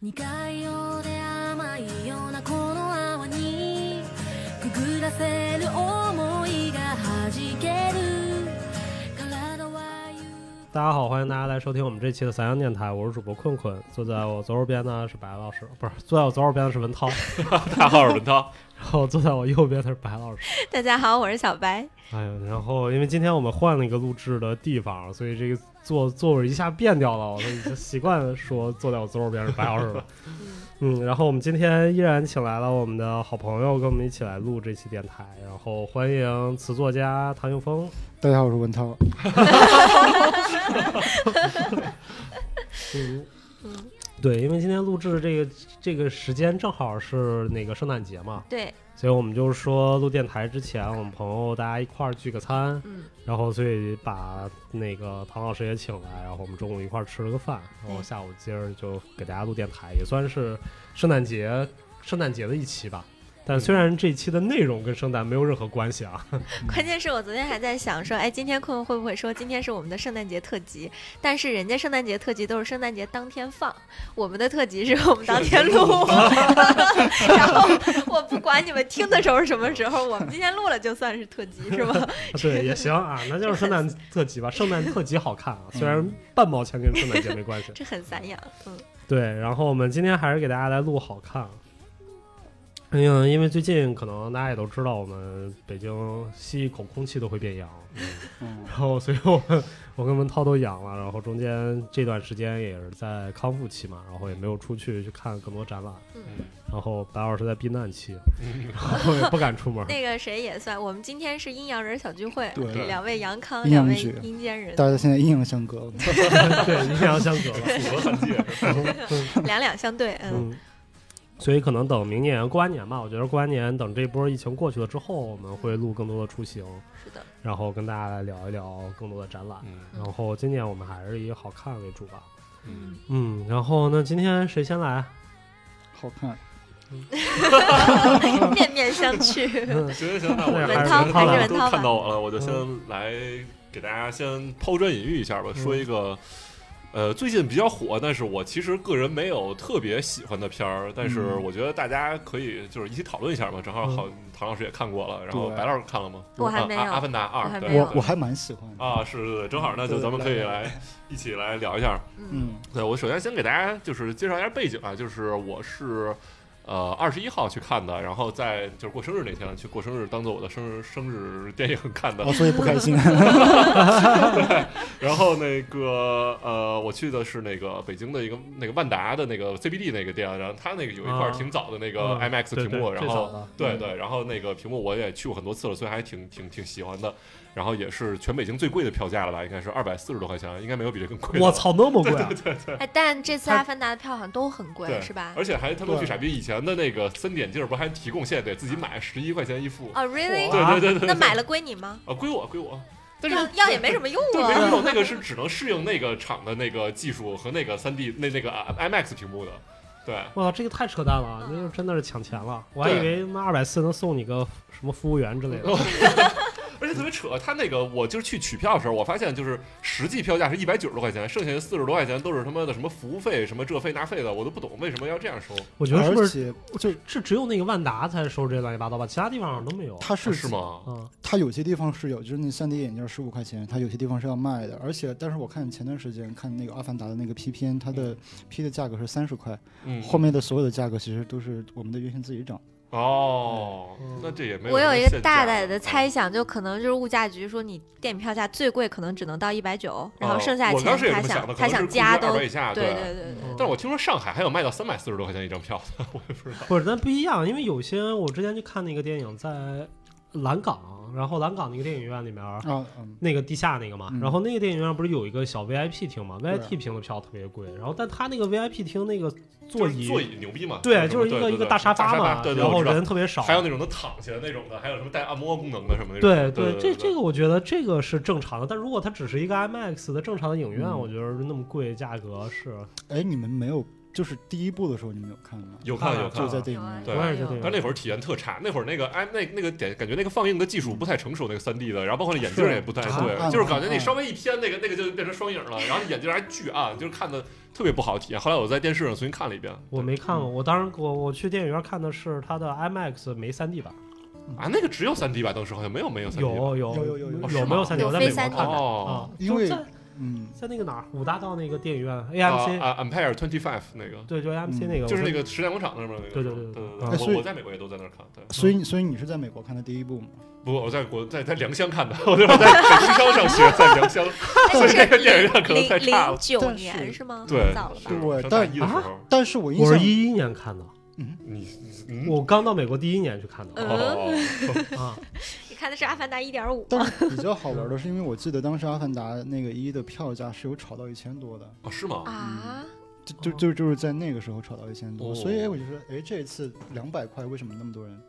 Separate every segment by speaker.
Speaker 1: 苦いようで甘いようなこの泡にくぐらせる想いが弾ける体はゆ
Speaker 2: 大家好，欢迎大家来收听我们这期的散养电台，我是主播困困，坐在我左手边呢是白老师，不是坐在我左手边的是文涛，
Speaker 3: 大号是文涛，
Speaker 2: 然后坐在我右边的是白老师。
Speaker 4: 大家好，我是小白。
Speaker 2: 哎呦，然后因为今天我们换了一个录制的地方，所以这个座座位一下变掉了，我都已经习惯说坐在我左手边是白老师 了。嗯，然后我们今天依然请来了我们的好朋友，跟我们一起来录这期电台，然后欢迎词作家唐映峰。
Speaker 5: 大家好，我是文涛。
Speaker 2: 嗯，对，因为今天录制的这个这个时间正好是那个圣诞节嘛，
Speaker 4: 对，
Speaker 2: 所以我们就是说录电台之前，我们朋友大家一块儿聚个餐，
Speaker 4: 嗯，
Speaker 2: 然后所以把那个唐老师也请来，然后我们中午一块儿吃了个饭，然后
Speaker 4: 对
Speaker 2: 下午接着就给大家录电台，也算是圣诞节圣诞节的一期吧。但
Speaker 4: 嗯
Speaker 2: 虽然这一期的内容跟圣诞没有任何关系 啊，
Speaker 4: 关键是我昨天还在想说，哎，今天困困会不会说今天是我们的圣诞节特辑？但是人家圣诞节特辑都是圣诞节当天放，我们的特辑是我们当天录。 然后我不管你们听的时候是什么时候，我们今天录了就算是特辑，是吗？
Speaker 2: 对，也行啊，那就是圣诞特辑吧。圣诞特辑好看啊，虽然
Speaker 4: 嗯
Speaker 2: 半毛钱跟圣诞节没关系。
Speaker 4: 这很散养，嗯，
Speaker 2: 对，然后我们今天还是给大家来录好看。嗯，因为最近可能大家也都知道，我们北京吸一口空气都会变阳，
Speaker 5: 嗯
Speaker 2: 然后所以我们我跟文涛都阳了，然后中间这段时间也是在康复期嘛，然后也没有出去去看更多展览，
Speaker 4: 嗯
Speaker 2: 然后白老师在避难期，然后也不敢出门，
Speaker 4: 那个谁也算，我们今天是阴阳人小聚会，
Speaker 5: 对
Speaker 4: 两位阳康，
Speaker 5: 阴阳
Speaker 4: 两位
Speaker 5: 局
Speaker 4: 阴间人，
Speaker 5: 大家现在阴阳相隔，
Speaker 2: 对，阴阳相隔了，
Speaker 3: 组合三界，
Speaker 4: 两两相对，嗯，
Speaker 2: 嗯，所以可能等明年过完年吧，我觉得过完年等这波疫情过去了之后，我们会录更多的出行，
Speaker 4: 是的，
Speaker 2: 然后跟大家来聊一聊更多的展览。
Speaker 3: 嗯
Speaker 2: 然后今年我们还是以好看为主吧。
Speaker 3: 嗯，
Speaker 2: 嗯，然后那今天谁先 来？
Speaker 5: 好看。嗯
Speaker 4: 面面相觑。
Speaker 2: 嗯，
Speaker 3: 行 行，那
Speaker 2: 对
Speaker 3: 我
Speaker 4: 文涛
Speaker 3: 觉得大
Speaker 4: 还
Speaker 3: 家
Speaker 4: 是
Speaker 3: 都
Speaker 4: 文涛吧
Speaker 3: 看到我了，我就先
Speaker 5: 嗯
Speaker 3: 来给大家先抛砖引玉一下吧，说一个。呃，最近比较火，但是我其实个人没有特别喜欢的片儿，但是
Speaker 5: 嗯
Speaker 3: 我觉得大家可以就是一起讨论一下嘛，正好好唐老师也看过了，然后
Speaker 5: 对
Speaker 3: 白老师看了吗？
Speaker 4: 我还
Speaker 3: 啊
Speaker 4: 没
Speaker 3: 啊
Speaker 4: 有
Speaker 3: 阿凡达二》
Speaker 4: 还
Speaker 3: 对
Speaker 4: 没有
Speaker 5: 我我还蛮喜欢的。
Speaker 3: 啊，是是是，正好那
Speaker 5: 嗯
Speaker 3: 就
Speaker 5: 对
Speaker 3: 咱们可以
Speaker 5: 来
Speaker 3: 来一起来聊一下。
Speaker 5: 嗯
Speaker 3: 对我首先先给大家就是介绍一下背景啊，就是我是呃二十一号去看的，然后在就是过生日那天去过生日，当做我的生日生日电影看的
Speaker 5: 哦，。所以不开心。
Speaker 3: 然后那个呃，我去的是那个北京的一个那个万达的那个 CBD 那个店，然后它那个有一
Speaker 2: 啊
Speaker 3: 块挺早的那个
Speaker 2: 嗯
Speaker 3: IMAX
Speaker 2: 对
Speaker 3: 屏幕，
Speaker 2: 对
Speaker 3: 然
Speaker 2: 最
Speaker 3: 后
Speaker 2: 早 的嗯
Speaker 3: 对对，然后那个屏幕我也去过很多次了，所以还挺挺挺喜欢的。然后也是全北京最贵的票价了吧，应该是二百四十多块钱，应该没有比这更贵的。
Speaker 2: 我！操，那么贵啊！
Speaker 4: 哎，但这次
Speaker 2: 它
Speaker 4: 阿凡达的票好像都很贵，
Speaker 3: 对，
Speaker 4: 是吧？
Speaker 3: 而且还他妈
Speaker 5: 对
Speaker 3: 巨傻逼，以前的那个三点镜儿不还提供，现在得自己买，十一块钱一副。
Speaker 4: 哦，really？
Speaker 2: 哇
Speaker 3: 对对对对，
Speaker 4: 那买了归你吗？
Speaker 3: 啊，归我归我。但是
Speaker 4: 要要也没什么用
Speaker 3: 对，没什么
Speaker 4: 啊。
Speaker 3: 用，那个是只能适应那个厂的那个技术和那个三 D 那那个啊 IMAX 屏幕的。对，
Speaker 2: 我操，这个太扯淡了，那就真的是抢钱了。我还以
Speaker 3: 对嗯
Speaker 2: 为那二百四能送你个什么服务员之类的。
Speaker 3: 而且特别扯，他那个我就是去取票的时候，我发现就是实际票价是一百九十多块钱，剩下的四十多块钱都是他妈的什么服务费、什么这费那费的，我都不懂为什么要这样收。
Speaker 2: 我觉得是不
Speaker 5: 而
Speaker 2: 是
Speaker 5: 且
Speaker 2: 就这只有那个万达才收这乱七八糟吧？其他地方好像都没有。
Speaker 5: 它是
Speaker 3: 啊是？吗？
Speaker 2: 嗯，
Speaker 5: 它有些地方是有，就是那 3D 眼镜十五块钱，它有些地方是要卖的。而且，但是我看前段时间看那个《阿凡达》的那个 P 片，它的 P 的价格是三十块，
Speaker 3: 嗯，
Speaker 5: 后面的所有的价格其实都是我们的院线自己涨。
Speaker 3: 哦
Speaker 2: 嗯，
Speaker 3: 那这也没有
Speaker 4: 我
Speaker 3: 什么
Speaker 4: 有一个
Speaker 3: 限
Speaker 4: 大
Speaker 3: 价
Speaker 4: 胆的
Speaker 3: 嗯
Speaker 4: 猜想，就可能就是物价局说你电影票价最贵可能只能到一百九，然后剩下
Speaker 3: 哦啊我
Speaker 4: 钱
Speaker 3: 当时也
Speaker 4: 他
Speaker 3: 这么想
Speaker 4: 想
Speaker 3: 的，可
Speaker 4: 他
Speaker 3: 能是
Speaker 4: 想加都
Speaker 3: 二百以下，
Speaker 4: 对对对对，
Speaker 2: 嗯
Speaker 3: 但是我听说上海还有卖到三百四十多块钱一张票的，我也不知道。
Speaker 2: 不是，但不一样，因为有些我之前去看那个电影在蓝港，然后蓝港那个电影院里面儿
Speaker 5: 啊，嗯，
Speaker 2: 那个地下那个嘛，
Speaker 5: 嗯
Speaker 2: 然后那个电影院不是有一个小 VIP 厅嘛
Speaker 5: 对
Speaker 2: ？VIP 厅的票特别贵，然后但他那个 VIP 厅那个座
Speaker 3: 就是
Speaker 2: 椅，
Speaker 3: 座椅牛逼嘛？
Speaker 2: 对，
Speaker 3: 什
Speaker 2: 就
Speaker 3: 么
Speaker 2: 是一个
Speaker 3: 对对
Speaker 2: 一个
Speaker 3: 对
Speaker 2: 大沙
Speaker 3: 发
Speaker 2: 嘛，
Speaker 3: 对对，
Speaker 2: 然后
Speaker 3: 我知道
Speaker 2: 人特别少，
Speaker 3: 还有那种能躺起来那种的，还有什么带按摩功能的什么那种
Speaker 2: 对
Speaker 3: 的。对
Speaker 2: 这这
Speaker 3: 个
Speaker 2: 个我觉得这个是正常的，但如果它只是一个 IMAX 的正常的影院，
Speaker 5: 嗯
Speaker 2: 我觉得那么贵价格是
Speaker 5: 哎，你们没有就是第一部的时候你们有看吗？
Speaker 3: 有看
Speaker 2: 看了
Speaker 3: 有
Speaker 2: 看
Speaker 5: 就
Speaker 3: 看啊
Speaker 5: 是
Speaker 2: 了，
Speaker 5: 在电影
Speaker 4: 啊
Speaker 5: 院。
Speaker 3: 对
Speaker 2: 我也是这
Speaker 3: 但
Speaker 2: 样。
Speaker 3: 那会儿体验特差，那会儿那个哎那那个点感觉那个放映的技术不太成熟，那个三 D 的，然后包括那眼镜
Speaker 2: 是
Speaker 3: 也不太
Speaker 2: 啊
Speaker 3: 对，
Speaker 5: 暗
Speaker 3: 就是感觉你
Speaker 5: 暗
Speaker 3: 稍微一偏那个那个就变成双影了，然后眼镜还巨暗，就是看的特别不好体验。后来我在电视上重新看了一遍，
Speaker 2: 我没看过，我当时我我去电影院看的是它的 IMAX 没 3D 版，
Speaker 3: 啊，那个只有三 D 吧，当哦时好像没有没有三 D
Speaker 2: 有有有
Speaker 5: 有有有有
Speaker 2: 有没有 3D？
Speaker 4: 有
Speaker 2: 我在美
Speaker 4: 非
Speaker 2: 国看
Speaker 4: 3D
Speaker 2: 的啊，
Speaker 3: 哦
Speaker 5: 因为
Speaker 2: 就在
Speaker 5: 嗯，
Speaker 2: 在那个哪儿五大道那个电影院
Speaker 3: 啊
Speaker 2: AMC，
Speaker 3: 啊，Empire Twenty Five 那个，
Speaker 2: 对，就 AMC
Speaker 5: 嗯
Speaker 2: 那个，
Speaker 3: 就是
Speaker 2: 我
Speaker 3: 那个时代广场那边那个，
Speaker 2: 对
Speaker 3: 对
Speaker 2: 对对
Speaker 3: 对
Speaker 2: 对啊
Speaker 5: 哎所
Speaker 3: 对，
Speaker 5: 以
Speaker 3: 我我在美国也都在那儿看，对，
Speaker 5: 所以你所以你是在美国看的第一部吗？
Speaker 3: 不，我在国在在良乡看的， 我就是在北京商上学，在良乡，
Speaker 4: 但
Speaker 3: 所以
Speaker 4: 哎是
Speaker 3: 那个电影院可能太
Speaker 4: 零
Speaker 3: 差
Speaker 4: 零
Speaker 3: 了，
Speaker 4: 九
Speaker 5: 但
Speaker 4: 年
Speaker 5: 是
Speaker 4: 是吗？
Speaker 3: 对
Speaker 4: 很早了，吧？
Speaker 3: 是
Speaker 5: 我
Speaker 3: 上大
Speaker 5: 但
Speaker 3: 一的时
Speaker 2: 啊
Speaker 3: 候，
Speaker 5: 但是我印
Speaker 2: 我
Speaker 5: 象
Speaker 2: 是一一年看的，
Speaker 3: 你嗯
Speaker 2: 我刚到美国第一年去看的
Speaker 4: 嗯
Speaker 3: 哦，
Speaker 2: 啊，
Speaker 4: 你看的是《阿凡达》一点五
Speaker 5: 但 是比较好玩的是，因为我记得当时《阿凡达》那个一的票价是有炒到一千多的，
Speaker 3: 哦是吗？
Speaker 4: 啊？
Speaker 5: 就就就就是在那个时候炒到一千
Speaker 3: 哦
Speaker 5: 多，所以哎我就说，哎，这次两百块为什么那么多人？啊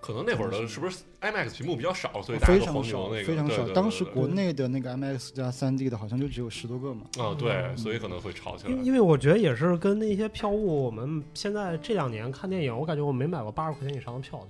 Speaker 3: 可能那会儿的是不是 IMAX 屏幕比较少，所以大家
Speaker 5: 非
Speaker 3: 都
Speaker 5: 常
Speaker 3: 黄
Speaker 5: 少
Speaker 3: 牛那个，，
Speaker 5: 非常
Speaker 3: 对
Speaker 5: 少。
Speaker 3: 对
Speaker 5: 当
Speaker 3: 对
Speaker 5: 时
Speaker 3: 对
Speaker 5: 国内的那个 MX 加 3D 的好像就只有十多个嘛。
Speaker 3: 啊
Speaker 5: 嗯
Speaker 3: 对，所以可能会吵起来
Speaker 2: 因。因为我觉得也是跟那些票务，我们现在这两年看电影，我感觉我没买过八十块钱以上的票就，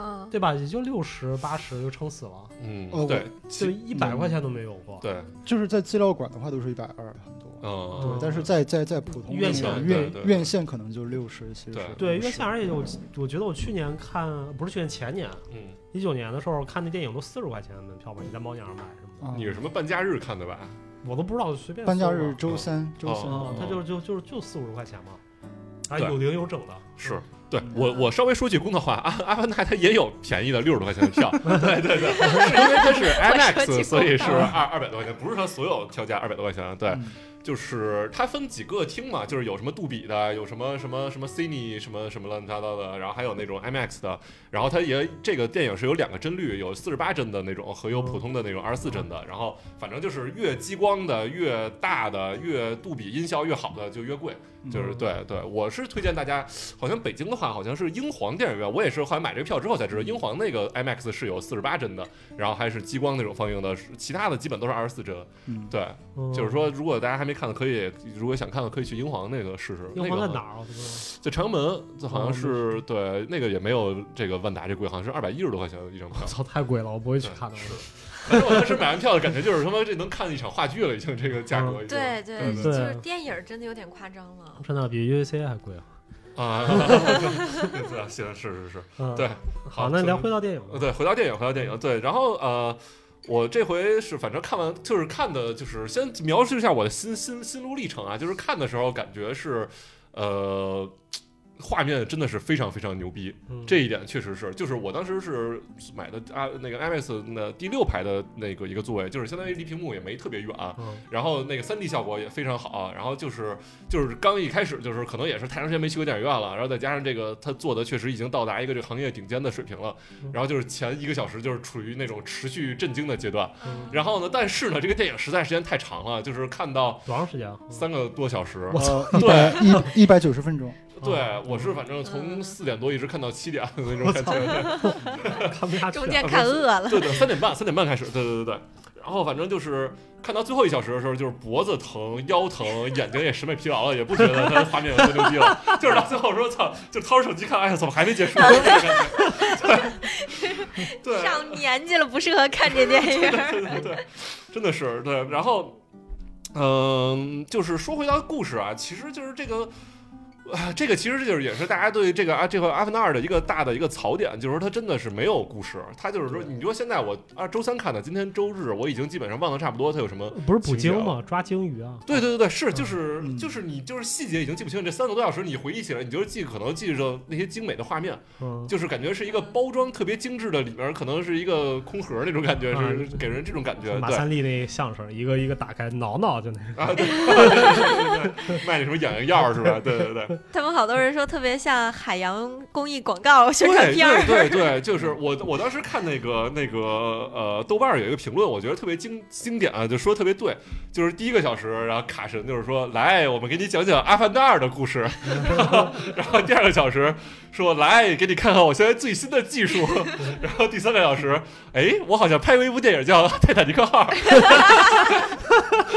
Speaker 4: 嗯，
Speaker 2: 对吧？也就六十八十就撑死了，
Speaker 3: 嗯
Speaker 5: 哦，
Speaker 3: 对，
Speaker 2: 就
Speaker 3: 其
Speaker 2: 一百块钱都没有过。
Speaker 3: 对，
Speaker 5: 就是在资料馆的话都是一百二很多，
Speaker 3: 嗯，
Speaker 5: 对，但是在在在普通的
Speaker 2: 院
Speaker 5: 那个
Speaker 3: 线对
Speaker 5: 院
Speaker 3: 对
Speaker 5: 院线可能就六十七十
Speaker 3: 对。
Speaker 2: 对，
Speaker 5: 50
Speaker 2: 院线而且我我觉得我去年看不是去年前年
Speaker 3: 嗯，
Speaker 2: 一九年的时候看那电影都四十块钱门票吧，你在猫眼上买什么的，
Speaker 5: 啊
Speaker 3: 你是什么半假日看的吧？
Speaker 2: 我都不知道随便
Speaker 5: 半假
Speaker 2: 搜嘛
Speaker 5: 日周三周三
Speaker 2: 啊，
Speaker 3: 哦
Speaker 2: 哦
Speaker 3: 嗯
Speaker 2: 他就就就就四五十块钱嘛，啊有零有整的，
Speaker 3: 是。对我，我稍微说句公道话，阿阿凡达它也有便宜的六十多块钱的 票，对对对，是因为它是 IMAX，所以是二二百多块钱，不是它所有票价二百多块钱，啊对，
Speaker 5: 嗯
Speaker 3: 就是它分几个厅嘛，就是有什么杜比的，有什么什么什么 Cine 什么什么乱七八糟的，然后还有那种 IMAX 的，然后它也这个电影是有两个帧率，有四十八帧的那种和有普通的那种二十四帧的，然后反正就是越激光的、越大的、越杜比音效越好的就越贵，就是
Speaker 2: 嗯
Speaker 3: 对对，我是推荐大家，好像北京的话好像是英皇电影院，我也是后来买这个票之后才知道，英皇那个 IMAX 是有四十八帧的，然后还是激光那种放映的，是其他的基本都是二十四帧，
Speaker 5: 嗯，
Speaker 3: 对。
Speaker 2: 嗯
Speaker 3: 就是说，如果大家还没看的，可以如果想看的，可以去英皇那个试试。
Speaker 2: 英皇
Speaker 3: 那
Speaker 2: 嗯在
Speaker 3: 个
Speaker 2: 哪？儿？我都不知
Speaker 3: 在朝阳门，这好
Speaker 2: 哦那
Speaker 3: 像是对那个也没有这个万达这贵，好像是二百一十多块钱一张票
Speaker 2: 道，。 操，太贵了，我不会去看的。
Speaker 3: 是反正我当时买完票的感觉就是他妈这能看一场话剧了，已经这个价格已经
Speaker 4: 嗯对对，
Speaker 2: 对
Speaker 4: 就是电影真的有点夸张了。
Speaker 2: 真的比 UVC 还贵啊！
Speaker 3: 啊， 对对，现在是是是，
Speaker 2: 嗯
Speaker 3: 对，
Speaker 2: 好，那
Speaker 3: 咱
Speaker 2: 聊回到电影
Speaker 3: 呃，
Speaker 2: 吧。
Speaker 3: 对，回到电影，回到电影，对，然后呃，我这回是反正看完就是看的，就是先描述一下我的心心心路历程啊，就是看的时候感觉是，呃，画面真的是非常非常牛逼，
Speaker 2: 嗯
Speaker 3: 这一点确实是，就是我当时是买的啊那个 IMAX 的第六排的那个一个座位，就是相当于离屏幕也没特别远、啊
Speaker 2: 嗯
Speaker 3: 然后那个 3D 效果也非常好，啊然后就是就是刚一开始就是可能也是太长时间没去过电影院了，然后再加上这个他做的确实已经到达一个这个行业顶尖的水平了
Speaker 2: 嗯，
Speaker 3: 然后就是前一个小时就是处于那种持续震惊的阶段，
Speaker 2: 嗯
Speaker 3: 然后呢，但是呢这个电影实在时间太长了，就是看到
Speaker 2: 多长时间啊？
Speaker 3: 三个多小时，
Speaker 5: 呃，一百一一百九十分钟，
Speaker 2: 哦
Speaker 3: 对我是
Speaker 2: 嗯
Speaker 3: 反正从四点多一直看到七点的那种感觉。对
Speaker 2: 看不下去啊
Speaker 4: 中
Speaker 3: 啊
Speaker 2: 了。
Speaker 4: 间看饿了，
Speaker 3: 对对，三点半，三点半开始，对对对对。然后反正就是看到最后一小时的时候，就是脖子疼、腰疼，眼睛也审美疲劳了，也不觉得它画面有多牛逼了。就是到最后说操，就掏出手机看，哎呀，怎么还没 结束？就是这种感 觉对对
Speaker 4: 上年纪了不适合看这电 影。
Speaker 3: 对对对，真的是对。然后，嗯、就是说回到故事啊，其实就是这个。啊，这个其实就是也是大家对这个啊这个《阿凡达二》的一个大的一个槽点，就是说它真的是没有故事。它就是说，你说现在我啊周三看的，今天周日我已经基本上忘得差不多它有什么。
Speaker 2: 不是捕鲸吗？抓鲸鱼啊！
Speaker 3: 对对对对，是就是
Speaker 5: 嗯
Speaker 3: 就是你就是细节已经记不清，这三个多小时你回忆起来，你就是记可能记着那些精美的画面，
Speaker 2: 嗯，
Speaker 3: 就是感觉是一个包装特别精致的，里面可能是一个空盒那种感觉，
Speaker 2: 啊
Speaker 3: 是给人这种感觉。
Speaker 2: 马
Speaker 3: 对。
Speaker 2: 三立那相声，一个一个打开，挠挠就那个。
Speaker 3: 啊，对，对对卖那什么痒痒药是吧？对对对，
Speaker 4: 他们好多人说特别像海洋公益广告宣传
Speaker 3: 对
Speaker 4: 片儿
Speaker 3: 对，对对，就是我我当时看那个那个呃豆瓣儿有一个评论，我觉得特别经经典啊，就说得特别对，就是第一个小时，然后卡神就是说来，我们给你讲讲《阿凡达二》的故事， 然后然后第二个小时说来给你看看我现在最新的技术， 然后第三个小时，哎，我好像拍过一部电影 叫《泰坦尼克号》，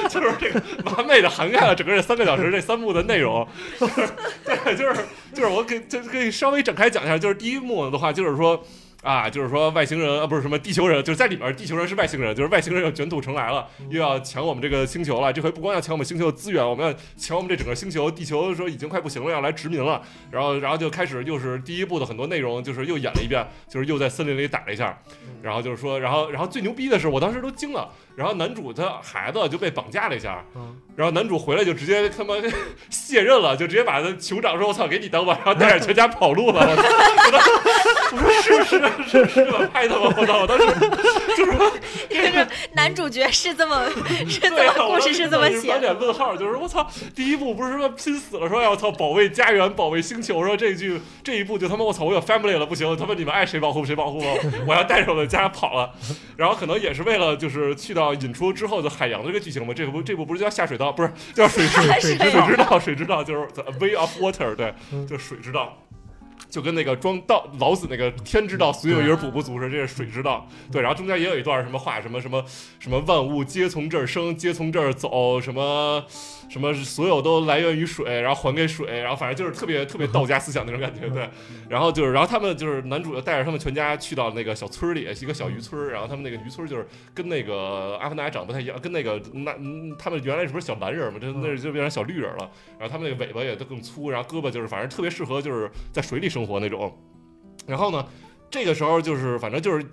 Speaker 3: 就是这个完美的涵盖了整个这三个小时这三幕的内容，就是对，就是就是我给就是可以稍微展开讲一下，就是第一幕的话，就是说。啊，就是说外星人啊，不是什么地球人，就是在里面地球人是外星人，就是外星人又卷土重来了，又要抢我们这个星球了。这回不光要抢我们星球的资源，我们要抢我们这整个星球。地球说已经快不行了，要来殖民了。然后，然后就开始又是第一部的很多内容，就是又演了一遍，就是又在森林里打了一下。然后就是说，然后然后最牛逼的是，我当时都惊了。然后男主他孩子就被绑架了一下，
Speaker 2: 嗯
Speaker 3: 然后男主回来就直接他妈卸任了，就直接把他酋长说：“我操，给你当吧。”然后带着全家跑路了。我操！我说是是是是我拍的吗？我操！我当时就是说
Speaker 4: 就是男主角是这么 是这
Speaker 3: 对
Speaker 4: 么
Speaker 3: 啊，我
Speaker 4: 故
Speaker 3: 当
Speaker 4: 事
Speaker 3: 时
Speaker 4: 是这么
Speaker 3: 就是
Speaker 4: 写 的，
Speaker 3: 满脸问号，就是我操，第一部不是说拼死了说要操保卫家园、保卫星球，说这一句这一步就他妈我操，我有 family 了，不行，他妈你们爱谁保护谁保护吧，我要带着我的家跑了。然后可能也是为了就是去到引出之后的海洋这个剧情嘛，这部这部不是叫下水道，不是叫水水
Speaker 4: 是
Speaker 3: 水水之道，嗯水之道就是 the way of water，对，就是水之道。就跟那个庄道老子那个天之道，所有鱼儿补不足是这是水之道。对，然后中间也有一段什么话，什么什么什么万物皆从这儿生，皆从这儿走，什么什么所有都来源于水，然后还给水，然后反正就是特别特别道家思想那种感觉，对。然后就是，然后他们就是男主就带着他们全家去到那个小村儿里，一个小渔村儿，然后他们那个渔村就是跟那个阿凡达长不太一样，跟那个那嗯他们原来是不是小蓝人嘛，这那就变成小绿人了。然后他们那个尾巴也都更粗，然后胳膊就是反正特别适合就是在水里生活那种。然后呢，这个时候就是反正就是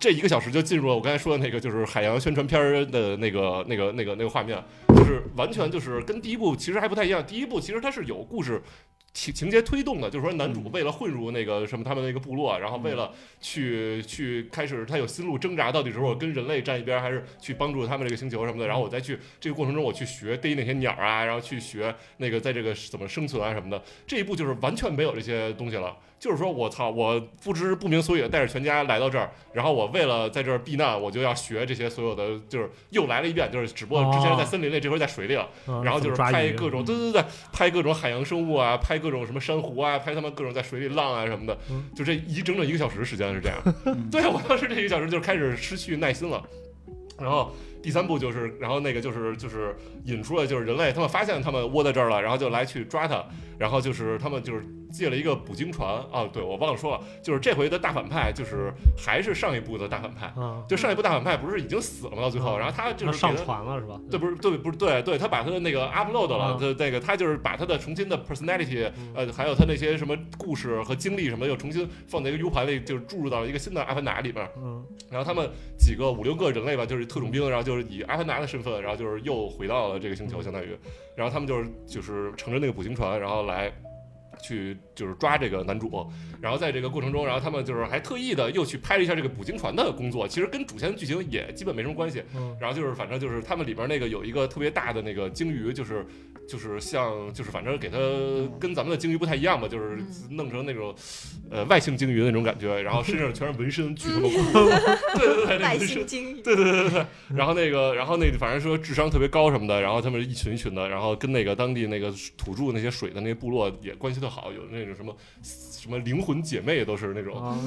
Speaker 3: 这一个小时就进入了我刚才说的那个就是海洋宣传片儿的那个那个那个那个画面，就是完全就是跟第一部其实还不太一样。第一部其实它是有故事。情情节推动的，就是说男主为了混入那个什么他们那个部落，然后为了去去开始他有心路挣扎，到底是我跟人类站一边，还是去帮助他们这个星球什么的。然后我再去这个过程中，我去学逮那些鸟啊，然后去学那个在这个怎么生存啊什么的。这一步就是完全没有这些东西了。就是说我操，我不知不明所以的带着全家来到这儿，然后我为了在这儿避难，我就要学这些所有的，就是又来了一遍，就是只不过之前在森林里，这回在水里了。
Speaker 2: 嗯
Speaker 3: 然后就是
Speaker 2: 怎么抓
Speaker 3: 拍
Speaker 2: 鱼
Speaker 3: 各种，对对对，拍各种海洋生物啊，拍各种什么珊瑚啊，拍他们各种在水里浪啊什么的
Speaker 2: 嗯，
Speaker 3: 就这一整整一个小时时间是 这样。
Speaker 5: 嗯
Speaker 3: 对啊我当时这一个小时就开始失去耐心了，然后。第三步就是，然后那个就是就是引出了就是人类，他们发现他们窝在这儿了，然后就来去抓他，然后就是他们就是借了一个捕鲸船啊，对我忘了说了，就是这回的大反派就是还是上一部的大反派，
Speaker 2: 啊，
Speaker 3: 就上一部大反派不是已经死了吗？到最
Speaker 2: 嗯
Speaker 3: 后，然后他就是
Speaker 2: 他上
Speaker 3: 给他
Speaker 2: 传了是吧？
Speaker 3: 对，不是对，不是对，对他把他的那个 upload 了
Speaker 2: 啊，
Speaker 3: 他那个他就是把他的重新的 personality，
Speaker 2: 嗯
Speaker 3: 呃，还有他那些什么故事和经历什么的，又重新放在一个 U 盘里，就是注入到一个新的阿凡达里边。
Speaker 2: 嗯
Speaker 3: 然后他们几个五六个人类吧，就是特种兵，然后就是以阿凡达的身份，然后就是又回到了这个星球，相当于，然后他们就是就是乘着那个捕鲸船，然后来。去就是抓这个男主，然后在这个过程中，然后他们就是还特意的又去拍了一下这个捕鲸船的工作，其实跟主线剧情也基本没什么关系。
Speaker 2: 嗯
Speaker 3: 然后就是反正就是他们里边那个有一个特别大的那个鲸鱼，就是就是像就是反正给它跟咱们的鲸鱼不太一样吧，就是
Speaker 4: 嗯
Speaker 3: 弄成那种呃外星鲸鱼那种感觉，然后身上全是纹身，巨 他妈酷！对对对，那
Speaker 4: 嗯外
Speaker 3: 纹身
Speaker 4: 星鲸鱼。
Speaker 3: 对对对对对，然后那个，然后那个，反正说智商特别高什么的，然后他们一群一群的，然后跟那个当地那个土著那些水的那些部落也关系特好，有那种什么什么灵魂姐妹都是那种，
Speaker 2: 啊，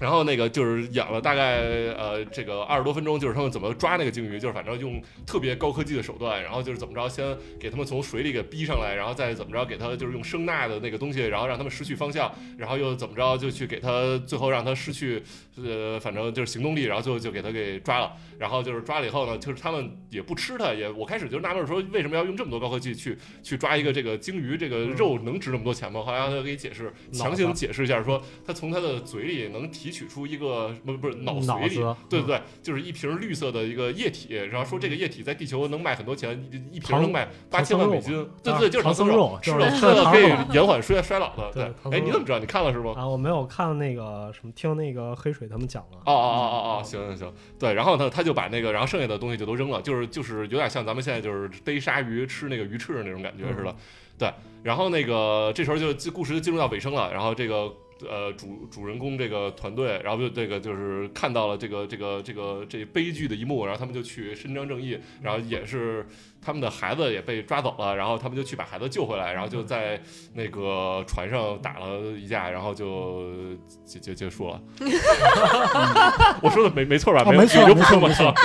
Speaker 3: 然后那个就是演了大概呃这个二十多分钟，就是他们怎么抓那个鲸鱼，就是反正用特别高科技的手段，然后就是怎么着先给他们从水里给逼上来，然后再怎么着给他就是用声呐的那个东西，然后让他们失去方向，然后又怎么着就去给他最后让他失去呃反正就是行动力，然后最后就给他给抓了，然后就是抓了以后呢，就是他们也不吃它，也我开始就纳闷说为什么要用这么多高科技去去抓一个这个鲸鱼，这个肉能值那么多钱吗？后来他给解释，强行解释一下说他从他的嘴里能提取出一个不不是脑髓里
Speaker 2: 嗯脑子，嗯
Speaker 3: 对对对，就是一瓶绿色的一个液体，然后说这个液体在地球能卖很多钱，一一瓶
Speaker 2: 唐
Speaker 3: 能卖八千万美金，对对
Speaker 2: 啊
Speaker 3: 对，就是
Speaker 2: 唐
Speaker 3: 僧
Speaker 2: 僧肉
Speaker 3: 吃
Speaker 2: 就是
Speaker 3: 了
Speaker 2: 吃
Speaker 3: 吃
Speaker 2: 了
Speaker 3: 了
Speaker 2: 唐
Speaker 3: 可以
Speaker 2: 僧肉
Speaker 3: 延缓衰衰老的，
Speaker 2: 对唐僧
Speaker 3: 哎，你
Speaker 2: 肉
Speaker 3: 怎么知道？你看了是吗？
Speaker 2: 啊，我没有看那个什么，听那个黑水他们讲了
Speaker 3: 哦哦哦哦哦，行行行，对，然后他他就把那个，然后剩下的东西就都扔了，就是就是有点像咱们现在就是逮鲨鱼吃那个鱼翅那种感觉似的，对。然后那个这时候就就故事就进入到尾声了，然后这个呃主主人公这个团队，然后就这个就是看到了这个这个这个这悲剧的一幕，然后他们就去伸张正义，然后也是他们的孩子也被抓走了，然后他们就去把孩子救回来，然后就在那个船上打了一架，然后就结结结束了。 我说的没嗯啊没错吧？
Speaker 5: 哦
Speaker 3: 有
Speaker 5: 没错
Speaker 3: 有有
Speaker 5: 没错
Speaker 3: 不
Speaker 5: 没错
Speaker 3: 吧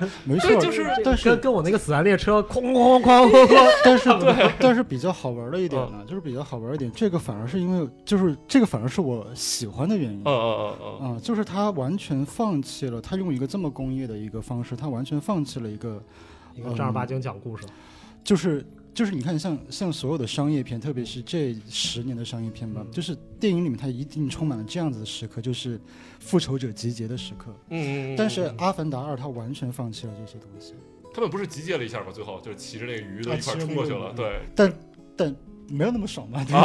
Speaker 5: 嗯没
Speaker 3: 对，
Speaker 5: 错，
Speaker 3: 就是
Speaker 5: 但
Speaker 2: 跟
Speaker 5: 是
Speaker 2: 跟我那个子弹列车哐哐哐哐哐，
Speaker 5: 但 是但是比较好玩的一点呢，就是比较好玩一点，这个反而是因为就是这个反而是我喜欢的原因
Speaker 3: 嗯。嗯嗯嗯
Speaker 5: 啊、就是他完全放弃了，他用一个这么工业的一个方式，他完全放弃了一个，
Speaker 3: 嗯
Speaker 2: 一个正儿八经讲故事，
Speaker 5: 就是就是你看像像所有的商业片，特别是这十年的商业片吧，
Speaker 2: 嗯
Speaker 5: 就是电影里面它一定充满了这样子的时刻，就是复仇者集结的时刻。
Speaker 3: 嗯嗯。
Speaker 5: 但是
Speaker 3: 嗯
Speaker 5: 《阿凡达二》它完全放弃了这些东西，
Speaker 3: 他们不是集结了一下吗？最后就是骑着那个鱼都一块
Speaker 5: 啊骑着那个
Speaker 3: 儿冲过去
Speaker 5: 鱼
Speaker 3: 了，对
Speaker 5: 没有那么爽吧？对吧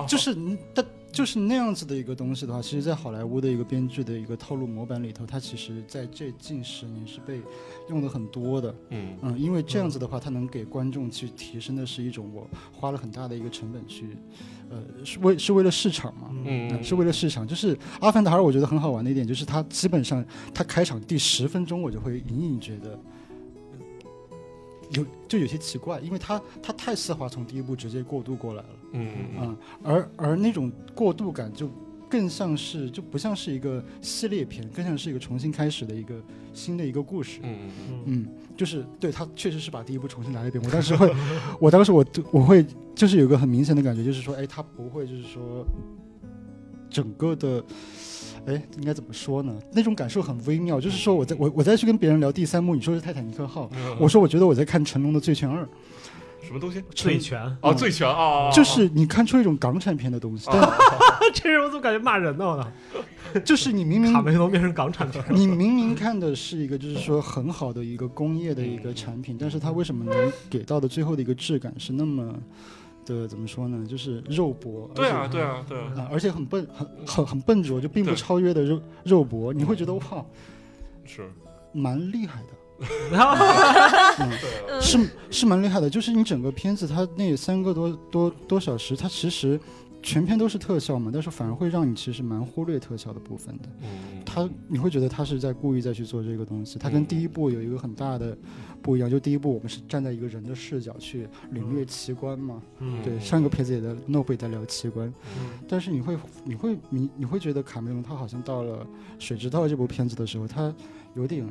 Speaker 3: 啊，
Speaker 5: 就是你但就是那样子的一个东西的话，其实，在好莱坞的一个编剧的一个套路模板里头，它其实在这近十年是被用的很多的。
Speaker 3: 嗯
Speaker 5: 嗯，因为这样子的话，它能给观众去提升的是一种我花了很大的一个成本去，呃，是为是为了市场嘛。
Speaker 2: 嗯
Speaker 3: 嗯，
Speaker 5: 呃是为了市场，就是《阿凡达二》，我觉得很好玩的一点就是，它基本上它开场第十分钟，我就会隐隐觉得呃有就有些奇怪，因为它它太丝滑，从第一部直接过渡过来了。
Speaker 3: 嗯嗯
Speaker 5: 嗯，而而那种过渡感就更像是就不像是一个系列片，更像是一个重新开始的一个新的一个故事。
Speaker 3: 嗯嗯
Speaker 2: 嗯，
Speaker 5: 嗯，就是对他确实是把第一部重新来了一遍。我 当时会，我当时我我会就是有一个很明显的感觉，就是说，哎，他不会就是说整个的。哎，应该怎么说呢？那种感受很微妙，就是说我在我我再去跟别人聊第三部，你说是《泰坦尼克号》，
Speaker 3: 嗯，
Speaker 5: 我说我觉得我在看成龙的《醉拳二》，
Speaker 2: 哦
Speaker 3: 什么东西？
Speaker 2: 醉拳，
Speaker 3: 哦，醉拳哦啊，
Speaker 5: 就是你看出一种港产片的东西，
Speaker 2: 哦
Speaker 5: 但 嗯
Speaker 2: 这人我怎么感觉骂人呢？
Speaker 5: 就是你明明
Speaker 2: 卡梅隆变成港产 片，
Speaker 5: 你明明看的是一个就是说很好的一个工业的一个产品，但是它为什么能给到的最后的一个质感是那么的怎么说呢？就是肉搏，
Speaker 3: 对啊对啊对
Speaker 5: 而
Speaker 3: 啊，
Speaker 5: 且，啊而且很笨，很很很笨拙，就并不
Speaker 3: 对
Speaker 5: 超越的肉肉搏，你会觉得哇，
Speaker 3: 是，
Speaker 5: 蛮厉害的，
Speaker 2: 嗯
Speaker 3: 对啊
Speaker 5: 是是蛮厉害的。就是你整个片子它那三个多多多小时，它其实全片都是特效嘛，但是反而会让你其实蛮忽略特效的部分的。
Speaker 3: 嗯，
Speaker 5: 他你会觉得他是在故意再去做这个东西，他
Speaker 3: 嗯
Speaker 5: 跟第一部有一个很大的不一样，就第一部我们是站在一个人的视角去领略奇观嘛，
Speaker 2: 嗯
Speaker 5: 对，上个片子也在 Nope 也在聊奇观，但是你会你会你你会觉得卡梅隆他好像到了《水之道》这部片子的时候，他有点。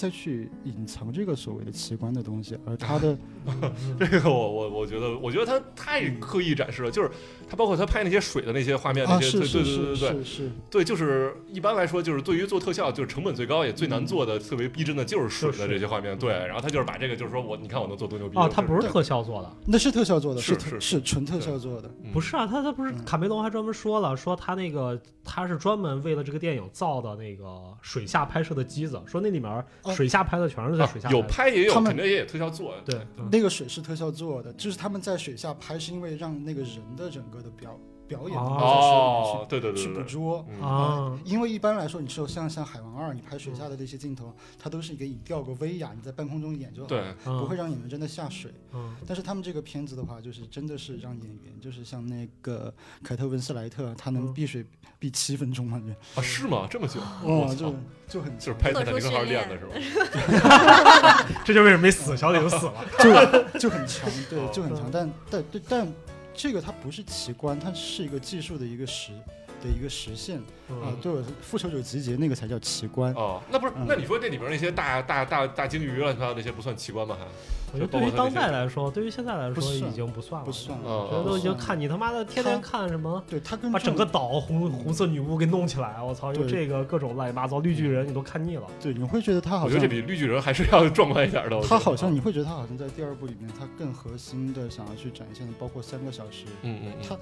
Speaker 5: 再去隐藏这个所谓的奇观的东西，而他的
Speaker 2: 嗯
Speaker 3: 这个我我我觉得，我觉得他太刻意展示了，就是他包括他拍那些水的那些画面，
Speaker 5: 啊
Speaker 3: 那些
Speaker 5: 是
Speaker 3: 对对
Speaker 5: 是
Speaker 3: 对
Speaker 5: 是
Speaker 3: 对
Speaker 5: 是
Speaker 3: 对
Speaker 5: 是，
Speaker 3: 对，就是一般来说，就是对于做特效，就是成本最高也最难做的，特别逼真的就是水的这些画面，对，然后他就是把这个就是说我你看我能做多牛逼
Speaker 2: 哦，他不
Speaker 3: 是
Speaker 2: 是特效做的，
Speaker 5: 那是特效做的，
Speaker 3: 是
Speaker 5: 特
Speaker 3: 是
Speaker 5: 是纯特效做的，
Speaker 2: 不是啊，他他不是
Speaker 5: 嗯
Speaker 2: 卡梅隆还专门说了，说他那个他是专门为了这个电影造的那个水下拍摄的机子，说那里面
Speaker 5: 哦
Speaker 2: 水下拍的全是在水下拍
Speaker 3: 啊有
Speaker 2: 的，
Speaker 3: 拍也有，
Speaker 5: 他
Speaker 3: 肯
Speaker 5: 们
Speaker 3: 定也有特效做，
Speaker 2: 对，嗯
Speaker 5: 那个水是特效做的，就是他们在水下拍，是因为让那个人的整个的表表演能够在水里
Speaker 3: 哦，对对
Speaker 5: 面去、
Speaker 3: 对
Speaker 5: 去捕
Speaker 3: 对，
Speaker 5: 捉。
Speaker 3: 嗯
Speaker 2: 啊，
Speaker 5: 因为一般来说，你说像像《海王二》，你拍水下的那些镜头，它都是一个影调个威亚，你在半空中演就好，
Speaker 3: 对，
Speaker 2: 嗯
Speaker 5: 不会让演员真的下水。
Speaker 2: 嗯
Speaker 5: 但是他们这个片子的话，就是真的是让演员，就是像那个凯特温斯莱特，她能
Speaker 2: 嗯
Speaker 5: 避水避七分钟嘛？
Speaker 3: 啊是吗？这么久，
Speaker 5: 哇，
Speaker 3: 我操
Speaker 5: 哦就，就很
Speaker 3: 就是拍《
Speaker 4: 做
Speaker 3: 泰
Speaker 4: 出
Speaker 3: 坦尼克号》
Speaker 4: 训练
Speaker 3: 练的是吧？
Speaker 2: 这就为什么没死，小李就死了。
Speaker 5: 就就很强，对
Speaker 3: 哦，
Speaker 5: 就很强。但但对，但这个它不是奇观，它是一个技术的一个实的一个实现啊
Speaker 2: 嗯。
Speaker 5: 对我，复仇者集结那个才叫奇观。
Speaker 3: 哦，那不是
Speaker 5: 嗯？
Speaker 3: 那你说这里面那些大大大大鲸鱼乱七八糟那些不算奇观吗？还
Speaker 2: 我觉得对于当代来说，对于现在来
Speaker 5: 不
Speaker 2: 说
Speaker 5: 算
Speaker 2: 已经不算了，
Speaker 5: 不算
Speaker 2: 我
Speaker 3: 了
Speaker 2: 觉得都已经看你他妈的天天看什
Speaker 3: 哦
Speaker 2: 么，
Speaker 5: 对，它跟
Speaker 2: 把
Speaker 5: 这种
Speaker 2: 整个岛红红色女巫给弄起来，我操，用
Speaker 5: 对
Speaker 2: 这个各种乱七八糟绿巨人你都看腻了。
Speaker 5: 对，你会觉得它
Speaker 3: 我
Speaker 5: 好
Speaker 3: 觉得这
Speaker 5: 像
Speaker 3: 比绿巨人还是要壮观一点的。我觉得
Speaker 5: 它好像，你会觉得它好像在第二部里面，它更核心的想要去展现的，包括三个小时，
Speaker 3: 嗯嗯，嗯
Speaker 5: 它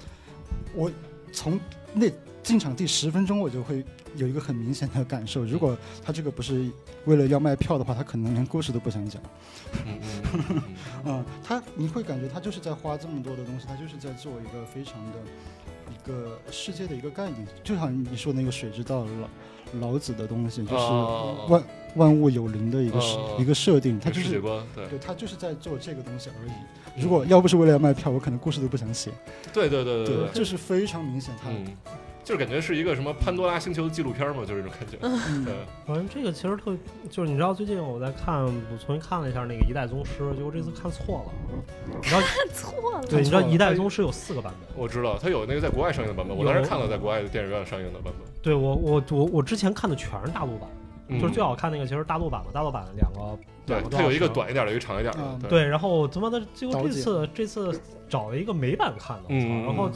Speaker 5: 我从那进场第十分钟，我就会有一个很明显的感受。如果他这个不是为了要卖票的话，他可能连故事都不想讲。
Speaker 3: 嗯嗯嗯嗯
Speaker 5: 嗯，他你会感觉他就是在花这么多的东西，他就是在做一个非常的一个世界的一个概念，就像你说那个水之道老老子的东西，就是
Speaker 3: 哦
Speaker 5: 万、万物有灵的一个、设
Speaker 3: 哦
Speaker 5: 一个设定，他
Speaker 3: 这
Speaker 5: 就
Speaker 3: 个世界
Speaker 5: 是
Speaker 3: 观，嗯对
Speaker 5: 对他就是在做这个东西而已。如果要不是为了要卖票，我可能故事都不想写。
Speaker 3: 对对对对
Speaker 5: 就是非常明显他
Speaker 3: 嗯，就是感觉是一个什么潘多拉星球的纪录片嘛，就是这种感觉。
Speaker 5: 嗯
Speaker 3: 对，
Speaker 2: 反正这个其实特别，就是你知道最近我在看，我重新看了一下那个《一代宗师》，结果这次看错了。你 知道，
Speaker 4: 错了，
Speaker 2: 对，你知道
Speaker 5: 看错了
Speaker 2: 《一
Speaker 3: 哎
Speaker 2: 代宗师》有四个版本。
Speaker 3: 我知道它有那个在国外上映的版本，我当时看了在国外的电影院上映的版本，
Speaker 2: 对我，我我我之前看的全是大陆版，
Speaker 3: 嗯
Speaker 2: 就是最好看那个其实是大陆版嘛，大陆版两个
Speaker 3: 对
Speaker 2: 两个多
Speaker 3: 它有一个
Speaker 2: 小时
Speaker 3: 短一点的，有一个长一点的
Speaker 5: 嗯，
Speaker 3: 对
Speaker 2: 对，然后他妈的，结果
Speaker 5: 导
Speaker 2: 这
Speaker 5: 剪
Speaker 2: 次这次找了一个美版看的，我
Speaker 3: 嗯嗯嗯
Speaker 2: 操！然后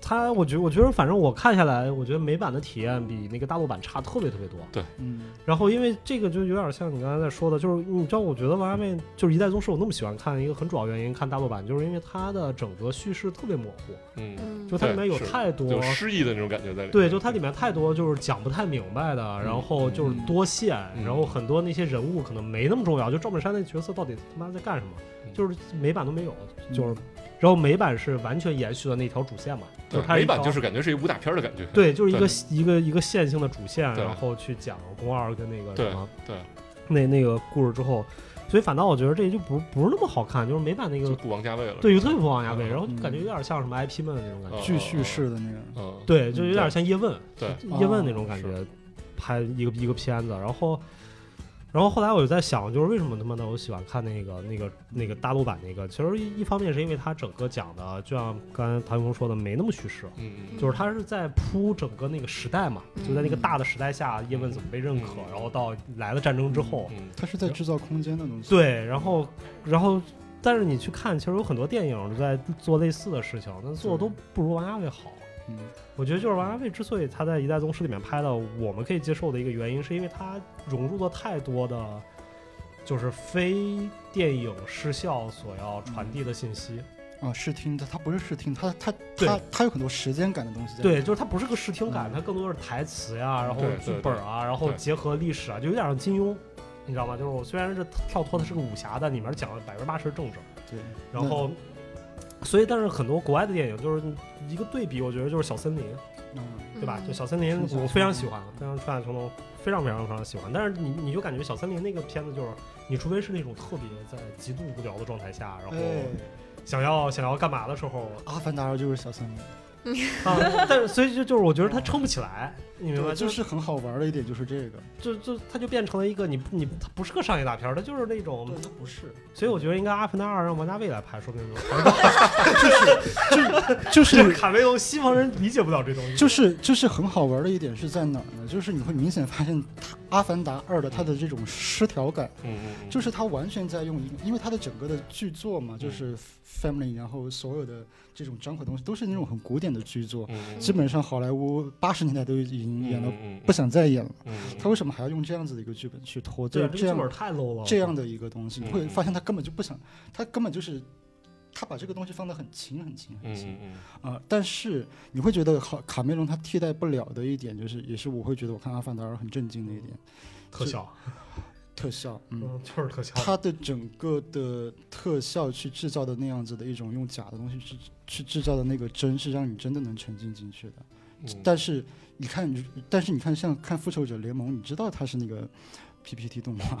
Speaker 2: 他，我觉我觉得反正我看下来，我觉得美版的体验比那个大陆版差特别特别多。
Speaker 5: 嗯
Speaker 2: 然后因为这个就有点像你刚才在说的，就是你知道，我觉得王家卫就是《一代宗师》，我那么喜欢看一个很主要原因，看大陆版就是因为它的整个叙事特别模糊，
Speaker 3: 嗯，
Speaker 4: 嗯
Speaker 2: 就它里面有
Speaker 3: 对是
Speaker 2: 太多
Speaker 3: 有诗意的那种感觉在里面。
Speaker 2: 对，就它里面太多就是讲不太明白的，然后就是多线，
Speaker 3: 嗯
Speaker 2: 然后很多那些人物可能没那么重要，就赵本山那角色到底他妈在干什么，
Speaker 3: 嗯
Speaker 2: 就是美版都没有，
Speaker 5: 嗯
Speaker 3: 哦
Speaker 2: 就是，然后美版是完全延续了那条主线嘛，就
Speaker 3: 对
Speaker 2: 是它
Speaker 3: 美版就是是感觉是一武打片的感觉。
Speaker 2: 对，就是一个
Speaker 3: 对
Speaker 2: 一个一个线性的主线，
Speaker 3: 对
Speaker 2: 然后去讲宫二跟那个
Speaker 3: 对
Speaker 2: 什么
Speaker 3: 对
Speaker 2: 那那个故事之后，所以反倒我觉得这就不不是那么好看，就是美版那
Speaker 3: 就
Speaker 2: 个
Speaker 3: 不王家卫了。
Speaker 2: 对，有
Speaker 3: 是
Speaker 2: 特
Speaker 3: 吧
Speaker 2: 别不王家卫，
Speaker 3: 嗯呃
Speaker 2: 然后就感觉有点像什么 IP 们的那种
Speaker 3: 哦
Speaker 2: 感觉，
Speaker 5: 剧叙事的那个，
Speaker 3: 嗯，
Speaker 2: 对，就有点
Speaker 3: 对
Speaker 2: 像叶问，
Speaker 3: 对
Speaker 2: 叶问那种感觉，拍一个一个片子，然后，然后后来我就在想，就是为什么他妈的我喜欢看那个那个那个大陆版那个？其实一一方面是因为它整个讲的，就像刚才谭峰说的，没那么叙事，
Speaker 3: 嗯嗯
Speaker 2: 就是它是在铺整个那个时代嘛，就在那个大的时代下，叶问怎么被认可，
Speaker 3: 嗯
Speaker 2: 然后到来了战争之后，
Speaker 3: 嗯，
Speaker 5: 它是在制造空间的东西。
Speaker 2: 对，然后然后。但是你去看，其实有很多电影在做类似的事情，但做的都不如王家卫好。
Speaker 5: 嗯，
Speaker 2: 我觉得就是王家卫之所以他在《一代宗师》里面拍的我们可以接受的一个原因，是因为他融入了太多的，就是非电影视效所要传递的信息。
Speaker 5: 啊，视听它它不是视听，它它
Speaker 2: 对
Speaker 5: 它它有很多时间感的东西在。
Speaker 2: 对，，就是它不是个视听感，
Speaker 5: 嗯
Speaker 2: 它更多是台词呀，然后
Speaker 3: 对
Speaker 2: 剧
Speaker 3: 对
Speaker 2: 本啊，然后
Speaker 3: 对
Speaker 2: 结合历史啊，就有点像金庸，你知道吗？就是我虽然是跳脱它是个武侠的，里面讲了百分之八十政治，
Speaker 5: 对，
Speaker 2: 然后。所以，但是很多国外的电影就是一个对比，我觉得就是《小森林》，
Speaker 5: 嗯
Speaker 2: 对吧？就
Speaker 4: 嗯
Speaker 2: 小森林
Speaker 5: 春，夏
Speaker 2: 我
Speaker 5: 秋
Speaker 2: 非常
Speaker 5: 冬
Speaker 2: 喜欢，非常春夏秋冬，非常非常非常喜欢。但是你你就感觉小森林那个片子就是，你除非是那种特别在极度无聊的状态下，然后
Speaker 5: 哎，
Speaker 2: 想要想要干嘛的时 候，
Speaker 5: 阿凡达就是小森林，
Speaker 2: 啊，但是所以就就是我觉得它撑不起来，你明白？
Speaker 5: 对
Speaker 2: 就
Speaker 5: 就是是很好玩的一点就是这个，
Speaker 2: 就就它就变成了一个你不你它不是个商业大片儿，它就是那种，
Speaker 5: 它不是，
Speaker 2: 所以我觉得应该《阿凡达二》让王家卫来拍，说不定就
Speaker 5: 就
Speaker 2: 这
Speaker 5: 是
Speaker 2: 卡梅隆西方人理解不了这东西，
Speaker 5: 就是就是很好玩的一点是在哪儿呢？就是你会明显发现它《阿凡达二》的它的这种失调感，
Speaker 3: 嗯嗯，
Speaker 5: 就是是它完全在用一个，因为它的整个的剧作嘛，
Speaker 2: 嗯
Speaker 5: 就是 family，然后所有的这种张口东西都是那种很古典的剧作，
Speaker 3: 嗯
Speaker 5: 基本上好莱坞八十年代都已经演到
Speaker 3: 嗯
Speaker 5: 不想再演了，
Speaker 3: 嗯嗯
Speaker 5: 他为什么还要用这样子的一个剧本去拖？
Speaker 2: 对
Speaker 5: 就
Speaker 2: 啊这
Speaker 5: 是这
Speaker 2: 个
Speaker 5: 样
Speaker 2: 剧本太 low 了，
Speaker 5: 这样的一个东西，你会
Speaker 3: 嗯
Speaker 5: 发现他根本就不想，他根本就是他把这个东西放得很轻很轻很轻
Speaker 3: 嗯嗯
Speaker 5: 啊、但是你会觉得好，卡梅隆他替代不了的一点，就是也是我会觉得我看《阿凡达二》很震惊的一点，
Speaker 2: 特效，
Speaker 5: 特效，嗯。
Speaker 2: 嗯，就是特效，
Speaker 5: 它的整个的特效去制造的那样子的一种用假的东西去去制造的那个真是让你真的能沉浸进去的，
Speaker 3: 嗯，
Speaker 5: 但是你看，但是你看，像看《复仇者联盟》，你知道它是那个 PPT 动画，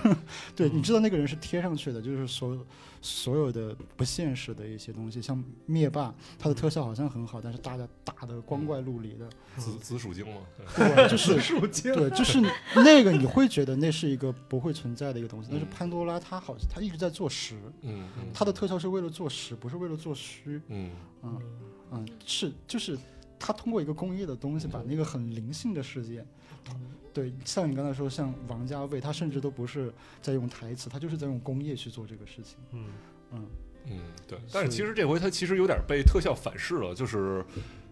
Speaker 5: 嗯 对，你知道那个人是贴上去的，就是所所有的不现实的一些东西，像灭霸，它的特效好像很好，但是大家打的光怪陆离的，
Speaker 3: 紫紫薯精嘛，对
Speaker 5: 对，就是
Speaker 2: 树精
Speaker 5: 对，就是那个你会觉得那是一个不会存在的一个东西，但是潘多拉它好，它一直在做实，
Speaker 3: 嗯嗯，
Speaker 5: 它的特效是为了做实，不是为了做虚，
Speaker 3: 嗯
Speaker 5: 嗯嗯，是就是它通过一个工业的东西把那个很灵性的世界。对，像你刚才说，像王家卫，他甚至都不是在用台词，他就是在用工业去做这个事情。
Speaker 2: 嗯。
Speaker 5: 嗯，
Speaker 3: 嗯，对，但是
Speaker 5: 是
Speaker 3: 其实这回它其实有点被特效反噬了，就是。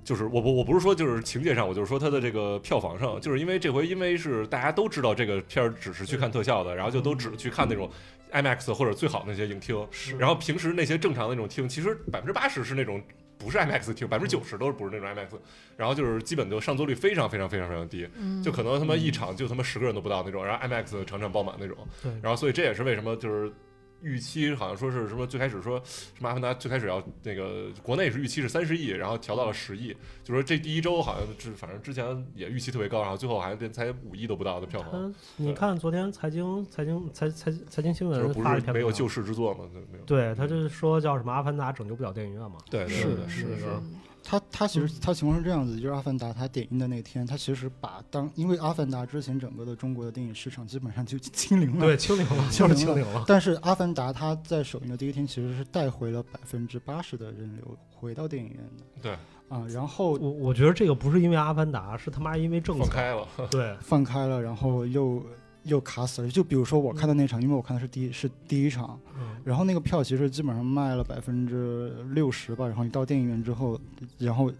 Speaker 3: 就是我不我不是说就是情节上，我就是说它的这个票房上，就是因为这回因为是大家都知道这个片儿只是去看特效的，然后就都只去看那种 IMAX 或者最好那些影厅，然后平时那些正常的那种厅，其实百分之八十是那种不是 IMAX 厅，百分之九十都是不是那种 IMAX，然后就是基本就上座率非常非常非常非常低，
Speaker 4: 嗯
Speaker 3: 就可能他妈一场就他妈十个人都不到那种，然后 IMAX 场场爆满那种
Speaker 2: 对，
Speaker 3: 然后所以这也是为什么就是预期好像说是什么最开始说什么阿凡达最开始要那个国内是预期是三十亿，然后调到了十亿，就说这第一周好像是反正之前也预期特别高，然后最后好像才五亿都不到的票房，
Speaker 2: 嗯，你看昨天财经财经财财财经新
Speaker 3: 就
Speaker 2: 闻
Speaker 3: 是不
Speaker 2: 发了一
Speaker 3: 是
Speaker 2: 篇
Speaker 3: 没有
Speaker 2: 文章
Speaker 3: 救世之作嘛，就没有。
Speaker 2: 对他就是说叫什么《阿凡达》拯救不了电影院嘛，
Speaker 3: 对，
Speaker 5: 是
Speaker 3: 对
Speaker 5: 的
Speaker 3: 对
Speaker 5: 是
Speaker 2: 那
Speaker 5: 的
Speaker 2: 个
Speaker 4: 嗯
Speaker 5: 他他其实他情况是这样子，就是《阿凡达》它点映的那天，他其实把当因为《阿凡达》之前整个的中国的电影市场基本上就清零了，
Speaker 2: 对，清零了，就是清零了。
Speaker 5: 但是《阿凡达》它在首映的第一天其实是带回了百分之八十的人流回到电影院的
Speaker 3: 对，
Speaker 5: 啊、然后
Speaker 2: 我我觉得这个不是因为《阿凡达》，是他妈因为政
Speaker 3: 放
Speaker 2: 策。
Speaker 3: 开了，
Speaker 2: 对，
Speaker 5: 放开了，然后又又卡死了。就比如说我看的那场，因为我看的是第一是第一场，
Speaker 2: 嗯
Speaker 5: 然后那个票其实基本上卖了百分之六十吧，然后你到电影院之后，然后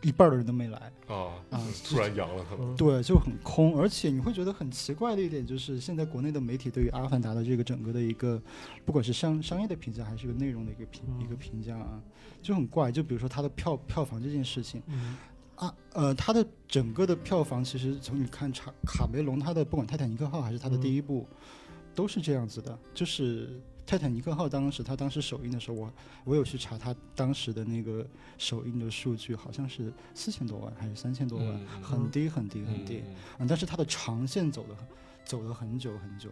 Speaker 5: 一半儿的人都没来
Speaker 3: 啊，
Speaker 5: 啊、
Speaker 3: 突然阳了他们，
Speaker 2: 嗯
Speaker 5: 对，就很空，而且你会觉得很奇怪的一点就是，现在国内的媒体对于《阿凡达》的这个整个的一个，不管是商商业的评价，还是个内容的一个评、
Speaker 2: 嗯
Speaker 5: 一个评价啊，就很怪。就比如说它的票票房这件事情
Speaker 2: 嗯
Speaker 5: 啊，呃，它的整个的票房其实从你看查卡梅隆他的不管《泰坦尼克号》还是他的
Speaker 2: 嗯
Speaker 5: 第一部，都是这样子的，就是。《泰坦尼克号》当时，它当时首映的时候，我我有去查它当时的那个首映的数据，好像是四千多万还是三千多万，
Speaker 3: 嗯
Speaker 5: 很低很低很低。
Speaker 3: 嗯，
Speaker 5: 嗯，但是它的长线走的走了很久很久。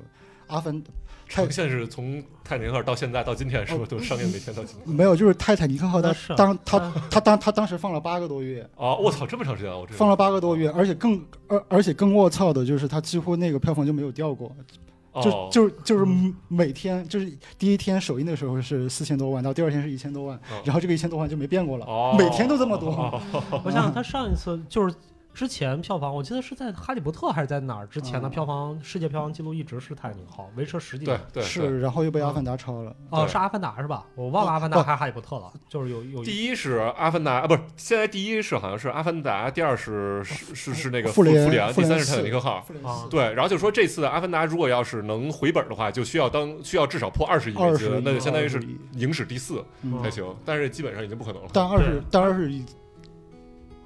Speaker 5: 阿凡泰
Speaker 3: 呈现是从泰坦尼克号到现在到今天是
Speaker 5: 哦
Speaker 3: 吧？都上映每天到今天。
Speaker 5: 没有，就是泰坦尼克号，
Speaker 2: 那
Speaker 5: 它
Speaker 2: 是啊
Speaker 5: 当它
Speaker 2: 啊
Speaker 5: 它当它当时放了八个多月，
Speaker 3: 啊，我操，这么长时间啊，我这
Speaker 5: 放了八个多月，，而且更而而且更卧槽的就是它几乎那个票房就没有掉过，就
Speaker 3: 哦，
Speaker 5: 就就是
Speaker 2: 嗯
Speaker 5: 每天就是第一天首映的时候是四千多万，到第二天是一千多万
Speaker 3: 哦，
Speaker 5: 然后这个一千多万就没变过了
Speaker 3: 哦，
Speaker 5: 每天都这么多。
Speaker 2: 我
Speaker 5: 哦
Speaker 2: 想想，他上一次就是之前票房，我记得是在《哈利波特》还是在哪儿之前的
Speaker 5: 嗯
Speaker 2: 票房世界票房记录一直是《泰坦尼克号》，维持了十几
Speaker 3: 对
Speaker 2: 年。
Speaker 3: 对，对
Speaker 5: 是，然后又被阿凡达超了，
Speaker 2: 哦，
Speaker 3: 对
Speaker 2: 是《阿凡达》是吧？我忘了《
Speaker 5: 哦
Speaker 2: 阿凡达》还是《哈利波特》了，就是有有一
Speaker 3: 第一是《阿凡达》啊，不是，现在第一是好像是《阿凡达》，第二是是是是那个
Speaker 5: 哦复联
Speaker 3: 复联，
Speaker 5: 复
Speaker 3: 第
Speaker 5: 联
Speaker 3: 三是《泰
Speaker 5: 四
Speaker 3: 坦尼克号》。
Speaker 5: 复联
Speaker 2: 啊
Speaker 5: 四
Speaker 3: 对，然后就说这次的《阿凡达》如果要是能回本的话，就需要当需要至少破二十亿美金
Speaker 5: 20亿，
Speaker 3: 那就相当于是
Speaker 5: 20亿
Speaker 3: 影史第四
Speaker 5: 嗯
Speaker 3: 才行，但是基本上已经不可能了，
Speaker 5: 但二十但二十一，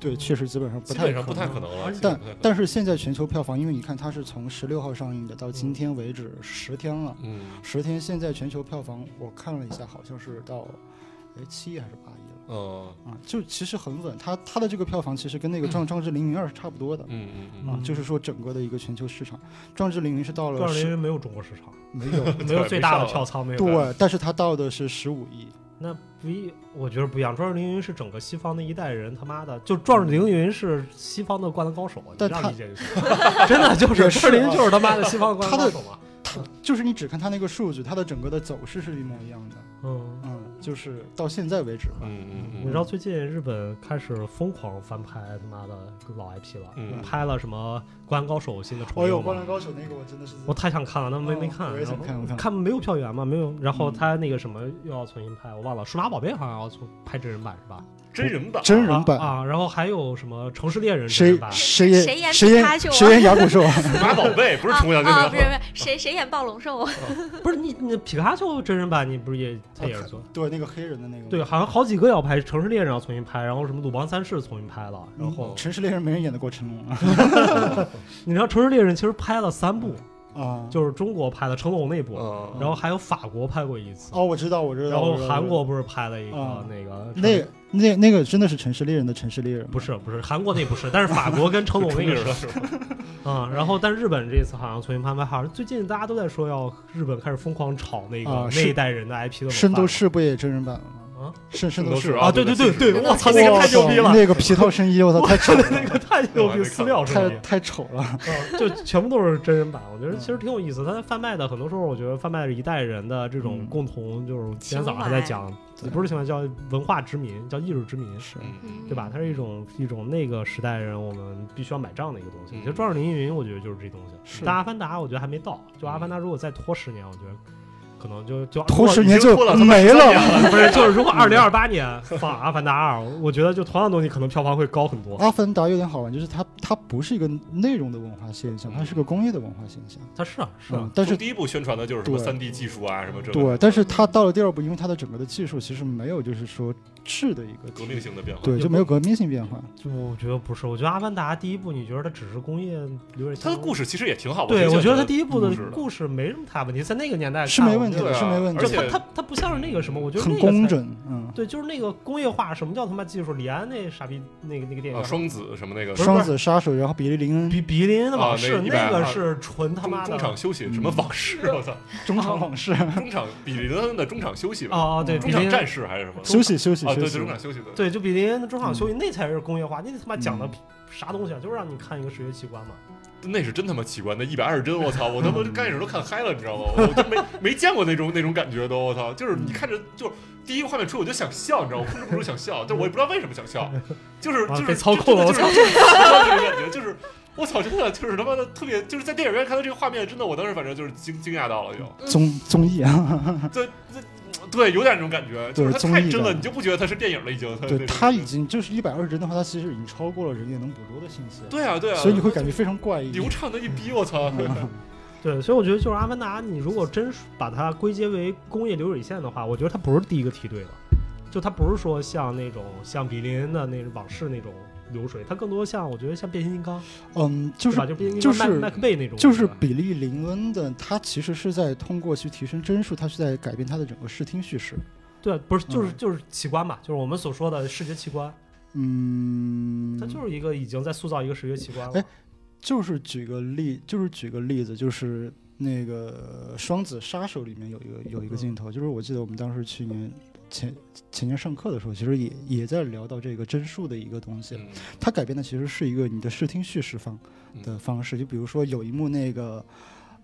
Speaker 5: 对，确实基本上不
Speaker 3: 基
Speaker 5: 太
Speaker 3: 本上不太可能了
Speaker 2: 而。且
Speaker 3: 基本
Speaker 5: 但
Speaker 3: 不太可能
Speaker 5: 但是现在全球票房，因为你看它是从十六号上映的，到今天为止十天了，
Speaker 3: 嗯
Speaker 5: 十天现在全球票房我看了一下，好像是到哎七亿还是八亿了。
Speaker 3: 嗯
Speaker 5: 啊，就其实很稳，它它的这个票房其实跟那个
Speaker 2: 嗯
Speaker 5: 《壮壮志凌云二》是差不多的、
Speaker 3: 嗯嗯嗯，
Speaker 5: 啊，就是说整个的一个全球市场，《壮志凌云》是到
Speaker 2: 段
Speaker 5: 了
Speaker 2: 时
Speaker 5: 十
Speaker 2: 间没有中国市场，
Speaker 5: 没有
Speaker 2: 没有最大的
Speaker 3: 没上
Speaker 2: 票仓，没有。
Speaker 5: 对，但是它到的是十五亿，
Speaker 2: 那不一，我觉得不一样。壮志凌云是整个西方那一代人他妈的，就壮志凌云是西方的灌篮高手，你
Speaker 5: 但
Speaker 2: 这样
Speaker 5: 他
Speaker 2: 理解就行。 真的就是
Speaker 5: 也是啊
Speaker 2: 壮志凌云就是他妈的西方的灌篮
Speaker 5: 他
Speaker 2: 高
Speaker 5: 的
Speaker 2: 手嘛。
Speaker 5: 就是你只看它那个数据，它的整个的走势是一模一样的，
Speaker 2: 嗯，
Speaker 5: 嗯，就是到现在为止吧，
Speaker 3: 嗯嗯嗯，
Speaker 2: 你知道最近日本开始疯狂翻拍他妈的老 IP 了，
Speaker 3: 嗯
Speaker 2: 拍了什么《灌篮高手》新的重
Speaker 5: 哦哟，
Speaker 2: 映
Speaker 5: 《灌
Speaker 2: 嘛
Speaker 5: 篮。高手》那个我真的是
Speaker 2: 我太想看了，但没没
Speaker 5: 哦
Speaker 2: 看。
Speaker 5: 我也想
Speaker 2: 然后
Speaker 5: 看我看
Speaker 2: 没有票源嘛，没有。然后
Speaker 5: 嗯
Speaker 2: 他那个什么又要重新拍，我忘了。数码宝贝好像要重拍真人版是吧？
Speaker 3: 真人 版
Speaker 5: 真人版
Speaker 2: 啊啊。然后还有什么《城市猎人》真
Speaker 5: 谁
Speaker 2: 人版？
Speaker 5: 谁
Speaker 4: 谁演
Speaker 5: 演谁
Speaker 4: 皮卡
Speaker 5: 演
Speaker 4: 丘啊
Speaker 5: 谁演牙骨兽？
Speaker 3: 《马宝贝》不是重阳
Speaker 4: 啊啊，
Speaker 3: 就
Speaker 4: 不
Speaker 3: 行
Speaker 4: 是不是，谁谁演暴龙兽啊？
Speaker 2: 不是你你皮卡丘真人版你不是也他
Speaker 5: 哦
Speaker 2: 也是做？
Speaker 5: 对，那个黑人的那个。
Speaker 2: 对，好像好几个要拍，《城市猎人》要重新拍，然后什么《鲁邦三世》重新拍了，然后
Speaker 5: 嗯城市猎人没人演得过成龙 啊。
Speaker 2: 你知道《城市猎人》其实拍了三部，
Speaker 5: 啊，
Speaker 2: 就是中国拍的成龙那部，
Speaker 3: 嗯
Speaker 2: 啊然后还有法国拍过一次，
Speaker 5: 哦，我知道，我知道。
Speaker 2: 然后
Speaker 5: 我知道
Speaker 2: 韩国不是拍了一个
Speaker 5: 嗯
Speaker 2: 那个
Speaker 5: 那个那那个真的是城市猎人的城市猎人吗，
Speaker 2: 不是不是韩国那不是，但是法国跟成龙那个是
Speaker 3: 了是吧？
Speaker 2: 啊、然后但日本这次好像重新拍拍，好像最近大家都在说要日本开始疯狂炒那个、
Speaker 5: 啊
Speaker 2: 那一
Speaker 5: 是
Speaker 2: 代人的 IP 的
Speaker 5: 圣斗
Speaker 2: 版
Speaker 5: 士不也真人版了吗？
Speaker 2: 啊
Speaker 5: 圣圣
Speaker 3: 圣
Speaker 5: 斗
Speaker 3: 斗士
Speaker 5: 士
Speaker 3: 啊
Speaker 2: 啊，对对对对，
Speaker 4: 对
Speaker 2: 我操，那个
Speaker 5: 哇
Speaker 2: 太牛逼了
Speaker 5: 塞，哦那个皮套圣衣，我操，太丑了，
Speaker 2: 那个太牛逼，撕料声
Speaker 5: 太
Speaker 2: 音。
Speaker 5: 太啊丑了。
Speaker 2: 嗯就全部都是真人版，我觉得其实挺有意思。它贩卖的很多时候，我觉得贩卖着一代人的这种
Speaker 5: 嗯
Speaker 2: 共同，就是今天
Speaker 4: 情
Speaker 2: 早上还在
Speaker 4: 怀
Speaker 2: 讲，也
Speaker 5: 对
Speaker 2: 不是情怀，叫文化殖民，叫艺术殖民，
Speaker 5: 是
Speaker 3: 嗯
Speaker 2: 对吧？它是一种一种那个时代人我们必须要买账的一个东西。
Speaker 3: 嗯
Speaker 2: 其实《壮志凌云》我觉得就是这东西，
Speaker 5: 是
Speaker 2: 但《阿凡达》我觉得还没到，就《阿
Speaker 3: 嗯
Speaker 2: 凡达》如果再拖十年，我觉得可能就就
Speaker 5: 头十年
Speaker 3: 已经
Speaker 5: 就嗯
Speaker 3: 过了
Speaker 5: 没了。
Speaker 2: 不是，就是如果
Speaker 3: 嗯
Speaker 2: 二零二八年放《阿凡达二》，我觉得就同样的东西可能票房会高很
Speaker 3: 啊
Speaker 2: 多。
Speaker 5: 阿凡达有点好玩，就是它它不是一个内容的文化现象，它是个工业的文化现象。
Speaker 2: 它是啊嗯是啊
Speaker 5: 嗯，，但
Speaker 3: 从
Speaker 5: 是
Speaker 3: 第一部宣传的就是什么
Speaker 5: 对
Speaker 3: 三 D 技术啊，什么这个
Speaker 5: 对，但是它到了第二部，因为它的整个的技术其实没有就是说质的一个
Speaker 3: 革命性的变化。
Speaker 5: 对，就没有革命性变化。
Speaker 2: 就我觉得不是，我觉得《阿凡达》第一部，你觉得它只是工业有点像
Speaker 3: 他的故事其实也挺好，
Speaker 2: 对，我
Speaker 3: 觉
Speaker 2: 觉得它第一部的
Speaker 3: 故事的
Speaker 2: 故事没什么太大问题，在那个年代
Speaker 5: 是没
Speaker 2: 看
Speaker 5: 问题
Speaker 3: 对
Speaker 5: 的，
Speaker 3: 啊
Speaker 5: 是没问题
Speaker 3: 而
Speaker 2: 就
Speaker 3: 且
Speaker 5: 的，
Speaker 2: 它它它不像是那个什么，我觉得那
Speaker 5: 很
Speaker 2: 个
Speaker 5: 工
Speaker 2: 才。
Speaker 5: 整，嗯，
Speaker 2: 对，就是那个工业化，什么叫他妈技术？李安那傻逼那个那个电影叫什
Speaker 3: 啊，
Speaker 2: 么，
Speaker 3: 双子什么那个
Speaker 2: 不是
Speaker 5: 双子杀手，然后比利林恩
Speaker 2: 比比林恩的
Speaker 3: 啊
Speaker 2: 往事，
Speaker 3: 那
Speaker 2: 那
Speaker 3: 120
Speaker 2: 个是纯他
Speaker 3: 中
Speaker 2: 妈的
Speaker 3: 中场休息，什么往 事？我操，
Speaker 5: 中场往事，
Speaker 3: 中场比林恩的中场休息
Speaker 5: 啊
Speaker 3: 吧，
Speaker 2: 哦哦，对，
Speaker 3: 中
Speaker 2: 比
Speaker 3: 场
Speaker 2: 林
Speaker 3: 战士还是什么？
Speaker 5: 休息休息
Speaker 3: 啊，对，
Speaker 5: 休
Speaker 3: 对
Speaker 5: 息
Speaker 3: 中，场休息的。
Speaker 2: 对，就比林恩的中场
Speaker 5: 嗯
Speaker 2: 休息，那才是工业化，那他妈讲的
Speaker 5: 嗯
Speaker 2: 啥东西啊？就是让你看一个视觉奇观嘛。
Speaker 3: 那是真他妈奇观，那一百二十帧，我操！我他妈刚开始都看嗨了，你知道吗？我真没没见过那种那种感觉都，我操！就是你看着，就是第一个画面出，我就想笑，你知道吗？我控制不住想笑，但是我也不知道为什么想笑，就是
Speaker 2: 啊
Speaker 3: 就是
Speaker 2: 被操控了
Speaker 3: 就就是 就是就是这种感觉，就是我操，真的就是他妈的特别，就是在电影院看到这个画面，真的我当时反正就是惊惊讶到了，就
Speaker 5: 综综艺啊，
Speaker 3: 对对对，有点那种感觉，就是它
Speaker 5: 对综
Speaker 3: 太
Speaker 5: 艺
Speaker 3: 真了，
Speaker 5: 感
Speaker 3: 你就不觉得它是电影了，已经。
Speaker 5: 对，
Speaker 3: 它
Speaker 5: 他已经就是一百二十帧的话，他其实已经超过了人眼能捕捉的信息了，
Speaker 3: 对啊对啊，
Speaker 5: 所以你会感觉嗯非常怪异，
Speaker 3: 流畅的一逼，我操！
Speaker 2: 对，所以我觉得就是《阿凡达》，你如果真是把它归结为工业流水线的话，我觉得它不是第一个梯队了。就它不是说像那种像比林恩的那种往事那种流水，它更多像我觉得像变形金刚，
Speaker 5: 嗯，就
Speaker 2: 对
Speaker 5: 是
Speaker 2: 吧？就变形金
Speaker 5: 就
Speaker 2: 刚、
Speaker 5: 是
Speaker 2: 麦麦克贝那种，
Speaker 5: 就是
Speaker 2: 对吧
Speaker 5: 比利林恩的，他其实是在通过去提升帧数，他是在改变他的整个视听叙事。
Speaker 2: 对，不是就是
Speaker 5: 嗯
Speaker 2: 就是奇观嘛，就是我们所说的视觉奇观，
Speaker 5: 嗯，
Speaker 2: 它就是一个已经在塑造一个视觉奇观了
Speaker 5: 哎。就是举个例，就是举个例子，就是那个《双子杀手》里面有一个有一个镜头，就是我记得我们当时去年前前年上课的时候，其实也也在聊到这个帧数的一个东西。
Speaker 3: 嗯
Speaker 5: 它改变的其实是一个你的视听叙事方的方式，就比如说有一幕那个。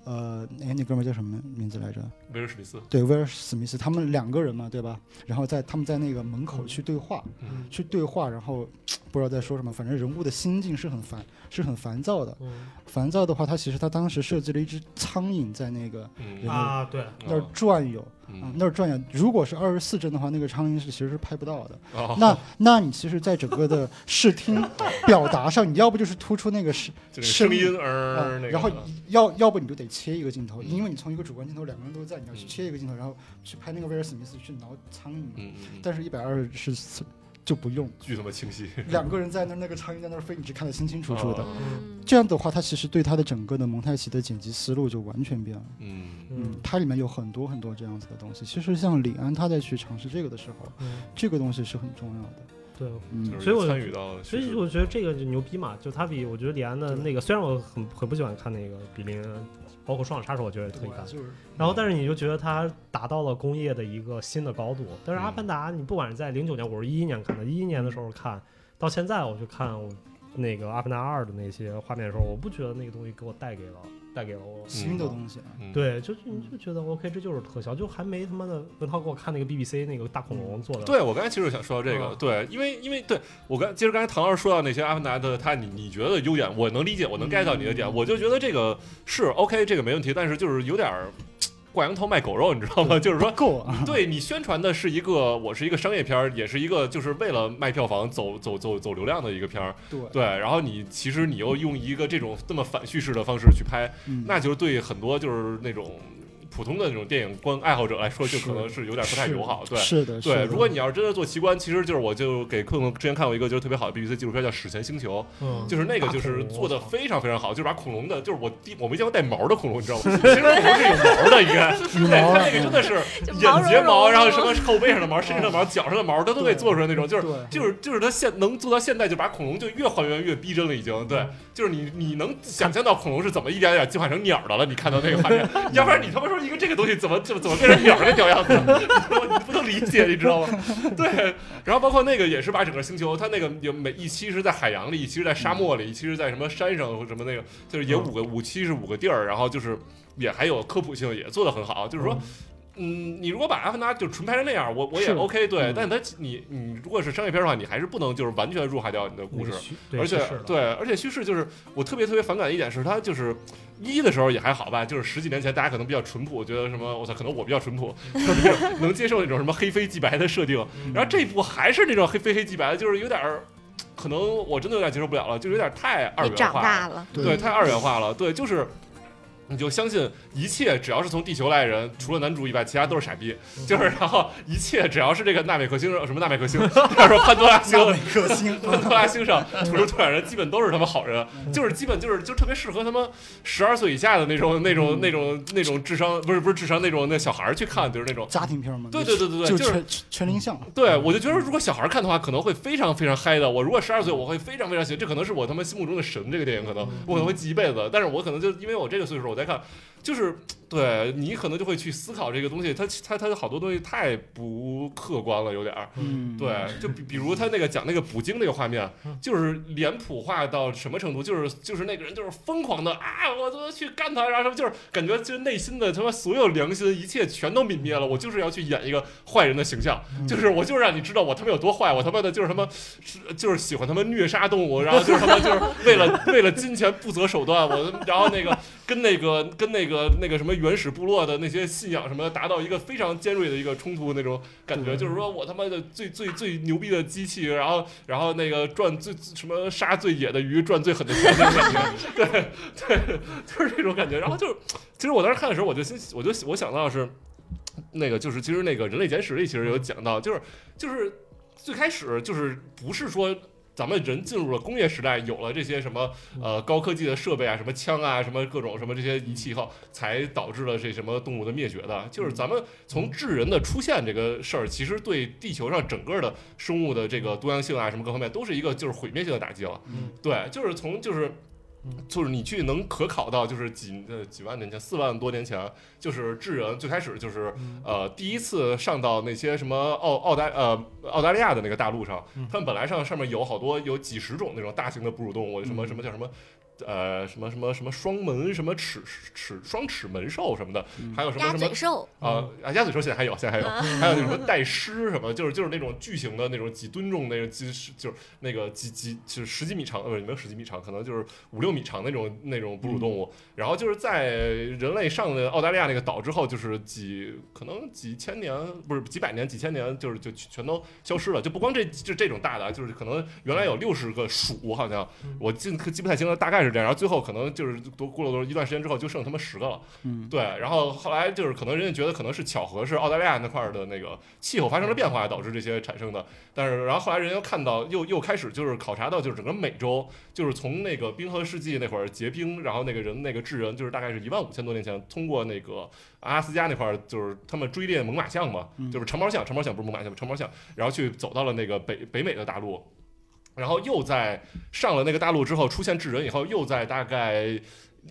Speaker 5: 呃，哎，那哥们儿叫什么名字来着？
Speaker 3: 威尔史密斯，
Speaker 5: 对，威尔史密斯，他们两个人嘛，对吧？然后在他们在那个门口去对话，
Speaker 3: 嗯
Speaker 5: 去对话，然后不知道在说什么，反正人物的心境是很烦，是很烦躁的。
Speaker 2: 嗯
Speaker 5: 烦躁的话，他其实他当时设计了一只苍蝇在那个
Speaker 3: 嗯
Speaker 5: 对
Speaker 2: 啊，对，
Speaker 5: 那儿转悠，啊
Speaker 3: 嗯
Speaker 5: 那儿转悠。如果是二十四帧的话，那个苍蝇是其实是拍不到的。
Speaker 3: 哦
Speaker 5: 那那你其实，在整个的视听表达上，你要不就是突出那个是，
Speaker 3: 就那个声音儿
Speaker 5: 啊
Speaker 3: 那个，
Speaker 5: 然后要要不你就得切一个镜头，
Speaker 3: 嗯
Speaker 5: 因为你从一个主观镜头两个人都在，你要去
Speaker 3: 嗯
Speaker 5: 切一个镜头，然后去拍那个威尔史密斯去挠苍蝇嘛。
Speaker 3: 嗯嗯嗯，
Speaker 5: 但是，一百二十四就不 用，
Speaker 3: 巨他妈清晰，
Speaker 5: 两个人在那儿，那个苍蝇在那儿飞，你是看得清清楚楚
Speaker 3: 哦
Speaker 5: 的。
Speaker 4: 嗯
Speaker 5: 这样的话，它其实对它的整个的蒙太奇的剪辑思路就完全变了。
Speaker 3: 嗯
Speaker 5: 嗯
Speaker 2: 嗯，
Speaker 5: 它里面有很多很多这样子的东西。其实像李安他在去尝试这个的时候，
Speaker 2: 嗯，
Speaker 5: 这个东西是很重要的。
Speaker 2: 对，
Speaker 5: 嗯
Speaker 3: 就，
Speaker 2: 所以
Speaker 3: 是
Speaker 2: 我
Speaker 3: 参与到
Speaker 2: 所
Speaker 3: 叙事，
Speaker 2: 以我觉得这个就牛逼嘛，就他比我觉得李安的那个，虽然我很很不喜欢看那个比林恩，包括《双手杀手》，我觉得也特一般。
Speaker 5: 就是
Speaker 2: 然后，但是你就觉得他达到了工业的一个新的高度。但是《
Speaker 3: 嗯
Speaker 2: 阿凡达》，你不管是在零九年，我是一一年看的，一一年的时候看到现在，我就看我那个《阿凡达二》的那些画面的时候，我不觉得那个东西给我带给了带给了我
Speaker 5: 新的东西啊。
Speaker 3: 嗯，
Speaker 2: 对，就你就觉得 OK，这就是特效，就还没他妈的文涛给我看那个 BBC 那个大恐龙做的，
Speaker 3: 对，我刚才其实想说到这
Speaker 5: 啊
Speaker 3: 个，
Speaker 2: 嗯
Speaker 3: 对，因为因为对我刚接着刚才唐老师说到那些阿凡达的他你你觉得优点，我能理解，我能 get 到你的
Speaker 5: 嗯
Speaker 3: 点，我就觉得这个是 OK，这个没问题，但是就是有点儿嘖挂羊头卖狗肉，你知道吗？就是说
Speaker 5: 够啊！
Speaker 3: 对你宣传的是一个，我是一个商业片儿，也是一个就是为了卖票房、走走走走流量的一个片儿。
Speaker 5: 对，
Speaker 3: 对，然后你其实你又用一个这种这么反叙事的方式去拍，
Speaker 5: 嗯
Speaker 3: 那就是对很多就是那种普通的那种电影观爱好者来说，就是可能是有点不太
Speaker 5: 是
Speaker 3: 友好。对。
Speaker 5: 是的，是
Speaker 3: 对，
Speaker 5: 的
Speaker 3: 如果你要是真的做奇观，其实就是我就给困困之前看过一个就是特别好的 BBC 纪录片叫《史前星球》，
Speaker 2: 嗯，
Speaker 3: 就是那个
Speaker 2: 大
Speaker 3: 就
Speaker 2: 恐
Speaker 3: 是
Speaker 2: 龙啊
Speaker 3: 做
Speaker 2: 我
Speaker 3: 的
Speaker 2: 操
Speaker 3: 非常非常好，就是把恐龙的，就是我第我没见过带毛的恐龙，你知道吗？其实恐龙是有毛的，应该，对，它那个真的是
Speaker 4: 就毛
Speaker 3: 眼
Speaker 4: 茸
Speaker 3: 睫
Speaker 4: 茸
Speaker 3: 毛，
Speaker 4: 的
Speaker 3: 然后什 么后背上的毛、身上的毛、脚上的毛，它都给
Speaker 5: 对
Speaker 3: 做出来那种，就是。
Speaker 5: 对
Speaker 3: 就是就是它现能做到现在，就把恐龙就越还原越逼真了，已经对，就是你你能想象到恐龙是怎么一点点进化成鸟的了，你看到那个画面，要不然你他妈说一个这个东西怎么怎么怎么变成鸟儿那屌样子，我你不能理解，你知道吗？ 对，然后包括那个也是把整个星球，它那个有每一期是在海洋里，一期是在沙漠里，一期是在什么山上或什么那个，就是也五
Speaker 5: 嗯
Speaker 3: 个五期是五个地儿，然后就是也还有科普性也做得很好，就是说。嗯，你如果把《阿凡达》就纯拍成那样，我我也
Speaker 5: 是
Speaker 3: OK，对。
Speaker 5: 嗯
Speaker 3: 但它你你如果是商业片的话，你还是不能就是完全弱化掉你的故事，，
Speaker 2: 那
Speaker 3: 而
Speaker 2: 个叙
Speaker 3: 且
Speaker 2: 对是的
Speaker 3: 对，而且叙事就是我特别特别反感的一点是，它就是一的时候也还好吧，就是十几年前大家可能比较淳朴，觉得什么我操，可能我比较淳朴，就是能接受那种什么黑非即白的设定。然后这部还是那种黑非黑即白，就是有点儿，可能我真的有点接受不了了，就是有点太二
Speaker 4: 你
Speaker 3: 元
Speaker 4: 长
Speaker 3: 化了
Speaker 4: 大。了，
Speaker 3: 对，太二元化了。对，就是你就相信一切，只要是从地球来的人，除了男主以外，其他都是傻逼。就是，然后一切只要是这个纳美克星上什么纳美克星， 要说潘多拉星
Speaker 5: 那，每颗星
Speaker 3: 潘多拉星上土生土长人，基本都是他妈好人，就是基本就是就特别适合他妈十二岁以下的那种那种那种那种智商不是不是智商那种那小孩儿去看，就是那种
Speaker 5: 家庭片嘛，
Speaker 3: 对对对对对
Speaker 5: 就
Speaker 3: 就是
Speaker 5: 全全龄向，
Speaker 3: 对，我就觉得如果小孩儿看的话，可能会非常非常嗨的。我如果十二岁，我会非常非常喜欢，这可能是我他妈心目中的神。这个电影可能我可能会记一辈子，但是我可能就因为我这个岁数，我在看，就是对你可能就会去思考这个东西，它它它好多东西太不客观了，有点儿。
Speaker 5: 嗯，
Speaker 3: 对，就比比如他那个讲那个捕鲸那个画面，就是脸谱化到什么程度，就是就是那个人就是疯狂的啊，我他妈去干他，然后什么就是感觉就是内心的他妈所有良心一切全都泯灭了，我就是要去演一个坏人的形象， 就是我就是让你知道我他妈有多坏，我他妈的就是他妈是就是喜欢他妈虐杀动物，然后就是他妈就是为了为了金钱不择手段，我然后那个跟那个跟那个那个什么原始部落的那些信仰什么的达到一个非常尖锐的一个冲突那种感觉，
Speaker 2: 对
Speaker 3: 就是说我他妈的最最最牛逼的机器，然后然后那个赚最什么杀最野的鱼，赚最狠的 钱那种感觉，对对，就是这种感觉。然后就是，其实我当时看的时候，我就心我就我想到的是。那个就是，其实那个《人类简史》里其实有讲到，就是就是最开始就是不是说咱们人进入了工业时代，有了这些什么呃高科技的设备啊，什么枪啊，什么各种什么这些仪器以后，才导致了这什么动物的灭绝的。就是咱们从智人的出现这个事儿，其实对地球上整个的生物的这个多样性啊，什么各方面都是一个就是毁灭性的打击了。
Speaker 5: 嗯
Speaker 3: 对，就是从就是。就是你去能可考到，就是几呃几万年前，四万多年前，就是智人最开始就是呃第一次上到那些什么澳澳大呃澳大利亚的那个大陆上，他们本来上上面有好多有几十种那种大型的哺乳动物，什么什么叫什么。呃，什么什么什么双门，什么齿齿双齿门兽什么的，还有什么
Speaker 4: 鸭
Speaker 3: 什
Speaker 4: 嘴
Speaker 3: 么
Speaker 4: 兽，
Speaker 3: 啊，啊鸭嘴兽现在还有，现在还有，还有那什么带狮什么，就是就是那种巨型的那种几吨重那种几十，就是那个几几就是十几米长，呃，不是没有十几米长，可能就是五六米长那种那种哺乳动物。然后就是在人类上了澳大利亚那个岛之后，就是几可能几千年，不是几百年、几千年，就是就全都消失了。就不光这就这种大的，啊就是可能原来有六十个鼠，好像我记记不太清了，大概是这样。然后最后可能就是多过了多一段时间之后，就剩他妈十个了。
Speaker 5: 嗯，
Speaker 3: 对，然后后来就是可能人家觉得可能是巧合，是澳大利亚那块儿的那个气候发生了变化导致这些产生的，但是然后后来人又看到又又开始就是考察到就是整个美洲，就是从那个冰河世纪那会儿结冰，然后那个人那个智人就是大概是一万五千多年前通过那个阿拉斯加那块儿就是他们追猎猛犸象嘛，就是长毛象，长毛象不是猛犸象，长毛象，然后去走到了那个北北美的大陆。然后又在上了那个大陆之后，出现智人以后，又在大概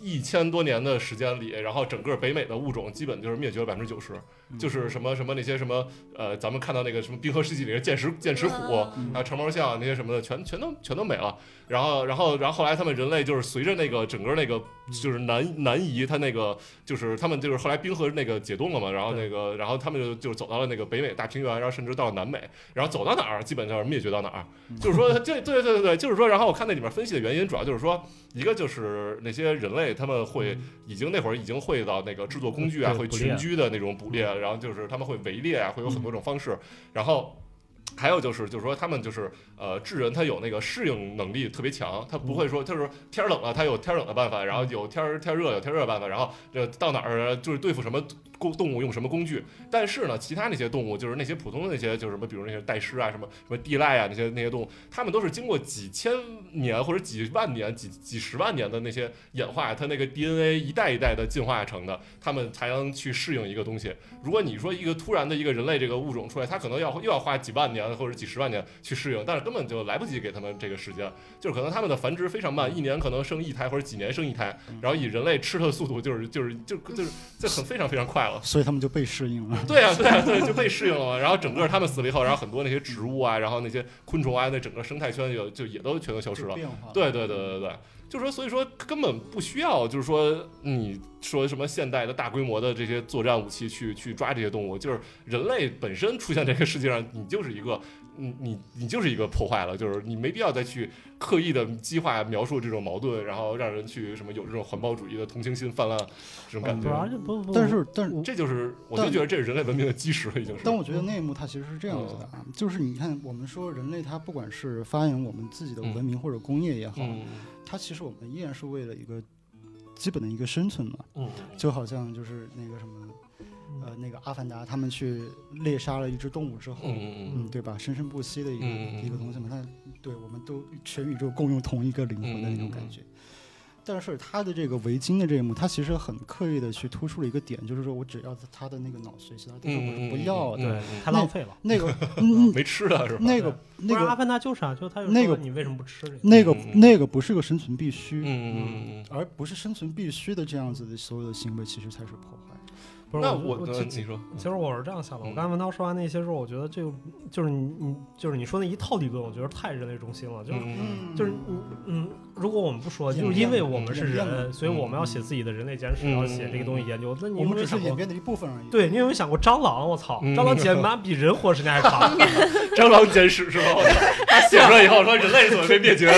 Speaker 3: 一千多年的时间里，然后整个北美的物种基本就是灭绝了百分之九十，
Speaker 5: 嗯
Speaker 3: 就是什么什么那些什么呃，咱们看到那个什么冰河世纪里的剑齿剑齿虎，
Speaker 4: 嗯
Speaker 3: 还有长毛象啊那些什么的，全全都全都没了。然后然后然后后来他们人类就是随着那个整个那个就是南南移，它那个就是他们就是后来冰河那个解冻了嘛，然后那个然后他们就就走到了那个北美大平原，然后甚至到了南美，然后走到哪儿基本上是灭绝到哪儿。
Speaker 2: 嗯
Speaker 3: 就是说，对对对对对，就是说，然后我看那里面分析的原因，主要就是说。一个就是那些人类，他们会已经那会儿已经会到那个制作工具啊，
Speaker 2: 嗯对
Speaker 3: 会
Speaker 2: 捕猎
Speaker 3: 群居的那种捕猎，然后就是他们会围猎啊，会有很多种方
Speaker 2: 嗯
Speaker 3: 式，然后。还有就是，就是说他们就是呃，智人他有那个适应能力特别强，他不会说就是天儿冷了，他有天儿冷的办法，然后有天儿天儿热有天儿热的办法，然后这到哪儿就是对付什么工动物用什么工具。但是呢，其他那些动物就是那些普通的那些就是什么，比如那些带狮啊，什么什么地赖啊那些那些动物，它们都是经过几千年或者几万年、几几十万年的那些演化，它那个 DNA 一代一代的进化成的，它们才能去适应一个东西。如果你说一个突然的一个人类这个物种出来，它可能要又要花几万年或者几十万年去适应，但是根本就来不及给它们这个时间，就是可能它们的繁殖非常慢，一年可能生一胎或者几年生一胎，然后以人类吃它的速度就是就是就就是这很非常非常快了。
Speaker 5: 所以他们就被适应了，
Speaker 3: 对啊，对啊，对，就被适应了嘛。然后整个他们死了以后，然后很多那些植物啊，然后那些昆虫啊，那整个生态圈也就也都全都消失了。
Speaker 5: 变化，
Speaker 3: 对对对对对，就是说，所以说根本不需要，就是说你说什么现代的大规模的这些作战武器去去抓这些动物，就是人类本身出现这个世界上，你就是一个。你你你就是一个破坏了，就是你没必要再去刻意的激化描述这种矛盾，然后让人去什么有这种环保主义的同情心泛滥这种感
Speaker 2: 不是，而
Speaker 3: 觉，
Speaker 2: 且不不，
Speaker 5: 但是但是
Speaker 3: 这就是我就觉得这是人类文明的基石了，已经是。
Speaker 5: 但我觉得那一幕它其实是这样子的
Speaker 3: 嗯
Speaker 5: 啊，就是你看，我们说人类它不管是发扬我们自己的文明或者工业也好，
Speaker 3: 嗯，
Speaker 5: 它其实我们依然是为了一个基本的一个生存嘛。
Speaker 3: 嗯，
Speaker 5: 就好像就是那个什么，呃，那个阿凡达他们去猎杀了一只动物之后，
Speaker 3: 嗯
Speaker 5: 对吧？生生不息的一个、
Speaker 3: 嗯嗯嗯
Speaker 5: 一个东西嘛。它对我们都全宇宙共用同一个灵魂的那种感
Speaker 3: 嗯
Speaker 5: 觉。但是他的这个围巾的这一幕，他其实很刻意的去突出了一个点，就是说我只要他的那个脑髓，其他地方我是
Speaker 3: 嗯，
Speaker 5: 不要的。
Speaker 2: 对
Speaker 3: 嗯，
Speaker 2: 太浪费了。
Speaker 5: 那个，嗯，
Speaker 3: 没吃啊的是吧？
Speaker 5: 那个，那
Speaker 2: 不是阿
Speaker 5: 个，
Speaker 2: 凡达就是啊，就他就
Speaker 5: 那
Speaker 2: 说
Speaker 5: 个
Speaker 2: 你为什么不吃这个？
Speaker 5: 那个
Speaker 3: 嗯，嗯
Speaker 5: 那个不是个生存必
Speaker 3: 嗯
Speaker 5: 须，
Speaker 3: 嗯嗯嗯。
Speaker 5: 而不是生存必须的这样子的所有的行为，其实才是破坏。
Speaker 2: 不是
Speaker 3: 那
Speaker 2: 我我
Speaker 3: 呃
Speaker 2: 其
Speaker 3: 你说，
Speaker 2: 其实我是这样想的，
Speaker 3: 嗯
Speaker 2: 我刚才文涛说完那些之后，我觉得这个就是你你就是你说那一套理论，我觉得太人类中心了，就是
Speaker 3: 嗯
Speaker 2: 就是嗯嗯，如果我们不说，
Speaker 5: 演
Speaker 2: 就是
Speaker 5: 变
Speaker 2: 因为
Speaker 5: 嘛
Speaker 2: 我们是
Speaker 5: 演变嘛
Speaker 2: 人，所以我们要写自己的人类简史，
Speaker 3: 嗯
Speaker 2: 要写这个东西研究。那你
Speaker 5: 嗯我
Speaker 2: 有
Speaker 5: 们
Speaker 2: 没有
Speaker 5: 只是
Speaker 2: 想
Speaker 5: 演
Speaker 2: 过？
Speaker 5: 变的一部分而已。
Speaker 2: 对你有没有想过蟑螂？我操，
Speaker 3: 嗯
Speaker 2: 蟑螂简直妈比人活时间还长。
Speaker 3: 蟑螂简史是吧？我操他写出来以后说人类怎么被灭绝了，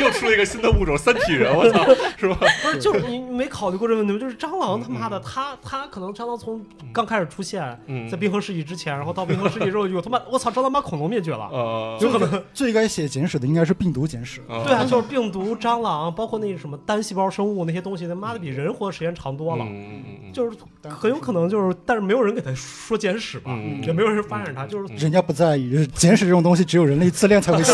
Speaker 3: 又出了一个新的物种三体人，我操，是吧？
Speaker 2: 不是，就是你没考虑过这个问题吗？就是蟑螂
Speaker 3: 嗯
Speaker 2: 他妈的，
Speaker 3: 嗯
Speaker 2: 它它可能蟑螂从刚开始出现
Speaker 3: 嗯
Speaker 2: 在冰河世纪之前，然后到冰河世纪之后，有他妈我操，蟑螂把恐龙灭绝了。
Speaker 3: 呃，
Speaker 2: 有可能
Speaker 5: 最该写简史的应该是病毒简史。
Speaker 2: 对啊，就是病毒、蟑螂，包括那什么单细胞生物那些东西，他妈的比人活的时间长多了。
Speaker 3: 嗯嗯嗯，
Speaker 2: 就是很有可能就是，但是没有人给他说简史吧，
Speaker 3: 嗯
Speaker 2: 也没有人发现他，就是
Speaker 5: 人家不在意，就是简史这种东西只有人类自恋才会写，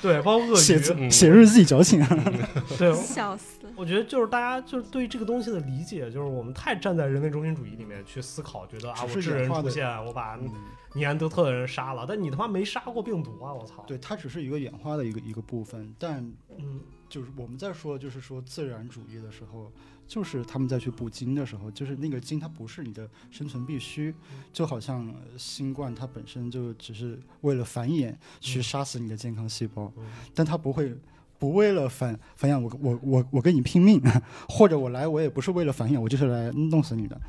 Speaker 2: 对，包括鳄
Speaker 5: 写
Speaker 2: 鱼，
Speaker 5: 字
Speaker 3: 嗯
Speaker 5: 写日记矫情啊。
Speaker 2: 对，
Speaker 4: 笑死了。
Speaker 2: 我觉得就是大家就是对这个东西的理解，就是我们太站在人类中心主义里面去思考，觉得啊，
Speaker 5: 只
Speaker 2: 我
Speaker 5: 是
Speaker 2: 智
Speaker 5: 演
Speaker 2: 人
Speaker 5: 化
Speaker 2: 出
Speaker 5: 的
Speaker 2: 现，我把
Speaker 5: 嗯
Speaker 2: 尼安德特人杀了，但你他妈没杀过病毒啊，我操！，
Speaker 5: 对，它只是一个演化的一个一个部分，但
Speaker 2: 嗯，
Speaker 5: 就是我们在说就是说自然主义的时候，就是他们在去补精的时候，就是那个精它不是你的生存必须，就好像呃新冠它本身就只是为了繁衍去杀死你的健康细胞
Speaker 2: 嗯，
Speaker 5: 但它不会。不为了繁繁衍，我我我我跟你拼命，或者我来我也不是为了繁衍，我就是来弄死你的。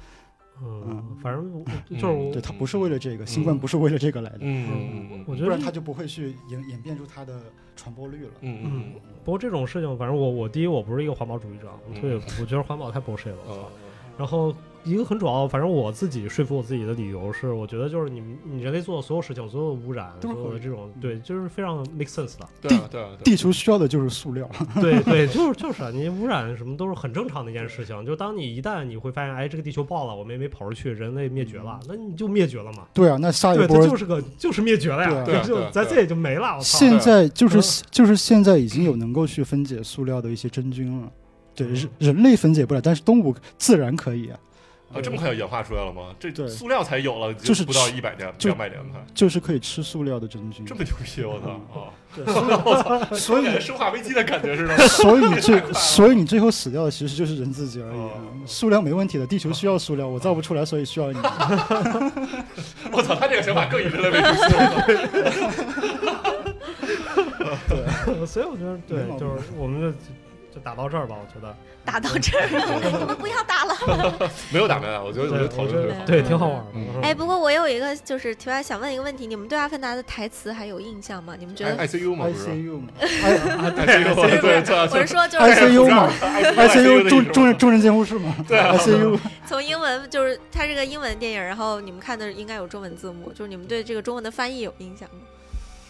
Speaker 2: 嗯
Speaker 5: 嗯，
Speaker 2: 反正我就是我
Speaker 5: 对，它不是为了这个，新
Speaker 3: 嗯
Speaker 5: 冠不是为了这个来的。
Speaker 3: 嗯嗯
Speaker 2: 我觉
Speaker 5: 不
Speaker 2: 得
Speaker 5: 然它就不会去演演变出它的传播率了。
Speaker 3: 嗯
Speaker 2: 不过这种事情，反正我我第一我不是一个环保主义者，
Speaker 5: 嗯
Speaker 2: 我对，我觉得环保太 bullshit 了，
Speaker 3: 呃
Speaker 2: 我操！然后一个很主要，反正我自己说服我自己的理由是，我觉得就是你你人类做的所有事情，所有的污染，
Speaker 5: 都
Speaker 2: 所有的
Speaker 5: 是合理
Speaker 2: 这种
Speaker 5: 嗯
Speaker 2: 对，就是非常 make sense 的。
Speaker 3: 对啊对啊对
Speaker 5: 地球需要的就是塑料，
Speaker 2: 对对，就是就是啊，你污染什么都是很正常的一件事情。就当你一旦你会发现，哎，这个地球爆了，我们也没跑出去，人类灭绝了，
Speaker 3: 嗯
Speaker 2: 那你就灭绝了嘛。
Speaker 5: 对啊，那下一
Speaker 2: 对，它
Speaker 5: 波
Speaker 2: 就是个就是灭绝了呀，
Speaker 5: 对
Speaker 3: 啊对啊对
Speaker 2: 就
Speaker 3: 啊
Speaker 2: 咱这也就没了。我操！
Speaker 5: 现在就
Speaker 2: 嗯
Speaker 5: 是就是现在已经有能够去分解塑料的一些真菌了，对，人人类分解不了，但是动物自然可以啊，
Speaker 3: 啊，这么快就演化出来了吗？这
Speaker 5: 对
Speaker 3: 塑料才有了，
Speaker 5: 就是嗯
Speaker 3: 不到一百年、两百年快，
Speaker 5: 就是可以吃塑料的真菌
Speaker 3: 这。么牛逼！我操啊！
Speaker 5: 对
Speaker 3: 我操，
Speaker 5: 所以
Speaker 3: 感觉生化危机的感觉似的。
Speaker 5: 所以你
Speaker 3: 太快
Speaker 5: 最
Speaker 3: 了
Speaker 5: 所以你最后死掉的其实就是人自己而已啊
Speaker 3: 哦，
Speaker 5: 塑料没问题的，地球需要塑料，我造不出来，所以需要你。
Speaker 3: 我操，他这个想法更以人类为中心了。
Speaker 2: 所以我觉得对
Speaker 5: 没毛，病
Speaker 2: 就是我们就就打到这儿吧，我觉得。
Speaker 4: 打到这儿了，我们不要 打了。
Speaker 3: 没有打没有，我觉得我觉得讨论特别好。
Speaker 2: 对，挺好玩的。
Speaker 3: 嗯
Speaker 2: 嗯
Speaker 4: 哎，不过我有一个就是题外想问一个问题，你们对《阿凡达》的台词还有印象吗？你们觉得？
Speaker 3: 哎 I C U 嘛
Speaker 5: I
Speaker 3: 不是
Speaker 5: C U 嘛，I
Speaker 3: ？ICU 对对对，
Speaker 4: 我是说，就
Speaker 3: 哎
Speaker 5: I
Speaker 4: 是
Speaker 5: C U 嘛，I C U
Speaker 3: 中
Speaker 5: 重重人重症监护室嘛
Speaker 3: 对啊
Speaker 5: ，I C U
Speaker 4: 从英文，就是它是个英文电影，然后你们看的应该有中文字幕，就是你们对这个中文的翻译有印象吗？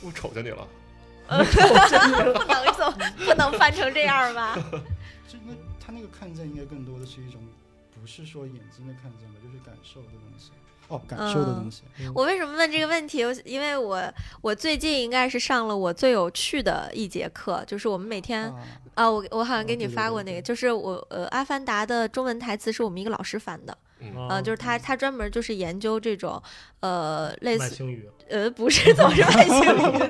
Speaker 3: 我瞅见你了，
Speaker 4: 不能走，不能翻成这样吧？
Speaker 5: 这那他那个看见应该更多的是一种，不是说眼睛的看见吧，就是感受的东西。哦，感受的东西。
Speaker 4: 我为什么问这个问题？我因为我我最近应该是上了我最有趣的一节课，就是我们每天
Speaker 5: 啊
Speaker 4: 啊，我我好像
Speaker 5: 哦
Speaker 4: 给你
Speaker 5: 对对
Speaker 4: 发
Speaker 5: 对
Speaker 4: 过
Speaker 5: 对
Speaker 4: 那个，就是我呃，《阿凡达》的中文台词是我们一个老师翻的，
Speaker 5: 哦
Speaker 3: 嗯
Speaker 2: 啊
Speaker 4: 嗯，就是他他专门就是研究这种呃类
Speaker 2: 卖
Speaker 4: 似
Speaker 2: 青鱼，
Speaker 4: 呃，不是总是外星人，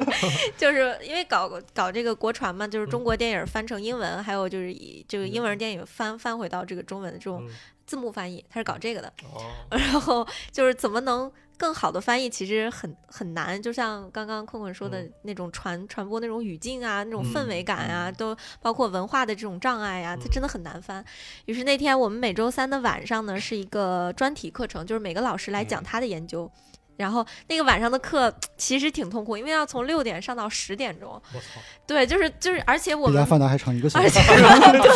Speaker 4: 就是因为搞搞这个国传嘛，就是中国电影翻成英文，还有就是以这个英文电影翻翻回到这个中文的这种
Speaker 2: 嗯
Speaker 4: 字幕翻译，他是搞这个的。
Speaker 3: 哦，
Speaker 4: 然后就是怎么能更好的翻译，其实很很难。就像刚刚困困说的那种传、传播那种语境啊，那种氛围感啊，都包括文化的这种障碍啊，它
Speaker 2: 嗯
Speaker 4: 真的很难翻。于是那天我们每周三的晚上呢，是一个专题课程，就是每个老师来讲他的研究。然后那个晚上的课其实挺痛苦，因为要从六点上到十点钟。
Speaker 2: 我操，
Speaker 4: 对，就是就是，而且我
Speaker 5: 比阿
Speaker 4: 们
Speaker 5: 凡达还长一个小
Speaker 4: 而
Speaker 5: 时
Speaker 4: 且， 对，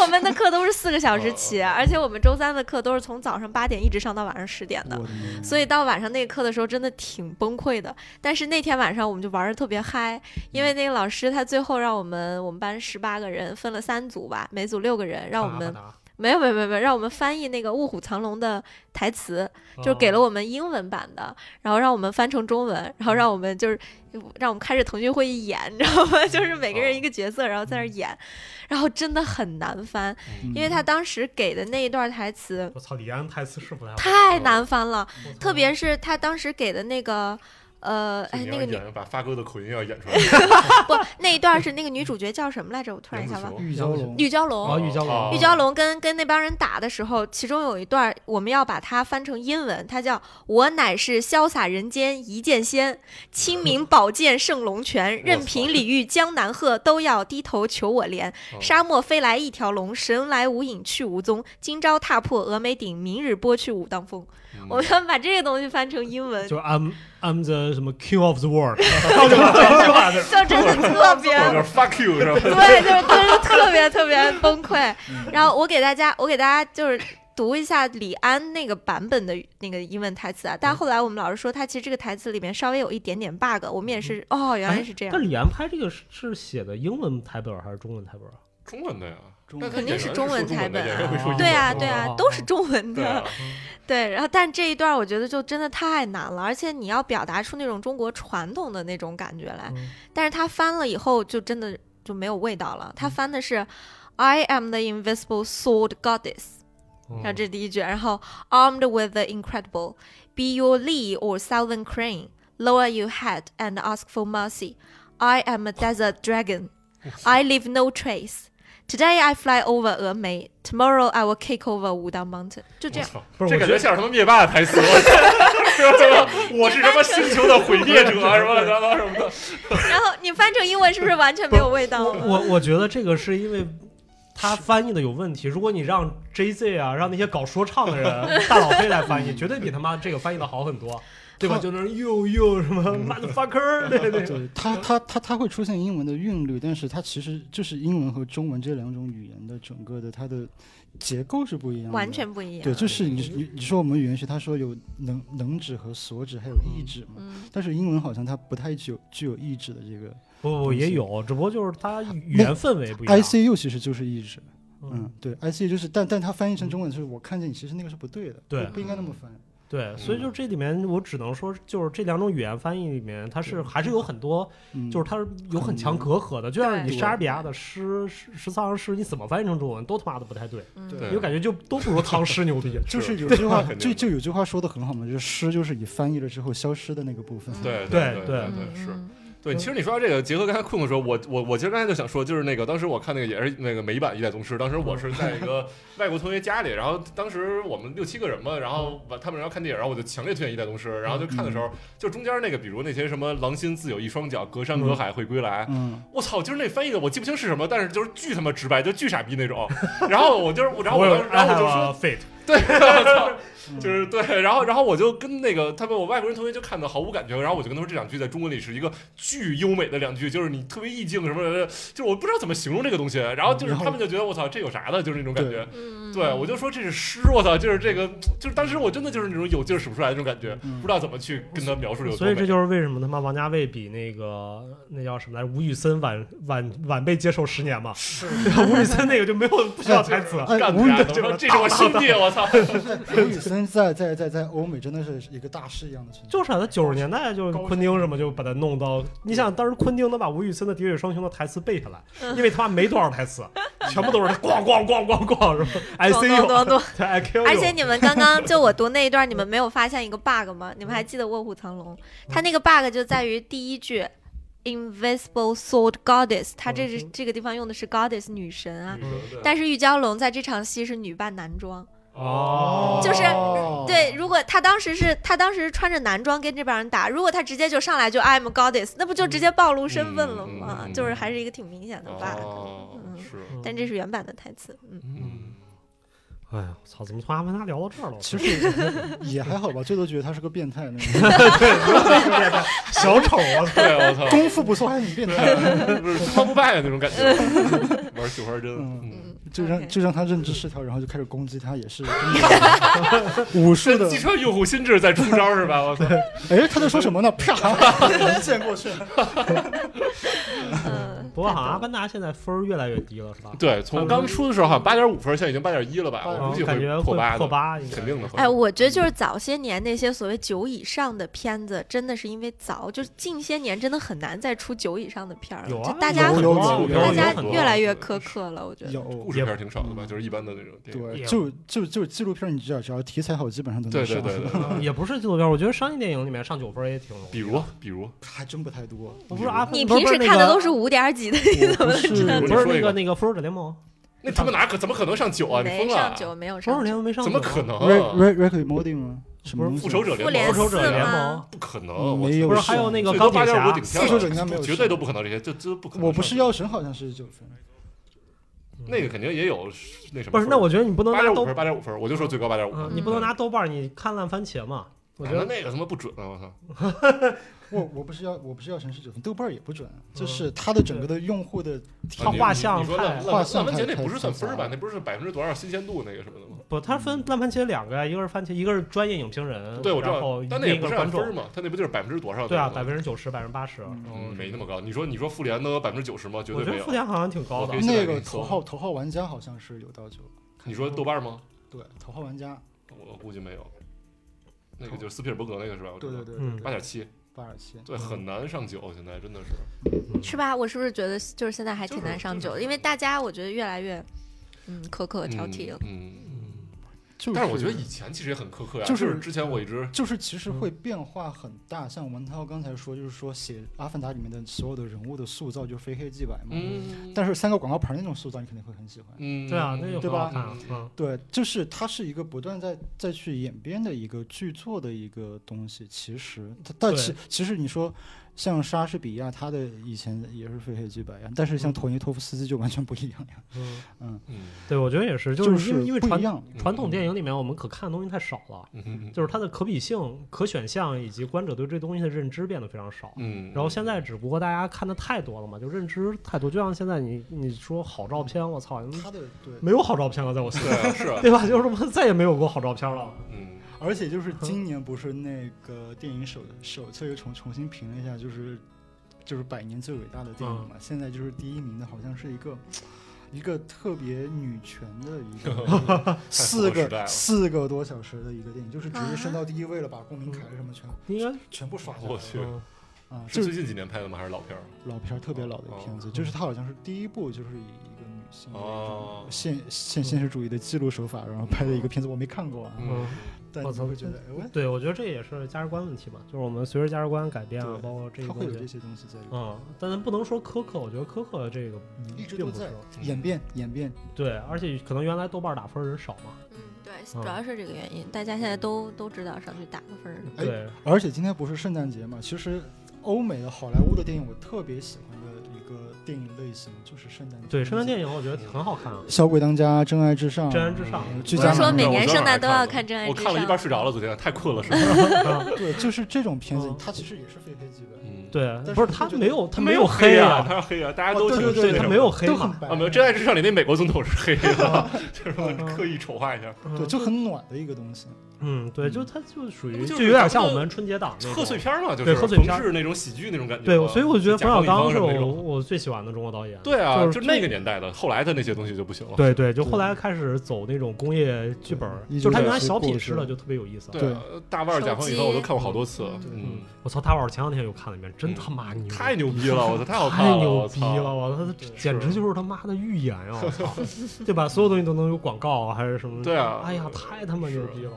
Speaker 4: 我们的课都是四个小时
Speaker 3: 哦
Speaker 4: 起，而且我们周三的课都是从早上八点一直上到晚上十点的
Speaker 5: 我。的妈！
Speaker 4: 所以到晚上那个课的时候，真的挺崩溃的。但是那天晚上我们就玩的特别嗨，因为那个老师他最后让我们我们班十八个人分了三组吧，每组六个人，让我
Speaker 2: 看
Speaker 4: 们
Speaker 2: 阿凡达
Speaker 4: 没有没有没有没有让我们翻译那个《卧虎藏龙》的台词，
Speaker 3: 哦
Speaker 2: 嗯
Speaker 4: 就是给了我们英文版的，然后让我们翻成中文，然
Speaker 3: 嗯
Speaker 4: 后让我们就是让我们开着腾讯会议演， 你知道吗？就是每个
Speaker 3: 哦
Speaker 4: 人一个角色，然后在
Speaker 3: 嗯
Speaker 4: 那儿演，然后真的很难翻，
Speaker 5: 嗯
Speaker 4: 因为他当时给的那一段台词
Speaker 2: 我操，李安台词是不太好
Speaker 4: 太
Speaker 3: 哦
Speaker 4: 难翻了。
Speaker 2: 我操
Speaker 4: 特别是他当时给的那个，呃，哎，
Speaker 3: 嗯你
Speaker 4: 那
Speaker 3: 要
Speaker 4: 个女
Speaker 3: 演把发哥的口音要演出来，
Speaker 4: 不那一 段是那个女主角叫什么来着？我突然一
Speaker 3: 杨
Speaker 4: 下忘
Speaker 3: 紫
Speaker 4: 了，
Speaker 2: 嗯
Speaker 5: 玉
Speaker 3: 琼
Speaker 5: 娇龙，
Speaker 4: 玉娇龙。
Speaker 2: 啊，玉娇
Speaker 3: 哦
Speaker 2: 龙，
Speaker 4: 玉娇龙跟跟那帮人打的时候，其中有一段我们要把它翻成英文，它叫“我乃是潇洒人间一剑仙，清明宝剑胜龙 泉，
Speaker 3: 操
Speaker 4: 任凭李煜江南鹤，都要低头求我怜。
Speaker 3: 哦
Speaker 4: 沙漠飞来一条龙，神来无影去无踪。今朝踏破峨眉顶，明日拨去武当风。”
Speaker 3: 嗯
Speaker 4: 我们要把这个东西翻成英文，
Speaker 2: 就是 I'm I'm the 什么 King of the World，到底是这句话是
Speaker 4: 就真的特别
Speaker 3: 我就是 fuck you 是吧？
Speaker 4: 对，就是真是特别特别崩溃。 然后我给大家，我给大家就是读一下李安那个版本的那个英文台词啊。但后来我们老师说，他其实这个台词里面稍微有一点点 bug，我们也是哦，原来是这样
Speaker 2: 但。李安拍这个是是写的英文台本还是中文台本啊？
Speaker 3: 中文的呀，
Speaker 2: 嗯
Speaker 5: 中
Speaker 3: 但
Speaker 5: 文
Speaker 3: 他
Speaker 4: 肯定是
Speaker 3: 演员
Speaker 4: 中文
Speaker 3: 说
Speaker 4: 台本
Speaker 3: 的
Speaker 4: 啊
Speaker 3: 演员会说英文
Speaker 4: 对啊，
Speaker 2: 哦
Speaker 4: 对啊
Speaker 2: 哦，
Speaker 4: 都是中文
Speaker 3: 对
Speaker 4: 的
Speaker 3: 啊，，
Speaker 4: 对。然后，但这一段我觉得就真的太难了，而且你要表达出那种中国传统的那种感觉来，
Speaker 2: 嗯
Speaker 4: 但是他翻了以后就真的就没有味道了。他翻的是 "I am the invisible sword goddess"，然后这是第一句，然后 armed with the incredible, be your lee or southern crane, lower your head and ask for mercy. I am a desert dragon. I leave no trace. Today I fly over 峨眉，tomorrow I will kick over 武当 mountain。就这
Speaker 3: 我
Speaker 4: 样，
Speaker 3: 操，
Speaker 2: 不是
Speaker 3: 这
Speaker 2: 我
Speaker 3: 感
Speaker 2: 觉
Speaker 3: 觉
Speaker 2: 得
Speaker 3: 像什么灭霸的台词， 是吧？我是什么星球的毁灭者，啊什么乱七八糟什么的，
Speaker 4: 然后你翻成英文是不是完全没有味道
Speaker 2: 我
Speaker 4: 了？
Speaker 2: 我我觉得这个是因为他翻译的有问题。如果你让 JZ 啊，让那些搞说唱的 人大老黑来翻译，绝对比他妈这个翻译的好很多，对吧？
Speaker 5: 他
Speaker 2: 就那种呦呦什么
Speaker 4: 嗯
Speaker 2: motherfucker，对对对。
Speaker 5: 对它它它它会出现英文的韵律，但是它其实就是英文和中文这两种语言的整个的它的结构是不一样的，
Speaker 4: 完全不一样。
Speaker 5: 对，就是你你你说我们语言学，它说有能能指和所指，还有意指嘛，
Speaker 4: 嗯，
Speaker 5: 但是英文好像它不太具有具有意指的这个
Speaker 2: 不不也有，只不过就是他语言氛围不一样。
Speaker 5: ICU 其实就是意指，嗯
Speaker 2: 嗯，，
Speaker 5: 对，ICU 就是，但但它翻译成中文的时候，我看见你其实那个是不对的，
Speaker 2: 对
Speaker 5: 不不应该那么翻，
Speaker 2: 对，所以就这里面我只能说，就是这两种语言翻译里面，它是还是有很多，
Speaker 5: 嗯，
Speaker 2: 就是它是有很强隔阂的。就像你莎士比亚的诗《十十三行诗》，你怎么翻译成中文都他妈的不太对，
Speaker 4: 嗯
Speaker 3: 对
Speaker 2: 因为感觉就都不如唐诗牛逼。
Speaker 5: 就是有
Speaker 3: 对
Speaker 5: 句话
Speaker 3: 肯，定
Speaker 5: 就
Speaker 3: 的
Speaker 5: 就有句话说的很好嘛，就是诗就是你翻译了之后消失的那个部分，
Speaker 3: 对
Speaker 2: 对对
Speaker 3: 对对，是。
Speaker 4: 嗯
Speaker 3: 对，其实你说到这个，结合刚才困困说，我我我其实刚才就想说，就是那个当时我看那个也是那个美版《一代宗师》，当时我是在一个 外国同学家里，然后当时我们六七个人嘛，然后把他们要看电影，然后我就强烈推荐《一代宗师》，然后就看的时候，就中间那个比如那些什么“狼心自有一双脚，隔山隔海会归来”，
Speaker 5: 嗯，
Speaker 3: 我操，就是那翻译的我记不清是什么，但是就是巨他妈直白，就巨傻逼那种。然后我就是，然后我
Speaker 2: 有
Speaker 3: 当 时，然后我就说，
Speaker 2: fate，
Speaker 3: 对，我操，就是对，然后然后我就跟那个他们我外国人同学就看的毫无感觉，然后我就跟他说这两句在中文里是一个巨优美的两句，就是你特别意境什么的，就是我不知道怎么形容这个东西，然后就是
Speaker 5: 然后
Speaker 3: 他们就觉得我操这有啥的，就是那种感觉。
Speaker 4: 嗯，
Speaker 3: 对，我就说这是诗，我操，就是这个，就是当时我真的就是那种有劲儿使不出来的那种感觉，
Speaker 5: 嗯
Speaker 3: 不知道怎么去跟他描述有多
Speaker 2: 所
Speaker 3: 美。
Speaker 2: 以这就是为什么他妈王家卫比那个那叫什么来着吴宇森晚晚晚辈接受十年嘛，
Speaker 3: 是，
Speaker 2: 吴宇森那个就没有不需要台词，
Speaker 5: 哎
Speaker 3: 干
Speaker 5: 吴
Speaker 3: 不
Speaker 5: 宇
Speaker 3: 呀？能说这是我兄弟，我操！
Speaker 5: 吴宇森在在在在欧美真的是一个大师一样的存 在，
Speaker 2: 就是啊，他九十年代就是昆汀什么就把他弄到，你想当时昆汀能把吴宇森的《喋血双雄》的台词背下来，
Speaker 4: 嗯
Speaker 2: 因为他妈没多少台词，全部都是 咣咣咣 咣咣什么 I
Speaker 4: 咚
Speaker 2: C
Speaker 4: 咚
Speaker 2: U
Speaker 4: 咚咚。
Speaker 2: I Q
Speaker 4: 而且你们刚刚就我读那一段，你们没有发现一个 bug 吗？你们还记得《卧虎藏
Speaker 3: 嗯
Speaker 4: 龙》？它那个 bug 就在于第一句 “Invisible Sword Goddess”，它这是
Speaker 2: 嗯
Speaker 4: 这个地方用的是 goddess 女神啊。
Speaker 3: 是
Speaker 4: 但是玉娇龙在这场戏是女扮男装，
Speaker 2: 哦
Speaker 4: 就是
Speaker 5: 哦
Speaker 4: 对。如果她当时是她当时穿着男装跟这帮人打，如果她直接就上来就 I'm a goddess，那不就直接暴露身份了吗
Speaker 3: 嗯嗯？嗯
Speaker 4: 就是还是一个挺明显的 bug。
Speaker 3: 哦
Speaker 4: 嗯，
Speaker 3: 是，
Speaker 4: 但这是原版的台词，嗯，
Speaker 3: 嗯，
Speaker 2: 哎呀，我操，怎么从阿凡达聊到这儿了？
Speaker 5: 其实也还好吧，最多觉得他是个变态那种。
Speaker 2: 小丑啊！
Speaker 3: 对，我操，
Speaker 5: 功夫不错，还很变态，
Speaker 3: 不是他不败的那种感觉，玩绣花针，嗯，
Speaker 4: 嗯，
Speaker 5: 就让
Speaker 4: OK
Speaker 5: 就让他认知失调，然后就开始攻击他，也 是武术
Speaker 3: 这
Speaker 5: 的
Speaker 3: 击。穿用户心智在出招是吧？我 操，
Speaker 5: 哎，他在说什么呢？ 啪，一剑过去。
Speaker 4: 嗯
Speaker 2: 不过好像
Speaker 4: 太
Speaker 2: 阿
Speaker 4: 逗了
Speaker 2: 凡达现在分儿越来越低了，是吧？
Speaker 3: 对，从刚出的时候好像八点五分，现在已经八点一了吧？
Speaker 5: 嗯
Speaker 3: 我
Speaker 2: 嗯，
Speaker 3: 估计
Speaker 2: 感觉
Speaker 3: 破八
Speaker 2: 八，
Speaker 3: 的，
Speaker 2: 破八应该
Speaker 3: 肯定的会。
Speaker 4: 哎，我觉得就是早些年那些所谓九以上的片子，真的是因为早，就是近些年真的很难再出九以上的片儿了。
Speaker 2: 有啊
Speaker 4: 就，大家
Speaker 5: 有
Speaker 2: 很
Speaker 4: 很
Speaker 2: 多
Speaker 5: 有有
Speaker 4: 大
Speaker 5: 有
Speaker 4: 家
Speaker 5: 很
Speaker 4: 越来越苛刻了，我觉得。
Speaker 5: 有
Speaker 3: 故事片儿挺少的吧？就是一般的那种电影。
Speaker 5: 对，就就就纪录片，你只要只要题材好，基本上都能
Speaker 3: 对
Speaker 5: 上
Speaker 3: 对。对 对，
Speaker 2: 嗯也不是纪录片，我觉得商业电影里面上九分儿也挺容易。
Speaker 3: 比如比如，
Speaker 5: 还真不太多。
Speaker 2: 我不是阿凡，
Speaker 4: 你
Speaker 2: 不是
Speaker 4: 平时看的都是
Speaker 2: 不
Speaker 4: 五点几的，
Speaker 5: 我不是
Speaker 3: 道
Speaker 2: 是那个
Speaker 3: 呢
Speaker 2: 不是
Speaker 3: 你说
Speaker 2: 那
Speaker 3: 一
Speaker 2: 个
Speaker 3: 个
Speaker 2: 那个《复仇者联盟》？
Speaker 3: 那他们哪可怎么可能上九啊？你
Speaker 4: 没
Speaker 3: 疯
Speaker 4: 上
Speaker 3: 了？
Speaker 4: 九，没有
Speaker 2: 《复仇者
Speaker 4: 上
Speaker 2: 联盟》
Speaker 4: 九。
Speaker 2: 没上
Speaker 3: 怎
Speaker 2: 九
Speaker 3: 么
Speaker 2: 啊
Speaker 3: 可能
Speaker 5: Rick Rick Rick and Morty 吗？什么
Speaker 2: 不是
Speaker 5: 东西？啊
Speaker 3: 哦复仇者
Speaker 4: 复
Speaker 3: 联
Speaker 4: 联
Speaker 2: 复仇
Speaker 3: 盟？
Speaker 2: 者
Speaker 4: 四
Speaker 2: 联
Speaker 4: 吗
Speaker 2: 盟
Speaker 3: 不可能，我
Speaker 5: 没有上，
Speaker 2: 不是还有那个
Speaker 3: 最多
Speaker 2: 钢
Speaker 3: 八
Speaker 2: 铁
Speaker 3: 点五
Speaker 2: 侠
Speaker 3: 顶？天了，
Speaker 5: 复仇者应该没有
Speaker 3: 绝对都不可能这些，这这不可能。
Speaker 5: 我不是药神，好像是九分。
Speaker 3: 那个肯定也有那什么分儿。
Speaker 2: 不是，那我觉得你不能
Speaker 3: 八
Speaker 2: 拿
Speaker 3: 点五
Speaker 2: 豆
Speaker 3: 分，八点五分，我就说最高八点五
Speaker 2: 嗯，
Speaker 3: 分。
Speaker 2: 你不能拿豆瓣儿，你看烂番茄嘛？我
Speaker 3: 我
Speaker 2: 觉
Speaker 3: 觉得
Speaker 2: 得
Speaker 3: 那个他妈不准啊！我操，
Speaker 5: 我我不是药，我不是药神是九分，豆瓣儿也不准，就是它的整个的用户的体
Speaker 2: 它
Speaker 3: 嗯啊你
Speaker 2: 画像
Speaker 3: 你说
Speaker 2: 太
Speaker 3: 烂
Speaker 5: 画
Speaker 3: 烂
Speaker 5: 像
Speaker 3: 烂番茄
Speaker 5: 太
Speaker 3: 那不是算分儿吧
Speaker 5: 太？
Speaker 3: 那不是百分之多少新鲜度那个什么的吗？
Speaker 2: 不，它
Speaker 5: 嗯
Speaker 2: 分烂番茄两个呀，一个是番茄，一个是专业影评人，
Speaker 3: 对，我知
Speaker 2: 然
Speaker 3: 道
Speaker 2: 后，
Speaker 3: 但那也
Speaker 2: 另一
Speaker 3: 不
Speaker 2: 个
Speaker 3: 是
Speaker 2: 是
Speaker 3: 按
Speaker 2: 观
Speaker 3: 分儿
Speaker 2: 众。
Speaker 3: 嘛，它那不就是百分之多少？
Speaker 2: 对啊，
Speaker 3: 吗
Speaker 2: 百分之九十，百分之八十。
Speaker 3: 嗯，没那么高。你说你说复联能有百分之九十吗？绝
Speaker 2: 我
Speaker 3: 对
Speaker 2: 觉
Speaker 3: 没
Speaker 2: 得
Speaker 3: 有啊
Speaker 2: 复。联好像挺高的
Speaker 3: 我可以，
Speaker 5: 那个头号头号玩家好像是有到九。
Speaker 3: 你说豆瓣吗？
Speaker 5: 对头号玩家，
Speaker 3: 我估计没有。那个就是斯皮尔伯格那个是吧？我知
Speaker 5: 对
Speaker 3: 道
Speaker 5: 对对
Speaker 2: 嗯
Speaker 5: 对，
Speaker 3: 八点七，
Speaker 5: 八二七。
Speaker 3: 对，很难上九，现在真的是。
Speaker 4: 是吧？我是不是觉得就是现在还挺难上
Speaker 3: 就
Speaker 4: 九
Speaker 3: 是
Speaker 4: 的？因为大家我觉得越来越，嗯，苛刻挑剔了。
Speaker 3: 嗯。嗯，
Speaker 5: 就
Speaker 3: 但是我觉得以前其实也很苛刻呀，
Speaker 5: 就
Speaker 3: 就是是之前我一直
Speaker 5: 就是其实会变化很大，像文涛刚才说，就是说写《阿凡达》里面的所有的人物的塑造就非黑即白嘛。
Speaker 3: 嗯，
Speaker 5: 但是三个广告牌那种塑造你肯定会很喜欢。
Speaker 3: 嗯，
Speaker 2: 对啊，那就
Speaker 5: 对
Speaker 2: 很
Speaker 5: 吧
Speaker 2: 好看啊。嗯，
Speaker 5: 对，就是它是一个不断在再去演变的一个剧作的一个东西。其实，它但
Speaker 2: 对
Speaker 5: 其其实你说像莎士比亚，他的以前也是非黑即白呀，但是像
Speaker 2: 嗯
Speaker 5: 托尼托夫斯基就完全不一样呀。
Speaker 2: 嗯，
Speaker 3: 嗯
Speaker 2: 对，我觉得也是，
Speaker 5: 就是
Speaker 2: 因为因为
Speaker 5: 不
Speaker 2: 传
Speaker 5: 一样。
Speaker 2: 传统电影里面我们可看的东西太少了，
Speaker 3: 嗯，
Speaker 2: 就是它的可比性、可选项以及观者对这东西的认知变得非常少。
Speaker 3: 嗯，
Speaker 2: 然后现在只不过大家看的太多了嘛，就认知太多，就像现在你你说好照片，我操，
Speaker 5: 他的对，
Speaker 2: 没有好照片了，在我心里，
Speaker 3: 对啊是啊，
Speaker 2: 对吧？就是我再也没有过好照片了。
Speaker 3: 嗯，
Speaker 5: 而且就是今年不是那个电影手手册又重重新评了一下，就是就是百年最伟大的电影嘛，现在就是第一名的好像是一个。一个特别女权的一个四
Speaker 3: 太符合时代
Speaker 5: 个
Speaker 3: 了
Speaker 5: 四个多小时的一个电影，就是直接
Speaker 4: 啊
Speaker 5: 升到第一位了，把公民凯什么全啊
Speaker 2: 应该
Speaker 5: 全部刷下来
Speaker 3: 我
Speaker 5: 了
Speaker 3: 去，
Speaker 2: 嗯
Speaker 5: 啊！
Speaker 3: 是
Speaker 5: 就
Speaker 3: 最
Speaker 5: 是
Speaker 3: 近几年拍的吗？还是老片儿？
Speaker 5: 老片儿特别老的一个片子，
Speaker 2: 哦
Speaker 5: 就是它好像是第一部，就是以一个女性的一种
Speaker 3: 哦
Speaker 5: 现现现实主义的记录手法，然后拍的一个片子，我没看过啊，
Speaker 2: 嗯，
Speaker 5: 但
Speaker 2: 我
Speaker 5: 你
Speaker 2: 操
Speaker 5: 会觉得，哎，我
Speaker 2: 对，我觉得这也是价值观问题嘛，就是我们随着价值观改变啊，
Speaker 5: 对
Speaker 2: 包括这
Speaker 5: 它
Speaker 2: 个
Speaker 5: 会
Speaker 2: 东
Speaker 5: 有这
Speaker 2: 西，
Speaker 5: 些东西在里面。
Speaker 2: 嗯，但咱不能说苛刻，我觉得苛刻这个
Speaker 5: 嗯一直
Speaker 2: 并
Speaker 5: 都
Speaker 2: 不是
Speaker 5: 在，演变演变，
Speaker 2: 对，而且可能原来豆瓣打分人少嘛，
Speaker 4: 嗯，对，主要是这个原因，大家现在都都知道上去打个分儿。
Speaker 5: 哎
Speaker 2: 对，
Speaker 5: 而且今天不是圣诞节嘛，其实欧美的好莱坞的电影我特别喜欢的一个电影类型就是圣诞节。
Speaker 2: 对，圣诞电
Speaker 5: 影，
Speaker 2: 影我觉得很好看啊，
Speaker 5: 《小鬼当家》《真爱至上》
Speaker 2: 《真人至上》
Speaker 5: 嗯居
Speaker 4: 不
Speaker 5: 家
Speaker 4: 是说
Speaker 5: 满
Speaker 4: 每
Speaker 5: 屋
Speaker 4: 年圣诞都要
Speaker 3: 看
Speaker 4: 看《真爱
Speaker 3: 我
Speaker 4: 至上
Speaker 3: 看》？了一半睡着了，昨天太 困了，是吧？
Speaker 5: 对，就是这种片子
Speaker 2: 嗯，
Speaker 5: 它其实也是非黑即白。
Speaker 3: 嗯，
Speaker 5: 但是
Speaker 2: 对，不是他
Speaker 5: 我觉得
Speaker 2: 没有他
Speaker 3: 他
Speaker 2: 没
Speaker 3: 有
Speaker 2: 黑
Speaker 3: 啊，
Speaker 2: 啊，
Speaker 3: 他是黑啊，大
Speaker 5: 哦
Speaker 3: 家都
Speaker 5: 对
Speaker 3: 挺
Speaker 5: 对
Speaker 2: 对
Speaker 5: 对
Speaker 2: 他
Speaker 3: 那
Speaker 2: 没
Speaker 3: 什
Speaker 2: 有
Speaker 3: 么
Speaker 2: 黑
Speaker 5: 都
Speaker 2: 嘛
Speaker 5: 很，白
Speaker 3: 啊，没有《真爱至上》里那美国总统是黑的，就是我 刻意丑化一下，
Speaker 2: 嗯
Speaker 5: 对，就很暖的一个东西。
Speaker 2: 嗯，对，
Speaker 5: 嗯
Speaker 2: 就它就属于
Speaker 3: 不就是
Speaker 2: 有点像我们春节档那种
Speaker 3: 贺岁。片嘛，就
Speaker 2: 对
Speaker 3: 是
Speaker 2: 贺岁片
Speaker 3: 冯是那种喜剧那种感觉
Speaker 2: 对，
Speaker 3: 嘛。
Speaker 2: 所以我觉得
Speaker 3: 甲
Speaker 2: 冯小
Speaker 3: 方乙方
Speaker 2: 刚
Speaker 3: 什
Speaker 2: 是
Speaker 3: 么
Speaker 2: 我
Speaker 3: 那种
Speaker 2: 我最喜欢的中国导演。
Speaker 3: 对啊，
Speaker 2: 就是
Speaker 3: 就那个年代的，后来的那些东西就不行了。
Speaker 2: 对对，就
Speaker 5: 对
Speaker 2: 后来开始走那种工业剧本儿，
Speaker 5: 对
Speaker 2: 就是他
Speaker 5: 一直
Speaker 2: 原来
Speaker 5: 是
Speaker 2: 小品
Speaker 5: 故
Speaker 2: 式的
Speaker 5: 事
Speaker 2: 就特别有意思。
Speaker 3: 对啊，大腕儿甲方乙方我都看过好多次
Speaker 4: 手，
Speaker 5: 机
Speaker 3: 嗯，
Speaker 2: 我操，大碗前两天又看了一遍，真他妈牛，
Speaker 3: 太牛逼了，我操，太好
Speaker 2: 嗯
Speaker 3: 看
Speaker 2: 太
Speaker 3: 了，
Speaker 2: 牛
Speaker 3: 我
Speaker 2: 逼
Speaker 3: 操
Speaker 2: 了，我操，他
Speaker 5: 对
Speaker 2: 简直就是他妈的预言呀！我 操，对吧？所有东西都能有广告啊还是什么？
Speaker 3: 对啊
Speaker 2: 哎呀，太他妈牛
Speaker 3: 是
Speaker 2: 逼了！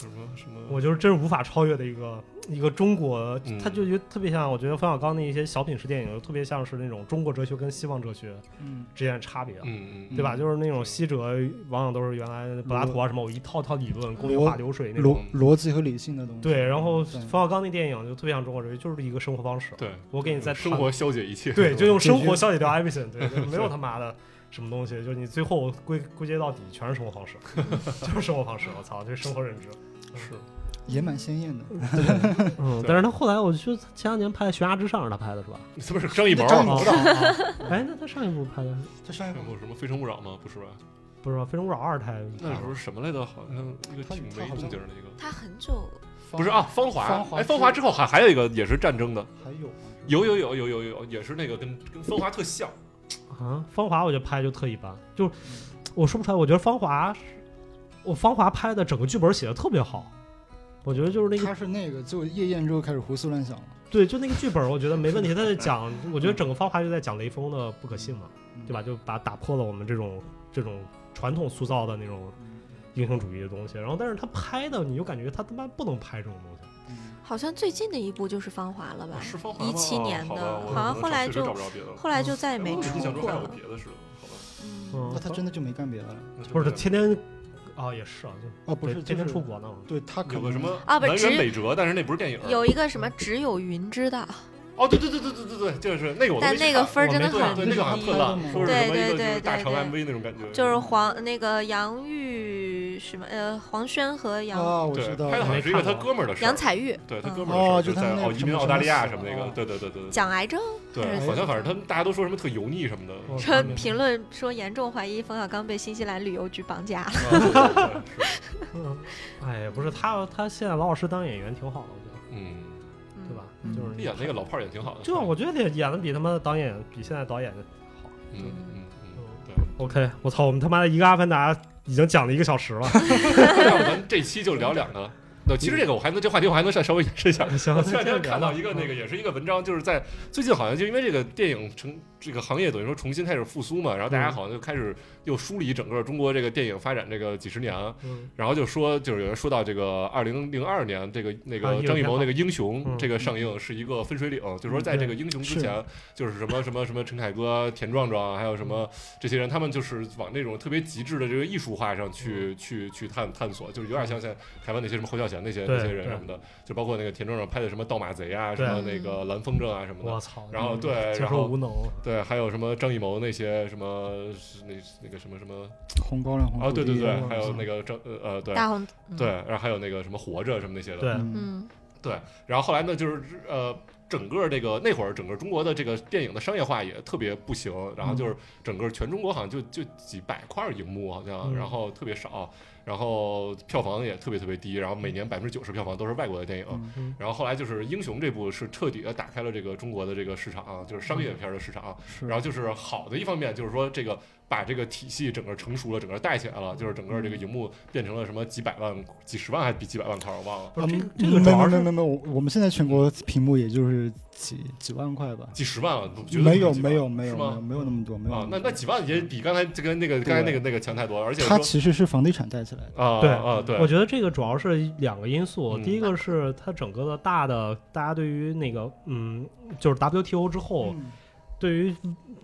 Speaker 3: 什么什么，
Speaker 2: 我就是真是无法超越的一个一个中国
Speaker 3: 嗯，
Speaker 2: 他就觉得特别像，我觉得冯小刚那一些小品式电影，就特别像是那种中国哲学跟西方哲学
Speaker 5: 嗯，
Speaker 2: 之间的差别，
Speaker 3: 嗯嗯，
Speaker 2: 对吧？就是那种西哲往往都是原来柏拉图啊什么，我一套套理论，工业化流水那种。
Speaker 5: 嗯逻逻辑和理性的东西。
Speaker 2: 对，然后
Speaker 5: 对
Speaker 2: 冯小刚那电影就特别像中国哲学，就是一个生活方式。
Speaker 3: 对，
Speaker 2: 我给你在
Speaker 3: 生活消解一切，
Speaker 2: 对，就用
Speaker 5: 解
Speaker 2: 生
Speaker 5: 决
Speaker 2: 活消解掉 everything，对，就没有他妈的什么东西，就是你最后归归结到底全是生活方 式，就是生活方式。我操，这是生活认知。
Speaker 3: 是
Speaker 5: 也蛮鲜艳的。
Speaker 2: 嗯，但是他后来，我觉得他前两年拍《悬崖之上》是他拍的是吧？
Speaker 3: 这哦不是张艺谋
Speaker 5: 张艺
Speaker 3: 吗？
Speaker 5: 谋导啊，
Speaker 2: 哎，那他上一部拍的
Speaker 5: 他上一部
Speaker 3: 看过什么《非诚勿扰》吗？不是吧？
Speaker 2: 不是吧？《非诚勿扰二》拍
Speaker 3: 那时候是什么来着？好像一个
Speaker 5: 他
Speaker 3: 挺
Speaker 5: 他
Speaker 3: 没
Speaker 5: 好像
Speaker 3: 动静儿的一个，
Speaker 4: 他很久
Speaker 3: 不是啊，，芳
Speaker 5: 芳
Speaker 3: 华。
Speaker 5: 华
Speaker 3: 哎，
Speaker 5: 之
Speaker 3: 芳华之后还还有一个也是战争的，
Speaker 5: 还有吗
Speaker 3: 有有有有有有，也是那个跟跟芳华特像。
Speaker 2: 啊，《芳华》我觉得拍就特一般，就是我说不出来。我觉得《芳华》是，我《芳华》拍的整个剧本写的特别好，我觉得就是那个
Speaker 5: 他是那个就夜宴之后开始胡思乱想了，
Speaker 2: 对，就那个剧本，我觉得没问题。他在 讲，我觉得整个《芳华》就在讲雷锋的不可信嘛，
Speaker 5: 嗯
Speaker 2: 对吧？？就把打破了我们这种这种传统塑造的那种
Speaker 5: 嗯
Speaker 2: 英雄主义的东西。然后，但是他拍的，你就感觉他他妈不能拍这种东西。
Speaker 5: 嗯
Speaker 4: 好像最近的一部就是《芳华》了吧？
Speaker 3: 是芳华吗？
Speaker 4: 17
Speaker 3: 哦
Speaker 4: 啊年
Speaker 3: 好吧
Speaker 4: 的
Speaker 3: 我
Speaker 4: 好像
Speaker 3: 可能
Speaker 4: 后来
Speaker 3: 确实
Speaker 4: 就
Speaker 3: 找不着别的了。
Speaker 4: 后来就再也
Speaker 3: 哎
Speaker 4: 没
Speaker 3: 我
Speaker 4: 出
Speaker 3: 印象中
Speaker 4: 过
Speaker 3: 还有
Speaker 4: 了。
Speaker 3: 别的事了，好吧？
Speaker 4: 嗯，
Speaker 2: 嗯
Speaker 5: 那，他真的就没干别的了？
Speaker 3: 那就
Speaker 2: 不是他
Speaker 3: 这
Speaker 2: 天天啊，也是啊，就
Speaker 5: 哦，不
Speaker 2: 对
Speaker 5: 是，
Speaker 2: 天天
Speaker 5: 就是
Speaker 2: 出国 呢。
Speaker 5: 对他可
Speaker 3: 有个
Speaker 5: 能
Speaker 3: 什么
Speaker 4: 啊不是
Speaker 3: 南
Speaker 4: 只
Speaker 3: 辕北辙，但是那不是电影。
Speaker 4: 有一个什么只有云知道，
Speaker 3: 哦，对对对对对对对，就是那个我都没
Speaker 4: 但
Speaker 3: 去
Speaker 4: 那个
Speaker 3: 看
Speaker 4: 分儿真的
Speaker 2: 我没
Speaker 4: 很
Speaker 3: 对
Speaker 5: 那
Speaker 3: 那
Speaker 5: 个
Speaker 3: 个
Speaker 5: 好像
Speaker 3: 好像
Speaker 4: 低
Speaker 5: 特，
Speaker 3: 特
Speaker 5: 烂
Speaker 3: 烂，说是
Speaker 4: 对
Speaker 3: 什
Speaker 4: 对
Speaker 3: 么一个就是
Speaker 4: 对
Speaker 3: 大
Speaker 4: 对
Speaker 3: 长
Speaker 4: 对
Speaker 3: MV 那种感觉，
Speaker 4: 就是黄那个杨钰什么呃黄轩和杨、
Speaker 5: 啊，我知
Speaker 3: 对
Speaker 5: 道
Speaker 3: 拍的好
Speaker 5: 了，
Speaker 3: 像是一个他哥们儿的事
Speaker 4: 杨
Speaker 3: 儿，
Speaker 4: 采钰，
Speaker 3: 对他
Speaker 4: 嗯
Speaker 3: 哥们儿的事
Speaker 5: 哦
Speaker 3: 儿，
Speaker 5: 就他们
Speaker 3: 在
Speaker 5: 那
Speaker 3: 奥
Speaker 5: 个
Speaker 3: 移
Speaker 5: 什
Speaker 3: 民
Speaker 5: 么
Speaker 3: 澳
Speaker 5: 什
Speaker 3: 大
Speaker 5: 么哎
Speaker 3: 利亚
Speaker 5: 死
Speaker 3: 什么
Speaker 5: 了
Speaker 3: 那个
Speaker 5: 啊，
Speaker 3: 对对对对对
Speaker 4: 讲癌症，
Speaker 3: 对，好像反正他们大家都说什么特油腻什么的，
Speaker 5: 嗯
Speaker 2: 我
Speaker 4: 说
Speaker 2: 看见
Speaker 4: 评论说严重怀疑冯小刚被新西兰旅游局绑架了。
Speaker 3: 啊对对对对是
Speaker 2: 嗯，哎，不是他，他现在老老实实当演员挺好的，我觉得，
Speaker 3: 嗯，
Speaker 4: 嗯
Speaker 2: 对吧？
Speaker 5: 嗯
Speaker 2: 就是你
Speaker 3: 演那个老炮儿也挺好的，
Speaker 2: 就我觉得演的比他妈的导演比现在导演的好。
Speaker 3: 嗯嗯嗯，对。
Speaker 2: OK，我操，我们他妈的一个阿凡达已经讲了一个小时了，
Speaker 3: 要不咱们这期就聊两个。那其实这个我还能，这话题我还能再 稍微延伸一下。
Speaker 2: 行
Speaker 3: 我前两天看到
Speaker 5: 嗯
Speaker 3: 一个
Speaker 2: 那
Speaker 3: 那个，也是一个文章，就是在最近好像就因为这个电影成这个行业等于说重新开始复苏嘛，然后
Speaker 5: 嗯
Speaker 3: 大家好像就开始又梳理整个中国这个电影发展这个几十年，
Speaker 2: 嗯
Speaker 3: 然后就说就是有人说到这个二零零二年这个那
Speaker 2: 啊
Speaker 3: 个
Speaker 2: 英
Speaker 3: 张艺
Speaker 2: 雄
Speaker 3: 谋那个《英
Speaker 2: 嗯
Speaker 3: 雄》这个上映是一个分水岭，就是说在这个《英雄》之前，就是什么什么什么陈凯歌、田壮壮，还有什
Speaker 2: 嗯
Speaker 3: 么这些人，他们就是往那种特别极致的这个艺术化上
Speaker 2: 嗯
Speaker 3: 去去去探探索，就是有点像现在台湾那些什么侯孝贤那些
Speaker 2: 对
Speaker 3: 那些人
Speaker 2: 对
Speaker 3: 什么的，就包括那个田壮壮拍的什么《盗马贼》啊，什
Speaker 2: 对嗯
Speaker 3: 么那个《蓝风筝》啊什么
Speaker 2: 我
Speaker 3: 的。
Speaker 2: 操，
Speaker 3: 然后对
Speaker 2: 接受
Speaker 3: 然后
Speaker 2: 无能，
Speaker 3: 对，还有什么张艺谋那些什么是那那个什么什么
Speaker 5: 红高粱红
Speaker 2: 哦
Speaker 3: 啊，对对
Speaker 5: 土地
Speaker 3: 对
Speaker 5: 我，
Speaker 3: 还有
Speaker 5: 操
Speaker 3: 那个张呃呃对
Speaker 4: 大红嗯
Speaker 3: 对，然后还有那个什么活着什么那些的，
Speaker 2: 对
Speaker 5: 嗯
Speaker 4: 嗯
Speaker 3: 然后后来呢，就是呃，整个这个那会儿，整个中国的这个电影的商业化也特别不行，然后就是整个全中国好像就就几百块荧幕好像，
Speaker 2: 嗯
Speaker 3: 然后特别少，然后票房也特别特别低，然后每年百分之九十票房都是外国的电影。
Speaker 5: 嗯
Speaker 2: 嗯
Speaker 3: 然后后来就是《英雄》这部是彻底的打开了这个中国的这个市场啊，就是商业片的市场啊。
Speaker 5: 是，
Speaker 3: 然后就是好的一方面，就是说这个把这个体系整个成熟了，整个带起来了，就是整个这个
Speaker 5: 嗯
Speaker 3: 荧幕变成了什么几百万、几十万还是比几百万块儿，我忘了，
Speaker 2: 不是这个
Speaker 5: 嗯
Speaker 2: 这个主
Speaker 5: 没
Speaker 2: 要
Speaker 5: 没
Speaker 2: 是
Speaker 5: 没没没，我我们现在全国屏幕也就是几几万块吧，
Speaker 3: 几十万了，不绝对
Speaker 5: 没有
Speaker 3: 不是几百
Speaker 5: 没有
Speaker 3: 万
Speaker 5: 没有
Speaker 3: 是
Speaker 5: 没
Speaker 3: 吗
Speaker 5: 有？没有那么多，没有
Speaker 3: 啊，
Speaker 5: 么
Speaker 3: 那
Speaker 5: 多
Speaker 3: 那几万也比刚才这跟那个
Speaker 5: 对
Speaker 3: 刚才那个那个强太多，而且
Speaker 5: 它
Speaker 3: 说
Speaker 5: 其实是房地产带起来的，
Speaker 3: 啊
Speaker 2: 对
Speaker 3: 啊对
Speaker 2: 我，觉得这个主要是两个因素，
Speaker 3: 嗯
Speaker 2: 第一个是它整个的大的，大家对于那个嗯，就是 WTO 之后，
Speaker 5: 嗯
Speaker 2: 对于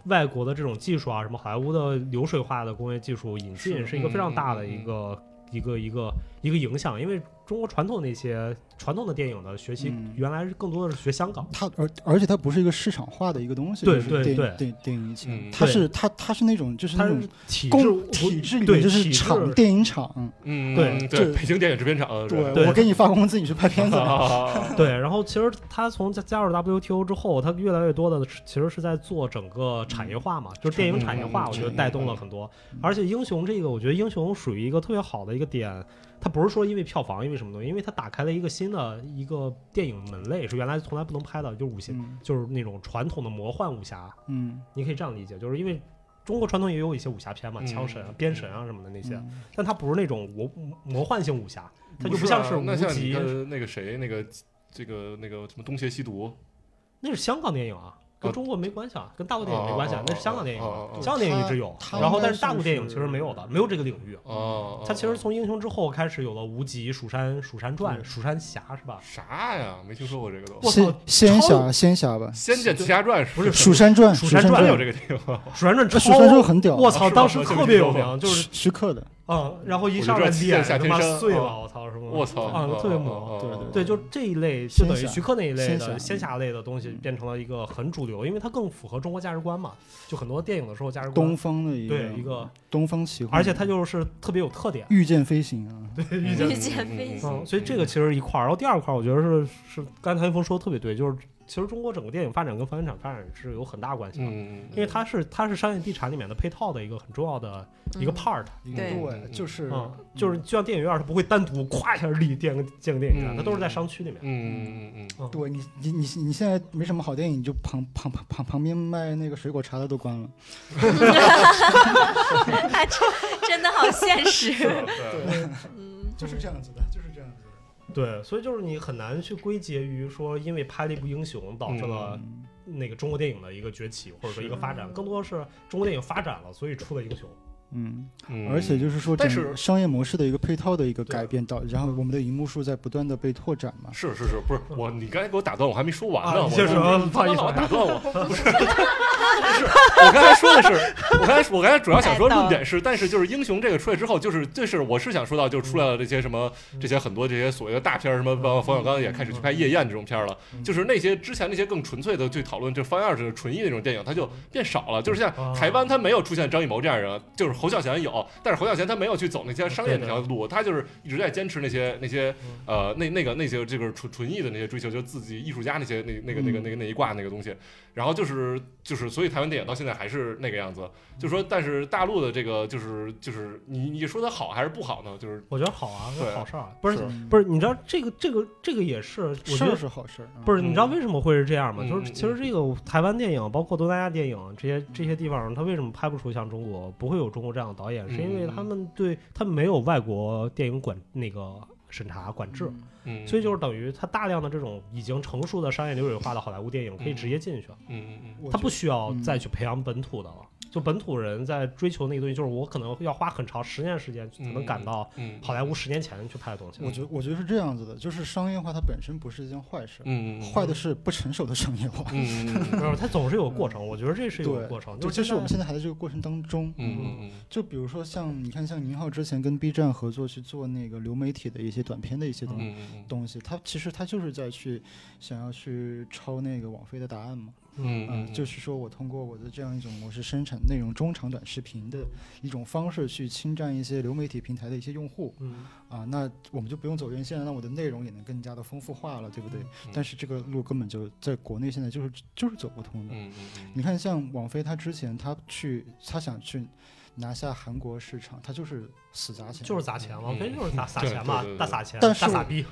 Speaker 2: 外国的这种技术啊，什么好莱坞的流水化的工业技术引进，
Speaker 5: 是
Speaker 2: 是一个非常
Speaker 3: 嗯
Speaker 2: 大
Speaker 3: 嗯
Speaker 2: 的一
Speaker 3: 嗯
Speaker 2: 个一个一个一个影响，因为中国传统那些传统的电影的学习
Speaker 5: 嗯，
Speaker 2: 原来是更多的是学香港，
Speaker 5: 它而而且它不是一个市场化的一个东西，
Speaker 2: 对
Speaker 5: 就是
Speaker 2: 对
Speaker 5: 电
Speaker 2: 对
Speaker 5: 电电影以前
Speaker 3: 嗯，
Speaker 5: 它
Speaker 2: 对
Speaker 5: 是它它是那种就是
Speaker 2: 它
Speaker 5: 那
Speaker 2: 是
Speaker 5: 种
Speaker 2: 体
Speaker 5: 公
Speaker 2: 制
Speaker 5: 体制里
Speaker 2: 对
Speaker 5: 面就
Speaker 2: 体
Speaker 5: 是
Speaker 2: 制
Speaker 5: 厂电影厂，
Speaker 3: 嗯
Speaker 2: 对
Speaker 3: 嗯
Speaker 5: 这
Speaker 3: 对，北京电影制片厂啊是吧
Speaker 2: 对
Speaker 5: 我给你发工资，你去拍片子
Speaker 3: 啊
Speaker 5: 吧，
Speaker 3: 啊啊啊啊
Speaker 2: 对，然后其实它从加加入 WTO 之后，它越来越多的是其实是在做整个产业化嘛，就是电影产业化，
Speaker 3: 嗯
Speaker 2: 我觉得
Speaker 3: 嗯
Speaker 2: 带动了很多。而且英雄这个，我觉得英雄属于一个特别好的一个点，它不是说因为票房，因为什么东西，因为它打开了一个新的一个电影门类，是原来从来不能拍的，就是武侠，
Speaker 5: 嗯
Speaker 2: 就是那种传统的魔幻武侠，
Speaker 5: 嗯，
Speaker 2: 你可以这样理解，就是因为。中国传统也有一些武侠片嘛，
Speaker 3: 嗯
Speaker 2: 枪神啊、鞭神啊什么的那些，
Speaker 5: 嗯
Speaker 2: 但它不是那种魔魔幻性武侠，它就
Speaker 3: 不
Speaker 2: 不像
Speaker 3: 是
Speaker 2: 是
Speaker 3: 啊那
Speaker 2: 无
Speaker 3: 像你
Speaker 2: 极，
Speaker 3: 跟那个谁那个这个那个什么东邪西毒
Speaker 2: 那是香港电影啊，跟
Speaker 3: 啊
Speaker 2: 中国没关系啊，跟大陆电影没关系啊
Speaker 3: 哦，
Speaker 2: 那是香港电影
Speaker 3: 哦
Speaker 2: 啊
Speaker 3: 哦，哦
Speaker 2: 香港电影一直有，
Speaker 5: 它
Speaker 2: 然后
Speaker 5: 它应该
Speaker 2: 但是大陆电影
Speaker 5: 算
Speaker 2: 其
Speaker 5: 是
Speaker 2: 实没有的，没有这个领域。
Speaker 3: 哦，
Speaker 2: 它其实从英雄之后开始有了无极、蜀山、蜀山传、
Speaker 3: 嗯
Speaker 5: 对
Speaker 2: 蜀山侠是吧？
Speaker 3: 啥呀？没听说过这个都，
Speaker 2: 我
Speaker 3: 《
Speaker 2: 操
Speaker 5: 仙仙
Speaker 2: 超
Speaker 5: 侠仙侠吧，
Speaker 3: 仙剑奇侠传》
Speaker 2: 不是
Speaker 5: 《蜀山传》
Speaker 2: 蜀
Speaker 5: 《
Speaker 2: 山
Speaker 5: 山
Speaker 2: 传
Speaker 5: 传
Speaker 3: 真有》这个电影吗？
Speaker 2: 蜀山传
Speaker 5: 呃《蜀山传》
Speaker 2: 超，
Speaker 5: 很屌，
Speaker 2: 我操，
Speaker 3: 是吧
Speaker 2: 当时特别有名，就是
Speaker 5: 徐克的，
Speaker 2: 嗯，然后一
Speaker 3: 我就
Speaker 2: 上
Speaker 3: 知道
Speaker 2: 来
Speaker 3: 七
Speaker 2: 脸
Speaker 3: 剑下
Speaker 2: 他
Speaker 3: 天
Speaker 2: 妈
Speaker 3: 山
Speaker 2: 碎
Speaker 3: 啊
Speaker 2: 了，我操，什么？
Speaker 3: 我操嗯
Speaker 2: 啊，特别猛。
Speaker 5: 对对
Speaker 2: 对，就这一类，就等于
Speaker 5: 仙侠
Speaker 2: 徐克那一类
Speaker 5: 仙侠
Speaker 2: 的仙侠类的东
Speaker 3: 嗯
Speaker 2: 西，变成了一个很主流，因为它更符合中国价值观嘛。就很多电影的时候价值观
Speaker 5: 东，嗯方的一个
Speaker 2: 对一个，
Speaker 5: 东方奇幻，
Speaker 2: 而且它就是特别有特点。
Speaker 5: 御剑飞行啊，对，
Speaker 3: 遇
Speaker 4: 遇见飞行
Speaker 2: 嗯，所以这个其实一块儿，然后第二块儿，我觉得是是刚才一峰说的特别对，就是其实中国整个电影发展跟房地产发展是有很大关系的，
Speaker 3: 嗯，
Speaker 2: 因为它是它是商业地产里面的配套的一个很重要的一个
Speaker 1: 嗯
Speaker 2: part，
Speaker 4: 对
Speaker 5: 对，就是
Speaker 2: 嗯，就是就像电影院，它不会单独 咵一下立建个建个电影院，
Speaker 3: 嗯
Speaker 2: 它都是在商区里面。
Speaker 3: 嗯嗯嗯嗯，
Speaker 5: 对你你你你现在没什么好电影，你就旁旁旁旁旁边卖那个水果茶的都关了。
Speaker 4: 啊这真的好现实。
Speaker 3: 对，
Speaker 5: 对，
Speaker 4: 嗯，
Speaker 5: 就是这样子的，就是这样子的。
Speaker 2: 对，所以就是你很难去归结于说，因为拍了一部英雄导致了
Speaker 5: 嗯
Speaker 2: 那个中国电影的一个崛起或者说一个发展，
Speaker 4: 是
Speaker 2: 更多是中国电影发展了，所以出了英雄。
Speaker 5: 嗯，
Speaker 3: 嗯
Speaker 5: 而且就是说，
Speaker 3: 但
Speaker 5: 整
Speaker 3: 是
Speaker 5: 个商业模式的一个配套的一个
Speaker 2: 对
Speaker 5: 改变到，然后我们的荧幕数在不断的被拓展嘛。
Speaker 3: 是是是，不是我？你刚才给我打断，我还没说完
Speaker 2: 啊
Speaker 3: 呢。我
Speaker 2: 你先说
Speaker 3: 我
Speaker 2: 不
Speaker 3: 他
Speaker 2: 好意
Speaker 3: 妈
Speaker 2: 思啊
Speaker 3: 老打断我， 不是，是我刚才说的是，我刚才我刚才主要想说论点是，但是就是英雄这个出来之后，就是就是我是想说到，就是出来了这些什么这些很多这些所谓的大片儿，什么包括冯小刚也开始去拍《夜宴》这种片儿了，就是那些之前那些更纯粹的去讨论这方样式纯艺那种电影，它就变少了。就是像台湾，它没有出现张艺谋这样的人，就是侯孝贤有，但是侯孝贤他没有去走那些商业那条路，他就是一直在坚持那些那些呃，那那个那些这个纯纯艺的那些追求，就自己艺术家那些那那个那个那个那一挂那个东西，然后就是就是，所以台湾电影到现在还是那个样子，就说但是大陆的这个就是就是你你说它好还是不好呢？就是
Speaker 2: 我觉得好啊，
Speaker 3: 对
Speaker 2: 好事儿啊，不是
Speaker 3: 是
Speaker 2: 不是，你知道这个这个这个也是，我觉
Speaker 5: 嗯事儿
Speaker 2: 得
Speaker 5: 是好事儿，嗯
Speaker 2: 不是，你知道
Speaker 3: 嗯
Speaker 2: 为什么会是这样吗？
Speaker 3: 嗯
Speaker 2: 就是
Speaker 3: 嗯
Speaker 2: 其实这个台湾电影，包括东南亚电影这些这些地方，它为什么拍不出像中国不会有中国这样的导演，是因为
Speaker 3: 嗯
Speaker 2: 他们对他们没有外国电影管那个审查管制，
Speaker 3: 嗯，
Speaker 2: 所以就是等于它大量的这种已经成熟的商业流水化的好莱坞电影可以
Speaker 3: 嗯
Speaker 2: 直接进去了，
Speaker 3: 嗯嗯嗯
Speaker 5: 我
Speaker 2: 它
Speaker 5: 觉
Speaker 2: 不需要
Speaker 5: 嗯
Speaker 2: 再去培养本土的了。就本土人在追求那个东西，就是我可能要花很长十年时间才能赶到
Speaker 3: 嗯，
Speaker 2: 好莱坞十年前去拍的东西。
Speaker 5: 我觉我觉得是这样子的，就是商业化它本身不是一件坏事，
Speaker 3: 嗯
Speaker 5: 坏的是不成熟的商业化。
Speaker 3: 嗯嗯
Speaker 2: 没有，它总是有个过程。我嗯觉得这是有个
Speaker 5: 对
Speaker 2: 过程，
Speaker 5: 就是就是我们
Speaker 2: 现
Speaker 5: 现在还在这个过程当中。
Speaker 3: 嗯
Speaker 5: 就比如说像你看，像宁浩之前跟 B 站合作去做那个流媒体的一些短片的一些东
Speaker 3: 嗯
Speaker 5: 东西，它其实它就是在去想要去抄那个网飞的答案嘛。
Speaker 3: 嗯
Speaker 5: 嗯，就是是说我通过我的这样一种模式生产内容中长短视频的一种方式去侵占一些流媒体平台的一些用户
Speaker 2: 在嗯，
Speaker 5: 啊，那我们就不用走原线了，那我的内容也能更加的丰富化了，对不对？
Speaker 3: 嗯
Speaker 5: 但是这个路根本就在国内现在就是就是走不通的。
Speaker 3: 嗯
Speaker 5: 你看，像网飞，他之前他去他想去拿下韩国市场，他就是死砸钱，
Speaker 2: 就是砸钱，王菲
Speaker 3: 嗯
Speaker 2: 就是砸撒
Speaker 3: 对
Speaker 2: 钱
Speaker 3: 对
Speaker 2: 嘛
Speaker 3: 对对，
Speaker 2: 大撒钱，大
Speaker 5: 但是
Speaker 2: 傻逼。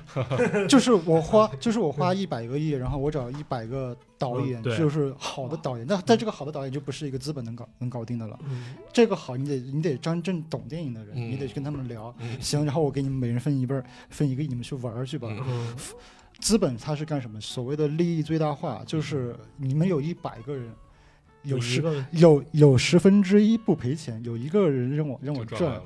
Speaker 5: 就是我花，就是我花一百个亿，然后我找一百个导
Speaker 3: 嗯
Speaker 5: 演，
Speaker 2: 对
Speaker 5: 就是好的导演。那但这个好的导演就不是一个资本能搞能搞定的了。
Speaker 2: 嗯
Speaker 5: 这个好，你得你得真正懂电影的人，
Speaker 3: 嗯
Speaker 5: 你得跟他们聊。
Speaker 3: 嗯
Speaker 5: 行，然后我给你们每人分一半儿，分一个亿，你们去玩儿去吧。
Speaker 3: 嗯
Speaker 2: 嗯
Speaker 5: 资本它是干什么？所谓的利益最大化，就是你们有一百个人，有
Speaker 2: 十
Speaker 5: 十
Speaker 3: 嗯
Speaker 2: 个
Speaker 5: 有有十分之一不赔钱，有一个人让我让我
Speaker 3: 就
Speaker 5: 赚，
Speaker 3: 了，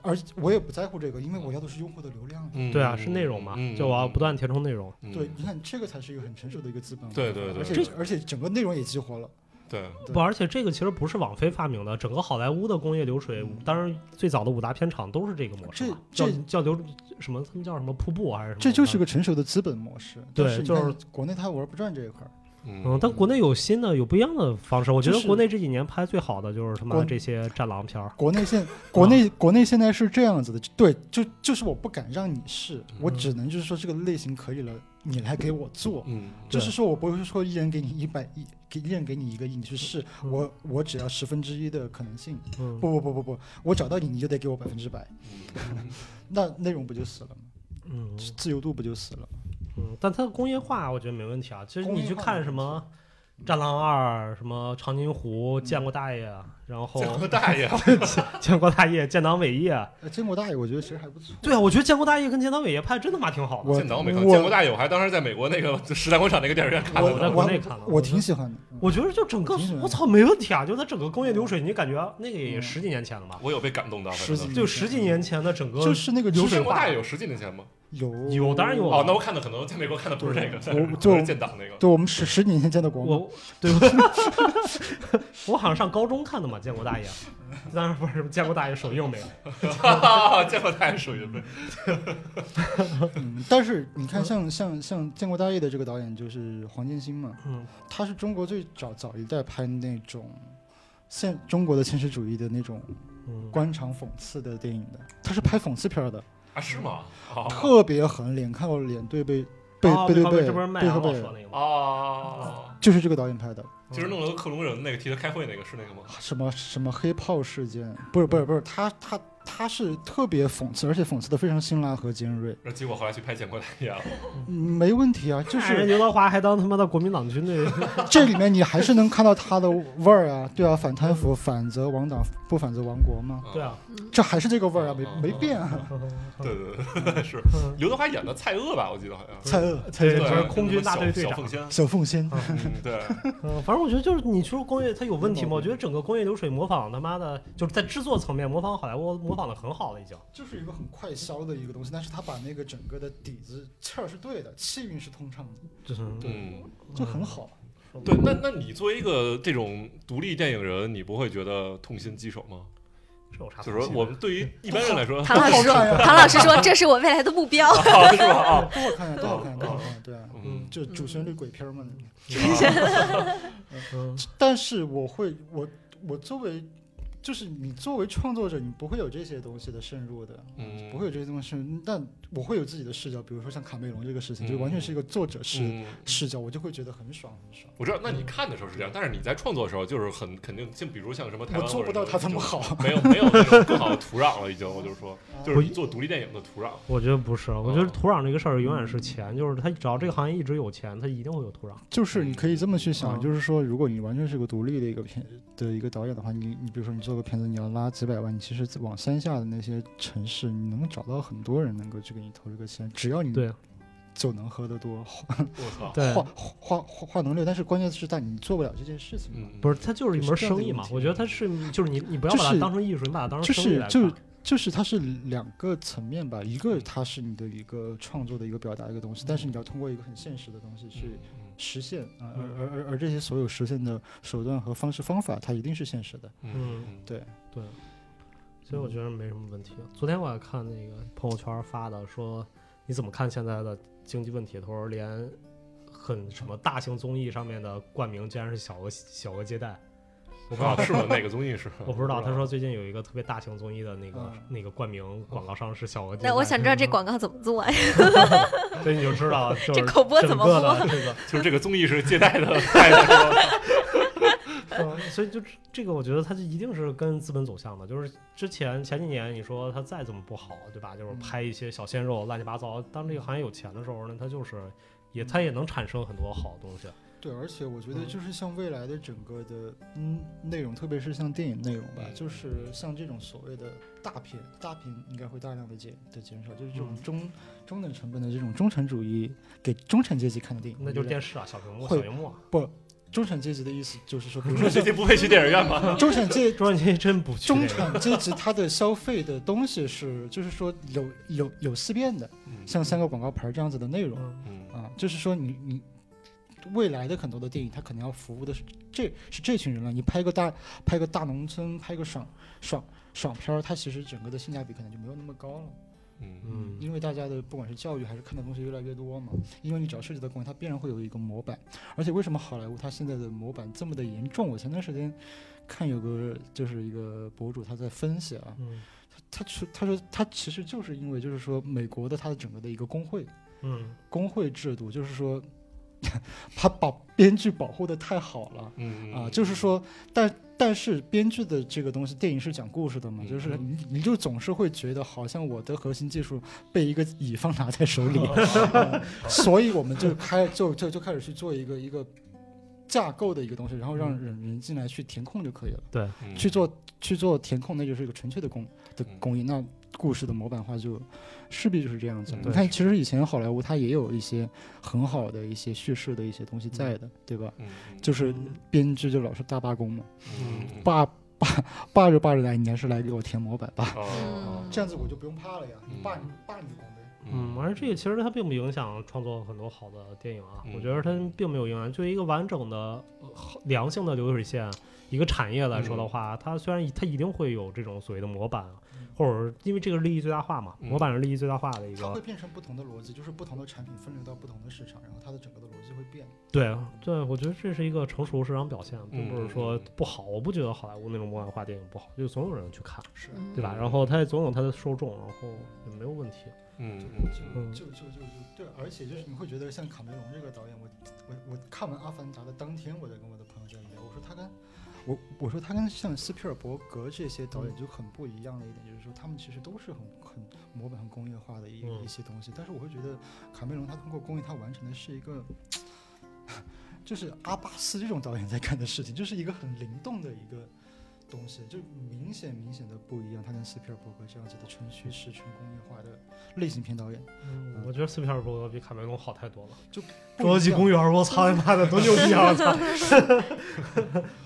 Speaker 5: 而我也不在乎这个，因为我要的是用户的流量啊。
Speaker 2: 对啊，是内容嘛，
Speaker 3: 嗯
Speaker 2: 就我要不断填充内容。
Speaker 5: 对，你看这个才是一个很成熟的一个资本。
Speaker 3: 对对对
Speaker 5: 而且而且整个内容也激活了。
Speaker 3: 对，
Speaker 5: 对
Speaker 2: 不，而且这个其实不是网飞发明的，整个好莱坞的工业流水，
Speaker 5: 嗯
Speaker 2: 当然最早的五大片厂都是这个模式嘛，
Speaker 5: 这
Speaker 2: 叫
Speaker 5: 这
Speaker 2: 叫流什么，他们叫什么瀑布啊还是什么？
Speaker 5: 这就是个成熟的资本模式，
Speaker 2: 对
Speaker 5: 但是你
Speaker 2: 就是
Speaker 5: 看国内它玩不转这一块儿。
Speaker 2: 嗯，但国内有新的，有不一样的方式。我觉得
Speaker 5: 就是
Speaker 2: 国内这几年拍最好的就是他妈
Speaker 5: 国
Speaker 2: 这些战狼片儿。
Speaker 5: 国内现国内国内现在是这样子的，对，就就是我不敢让你试，我只能就是说这个类型可以了，你来给我做。
Speaker 3: 嗯
Speaker 5: 就是说我不会说一人给你一百亿，给一人给你一个亿，你去试，
Speaker 2: 嗯
Speaker 5: 我我只要十分之一的可能性。
Speaker 2: 嗯，
Speaker 5: 不不不不不，我找到你，你就得给我百分之百，那内容不就死了吗？
Speaker 2: 嗯
Speaker 5: 自由度不就死了吗？
Speaker 2: 嗯，但它的工业化我觉得没问题啊。其实
Speaker 5: 工
Speaker 2: 你
Speaker 5: 业
Speaker 2: 去
Speaker 5: 化
Speaker 2: 看
Speaker 5: 没
Speaker 2: 什
Speaker 5: 问
Speaker 2: 么《战狼二》、什么《长津
Speaker 5: 嗯
Speaker 2: 湖》、见过大爷，然后
Speaker 3: 我大爷，
Speaker 2: 建国大业、建党伟业。啊
Speaker 5: 呃，建国大爷我觉得其实还不错。
Speaker 2: 对啊，我觉得建国大业跟建党伟业拍得真他妈挺好的。
Speaker 5: 我
Speaker 3: 建党我没看，建国大爷我还当时在美国那个时代广场那个电影院看
Speaker 2: 我
Speaker 3: 的
Speaker 2: 我在
Speaker 3: 呢。
Speaker 2: 国内看了，
Speaker 5: 我挺喜欢的。嗯
Speaker 2: 我觉得就整个
Speaker 5: 我挺喜欢
Speaker 2: 我操没问题啊，就它整个工业流水，你感觉那个
Speaker 5: 嗯
Speaker 2: 也十几年前了吧？
Speaker 3: 我有被感动到，
Speaker 5: 十几
Speaker 2: 就十几年前的整个
Speaker 5: 就是那个
Speaker 2: 流
Speaker 5: 流
Speaker 2: 水
Speaker 5: 水
Speaker 3: 建国
Speaker 2: 化
Speaker 3: 大爷有十几年前吗？
Speaker 5: 有
Speaker 2: 有当然有
Speaker 3: 哦，那我看的可能在美国看的不是这个，
Speaker 5: 对
Speaker 3: 在 日本
Speaker 5: 我
Speaker 3: 不是
Speaker 5: 就
Speaker 3: 建党那个。
Speaker 5: 对，我们十十几年前见到过嘛，
Speaker 2: 我对，我我 好像上高中看的嘛，建国大爷，当然不是建国大爷首映那个，
Speaker 3: 建国大爷属于不是
Speaker 5: 嗯，但是你看像，像像建国大业的这个导演就是黄建新嘛，
Speaker 2: 嗯，
Speaker 5: 他是中国最早早一代拍那种现中国的现实主义的那种
Speaker 2: 嗯
Speaker 5: 官场讽刺的电影的，他是拍讽刺片儿的，
Speaker 3: 啊？是吗？哦
Speaker 5: 特别横脸，看到脸对背背
Speaker 2: 哦
Speaker 5: 背对
Speaker 2: 方
Speaker 5: 背
Speaker 2: 这不是麦
Speaker 5: 背
Speaker 2: 阳
Speaker 5: 和
Speaker 2: 老
Speaker 5: 背
Speaker 2: 说，那个吗？
Speaker 3: 哦，
Speaker 5: 就是这个导演拍的，
Speaker 3: 就 是弄了个克隆人那个替他开会那个是那个吗？
Speaker 5: 什么什么黑炮事件，不是不是不是，他他他是特别讽刺，而且讽刺的非常辛辣和尖锐，
Speaker 3: 然后结果后来去拍建国大爷了。
Speaker 5: 嗯没问题啊， 就
Speaker 2: 哎人
Speaker 5: 是
Speaker 2: 刘德华还当他妈的国民党军 队，
Speaker 5: 这里面你还是能看到他的味儿啊，对啊，反贪腐，反则亡党，不反则亡国嘛，
Speaker 2: 对啊，
Speaker 5: 这还是这个味儿啊，没
Speaker 2: 哦
Speaker 3: 嗯
Speaker 5: 没变啊，
Speaker 3: 对对对，是
Speaker 2: 嗯
Speaker 3: 刘德华演的蔡锷吧？我记得好像。
Speaker 5: 蔡锷蔡
Speaker 2: 对，
Speaker 5: 锷
Speaker 2: 就
Speaker 3: 对
Speaker 2: 是空军大队队
Speaker 3: 小
Speaker 2: 长
Speaker 3: 凤。仙。
Speaker 5: 小凤仙，
Speaker 3: 嗯，对，
Speaker 2: 嗯，反正我觉得就是你说工业它有问题吗？我觉得整个工业流水模仿他妈的，就是在制作层面模仿好莱坞模仿的很好了已经。
Speaker 5: 就是一个很快消的一个东西，但是他把那个整个的底子气儿是对的，气韵是通畅的，
Speaker 2: 就是嗯
Speaker 3: 嗯。
Speaker 5: 就很好。
Speaker 3: 对，那那你作为一个这种独立电影人，你不会觉得痛心疾首吗？
Speaker 2: 是有啥东西
Speaker 3: 就是
Speaker 2: 的？
Speaker 3: 说，我们对于一般人来说，
Speaker 4: 唐老师说
Speaker 5: 好看呀，
Speaker 4: 唐老师说这是我未来的目标。
Speaker 3: 啊是吧？啊，
Speaker 5: 多好看 呀，多好看呀，多好看呀！对啊，
Speaker 3: 嗯，
Speaker 5: 就主旋律鬼片儿嘛。
Speaker 2: 嗯
Speaker 5: 但是我会，我我作为，就是你作为创作者，你不会有这些东西的渗入的，
Speaker 3: 嗯
Speaker 5: 不会有这些东西渗入。但我会有自己的视角，比如说像卡梅隆这个事情，
Speaker 3: 嗯
Speaker 5: 就完全是一个作者视
Speaker 3: 嗯
Speaker 5: 视角，我就会觉得很爽，很爽。
Speaker 3: 我知道，那你看的时候是这样，但是你在创作的时候就是很肯定，就比如像什么台湾，
Speaker 5: 我做不到他这么，好。
Speaker 3: 没有没有那种更好的土壤了，已经，我就是说，就是你做独立电影的土壤，
Speaker 2: 我觉得不是，啊我觉
Speaker 3: 哦
Speaker 2: 得土壤这个事儿永远是钱，就是它只要这个行业一直有钱，它一定会有土壤。
Speaker 5: 就是你可以这么去想，
Speaker 2: 嗯
Speaker 5: 就是说，如果你完全是个独立的一个片的一个导演的话，你你比如说你做个片子，你要拉几百万，你其实往山下的那些城市，你能找到很多人能够去给你投这个钱，只要你
Speaker 2: 对
Speaker 5: 酒能喝得多，
Speaker 3: 我操，
Speaker 2: 对，
Speaker 5: 话话话话能溜，但是关键是在你做不了这件事情嘛。
Speaker 3: 嗯，
Speaker 2: 不
Speaker 3: 是，
Speaker 2: 是它就是一门生意嘛
Speaker 5: 就是这样的一个问。题
Speaker 2: 我觉得它是就是你你不要
Speaker 5: 就是
Speaker 2: 把它当成艺术，你把它当
Speaker 5: 就
Speaker 2: 成生意
Speaker 5: 是
Speaker 2: 来看
Speaker 5: 就。就是它是两个层面吧，一个它是你的一个创作的一个表达一个东西，但是你要通过一个很现实的东西去
Speaker 3: 嗯
Speaker 5: 实现啊，而而而而这些所有实现的手段和方式方法，它一定是现实的。
Speaker 3: 嗯，
Speaker 5: 对，
Speaker 2: 对，所以我觉得没什么问题。啊昨天我还看那个朋友圈发的，说你怎么看现在的经济问题？他说连很什么大型综艺上面的冠名竟然是小额小额接待，
Speaker 3: 我不知嗯啊道是吗？哪个综艺是？
Speaker 2: 我不知道。他说最近有一个特别大型综艺的那个、
Speaker 5: 嗯
Speaker 2: 那个冠名广告商是小额接待，
Speaker 4: 那我想知道这广告怎么做呀？
Speaker 2: 所以你就知道就是
Speaker 4: 这口播怎么
Speaker 2: 整个的这个
Speaker 3: 就是这个综艺是借贷的态度，是吧
Speaker 2: 嗯，所以就这这个，我觉得它就一定是跟资本走向的。就是之前前几年你说它再怎么不好，对吧？就是
Speaker 5: 嗯
Speaker 2: 拍一些小鲜肉、乱七八糟。当这个行业有钱的时候呢，它就是也
Speaker 5: 嗯
Speaker 2: 它也能产生很多好东西。
Speaker 5: 对，而且我觉得
Speaker 2: 嗯
Speaker 5: 就是像未来的整个的嗯内容，特别是像电影内容吧，
Speaker 3: 嗯
Speaker 5: 就是像这种所谓的大片，大片应该会大量的减的减少，就是这种
Speaker 2: 嗯
Speaker 5: 中、中等成本的这种中产主义给中产阶级看的电影，
Speaker 2: 那就是
Speaker 5: 对
Speaker 2: 电
Speaker 5: 不
Speaker 2: 视啊，小屏幕、
Speaker 5: 会
Speaker 2: 小荧幕啊。
Speaker 5: 对中产阶级的意思就 是说，比如
Speaker 3: 你
Speaker 5: 说
Speaker 3: 说这
Speaker 5: 像
Speaker 3: 些不配去电影院吗？
Speaker 5: 中产阶
Speaker 2: 中产阶级真不去
Speaker 5: 中
Speaker 2: 这个。
Speaker 5: 产阶级他的消费的东西是，就是说有有有思辨的，像三个广告牌这样子的内容。
Speaker 2: 嗯
Speaker 3: 嗯，
Speaker 5: 啊，就是说你你未来的很多的电影，它可能要服务的是这是这群人了。你拍个大拍个大农村，拍个爽爽爽片儿，它其实整个的性价比可能就没有那么高了。
Speaker 3: 嗯嗯
Speaker 2: 嗯
Speaker 5: 因为大家的不管是教育还是看的东西越来越多嘛，因为你只要涉及到工业，它必然会有一个模板。而且为什么好莱坞它现在的模板这么的严重？我前段时间看有个就是一个博主他在分析啊，
Speaker 2: 嗯
Speaker 5: 他说他说他其实就是因为就是说美国的它的整个的一个工会。
Speaker 2: 嗯
Speaker 5: 工会制度，就是说 他把编剧保护的太好了
Speaker 3: 嗯
Speaker 5: 啊、就是说，但但是编剧的这个东西，电影是讲故事的嘛，就是你你就总是会觉得好像我的核心技术被一个乙方拿在手里，啊所以我们就开就就就开始去做一个一个架构的一个东西，然后让人人进来去填空就可以了。
Speaker 3: 嗯
Speaker 5: 去做去做填空，那就是一个纯粹的工的
Speaker 3: 嗯
Speaker 5: 工艺。那故事的模板化就势必就是这样子了。
Speaker 3: 嗯
Speaker 5: 你看，其实以前好莱坞它也有一些很好的一些叙事的一些东西在的，对吧？
Speaker 3: 嗯
Speaker 5: 就是编剧就老是大罢工嘛，
Speaker 3: 嗯嗯
Speaker 5: 罢罢罢着罢着来，你还是来给我填模板吧，
Speaker 3: 哦
Speaker 4: 嗯
Speaker 5: 这样子我就不用怕了呀
Speaker 3: 嗯，
Speaker 5: 罢你罢你的工呗。
Speaker 2: 嗯，而这个其实它并不影响创作很多好的电影啊，
Speaker 3: 嗯
Speaker 2: 我觉得它并没有影响。就一个完整的、呃好良性的流水线，一个产业来说的话，它虽然它一定会有这种所谓的模板，啊或者因为这个是利益最大化嘛，
Speaker 3: 嗯
Speaker 2: 模板是利益最大化的一
Speaker 5: 它会
Speaker 2: 个。
Speaker 5: 变成不同的逻辑，就是不同的产品分流到不同的市场，然后它的整个的逻辑会变。
Speaker 2: 对啊对，我觉得这是一个成熟市场表现，并不
Speaker 3: 嗯
Speaker 2: 是说
Speaker 3: 嗯嗯
Speaker 2: 不好。我不觉得好莱坞那种模板化电影不好，就总有人去看，
Speaker 5: 是
Speaker 4: 嗯
Speaker 2: 对吧？然后它也总有它的受众，然后也没有问题。
Speaker 3: 嗯
Speaker 5: 就
Speaker 3: 嗯
Speaker 2: 嗯
Speaker 5: 就就就就对，而且就是你会觉得像卡梅隆这个导演，我我我看完《阿凡达》的当天，我在跟我的朋友在聊，我说他跟我我说他跟像斯皮尔伯格这些导演就很不一样的一点，就是说他们其实都是很很模板、很工业化的一、
Speaker 2: 嗯
Speaker 5: 一些东西，但是我会觉得卡梅隆他通过工业，他完成的是一个。 就是阿巴斯这种导演在干的事情，就是一个很灵动的一个东西，就明显明显的不一样。他跟斯皮尔伯格这样子的纯叙事、纯工业化的类型片导演，
Speaker 2: 嗯我觉得斯皮尔伯格比卡梅隆好太多了。《
Speaker 5: 不
Speaker 2: 侏罗纪
Speaker 5: 一样
Speaker 2: 公园》，我操你妈的，多牛逼啊！我操，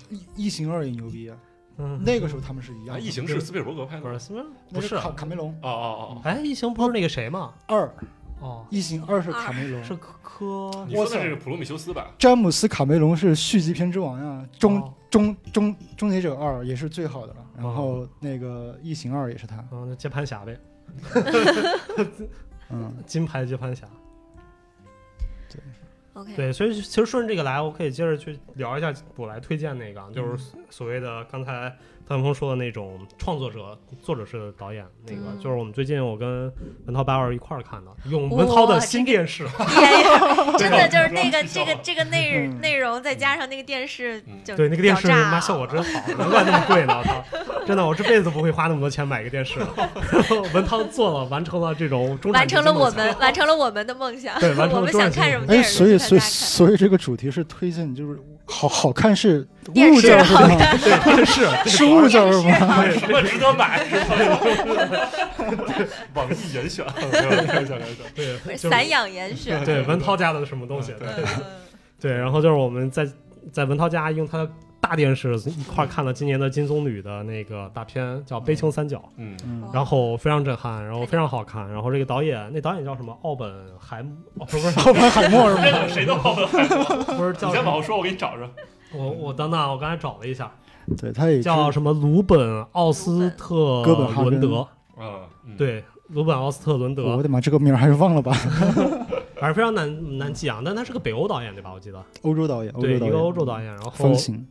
Speaker 5: 异异形二也牛逼啊！
Speaker 2: 嗯，
Speaker 5: 那个时候他们是一样的，
Speaker 3: 啊，异形是斯皮尔伯格拍的
Speaker 2: 不
Speaker 3: 吗，
Speaker 2: 是斯皮尔，
Speaker 5: 那
Speaker 2: 不
Speaker 5: 是
Speaker 2: 是啊
Speaker 5: 卡卡梅隆
Speaker 3: 哦哦哦
Speaker 2: 哎，异形不是那个谁吗？
Speaker 5: 二，
Speaker 2: 哦，
Speaker 5: 异形二是卡梅隆，
Speaker 2: 是科科
Speaker 3: 哦，你说
Speaker 5: 我操
Speaker 3: 的是《普罗米修斯》吧？
Speaker 5: 詹姆斯卡梅隆是续集片之王呀，终、
Speaker 2: 哦
Speaker 5: 终终终结者二也是最好的了，然后那个异形二也是他，
Speaker 2: 嗯，接盘侠呗，
Speaker 5: 嗯，
Speaker 2: 金牌接盘侠。
Speaker 4: OK，
Speaker 2: 对，所以其实顺着这个来，我可以接着去聊一下我来推荐那个啊，就是所谓的刚才范峰说的那种创作者、作者式的导演，那个
Speaker 4: 嗯
Speaker 2: 就是我们最近我跟文涛、白二一块儿看的，用
Speaker 4: 哇
Speaker 2: 文涛的新电视，
Speaker 4: 也也真的就是那个
Speaker 3: 这
Speaker 4: 这
Speaker 3: 个
Speaker 4: 个这个内
Speaker 5: 嗯
Speaker 4: 内容，再加上那个电视
Speaker 3: 嗯，
Speaker 4: 就
Speaker 2: 对那个电视
Speaker 4: 屌炸啊
Speaker 2: 妈效果真好，难怪那么贵呢！我操，真的，我这辈子都不会花那么多钱买一个电视。然后文涛做了，完成了这种中产
Speaker 4: 完
Speaker 2: 阶级
Speaker 4: 成了
Speaker 2: 梦
Speaker 4: 我
Speaker 2: 想
Speaker 4: 们完成了我们的梦想，
Speaker 2: 对完成了
Speaker 4: 我们
Speaker 2: 中
Speaker 4: 想
Speaker 2: 产阶级
Speaker 4: 看什么电
Speaker 5: 哎，
Speaker 4: 影，
Speaker 5: 所以
Speaker 4: 就
Speaker 5: 所以
Speaker 4: 去看
Speaker 5: 所以这个主题是推荐，就是好好看是
Speaker 4: 电
Speaker 5: 物
Speaker 4: 视
Speaker 5: 质
Speaker 4: 好
Speaker 5: 是吗？
Speaker 4: 看，
Speaker 2: 电 视，
Speaker 5: 是物质
Speaker 4: 电视
Speaker 5: 是吗？
Speaker 4: 好看
Speaker 3: 什么值得买？是吧 网易严选，没有开玩笑，开玩笑。
Speaker 2: 对，
Speaker 4: 不是
Speaker 2: 就是
Speaker 4: 散养严选，
Speaker 2: 对文涛家的什么东西，
Speaker 4: 嗯嗯
Speaker 2: 对，然后就是我们在在文涛家用他的大电视一块儿看了今年的金棕榈的那个大片，叫《悲情三角》。
Speaker 3: 嗯
Speaker 5: 嗯，
Speaker 2: 然后非常震撼，然后非常好看，然后这个导演，那导演叫什么？奥本海姆？哦，不是，不是，
Speaker 5: 海默是
Speaker 3: 这
Speaker 5: 吗？
Speaker 3: 个谁都好不了。
Speaker 2: 不是
Speaker 3: 你
Speaker 2: 叫
Speaker 3: 先
Speaker 2: 什
Speaker 3: 往
Speaker 2: 么？
Speaker 3: 后说，我给你找着。
Speaker 2: 我我等等啊，我刚才找了一下，
Speaker 5: 对，他也
Speaker 2: 叫
Speaker 5: 是
Speaker 2: 什么？鲁本奥斯特
Speaker 5: 哥本哈
Speaker 2: 伦
Speaker 5: 根
Speaker 2: 德，
Speaker 3: 啊，嗯，
Speaker 2: 对，鲁本奥斯特伦
Speaker 5: 我
Speaker 2: 德，
Speaker 5: 的妈，这个名儿还是忘了吧？
Speaker 2: 反正非常难难记啊。但他是个北欧导演对吧？我记得，
Speaker 5: 欧洲导演，哦欧
Speaker 2: 对，
Speaker 5: 洲导
Speaker 2: 一个欧
Speaker 5: 演，
Speaker 2: 洲导演。然后
Speaker 5: 风行，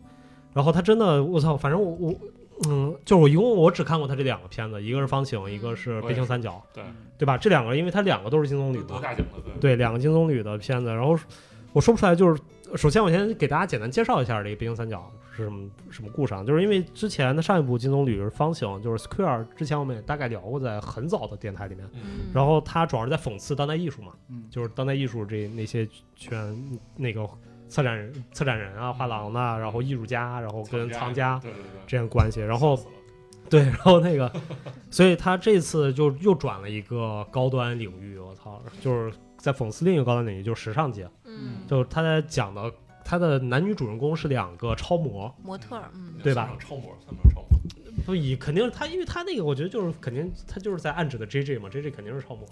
Speaker 2: 然后他真的，我操，反正我我，嗯，就是我一共我只看过他这两个片子，一个是《方形》，一个是《
Speaker 3: 我
Speaker 2: 悲
Speaker 3: 也
Speaker 2: 情
Speaker 3: 是
Speaker 2: 三角》，
Speaker 3: 对
Speaker 2: 对吧？这两个，因为他两个都是金棕榈
Speaker 3: 多
Speaker 2: 的，
Speaker 3: 大奖了？对
Speaker 2: 对，两个金棕榈的片子。然后我说不出来，就是首先我先给大家简单介绍一下这个《悲情三角》是什么什么故事啊？就是因为之前的上一部金棕榈是《方形》，就是 Square，之前我们也大概聊过，在很早的电台里面。
Speaker 4: 嗯
Speaker 2: 然后它主要是在讽刺当代艺术嘛，
Speaker 5: 嗯
Speaker 2: 就是当代艺术这那些圈那个策展人、策展人啊、画廊啊，然后艺术家，然后跟藏家
Speaker 3: 对对对，
Speaker 2: 这样关系。然后 对，然后那个，所以他这次就又转了一个高端领域，我操，就是在讽刺另一个高端领域，就是时尚界，
Speaker 4: 嗯，
Speaker 2: 就是他在讲的。他的男女主人公是两个超模，
Speaker 4: 模特儿，嗯，
Speaker 2: 对吧？
Speaker 3: 超模，算不上超模。
Speaker 2: 不以肯定是他，因为他那个我觉得就是肯定他就是在暗指的 J J 嘛，J J 肯定是超模，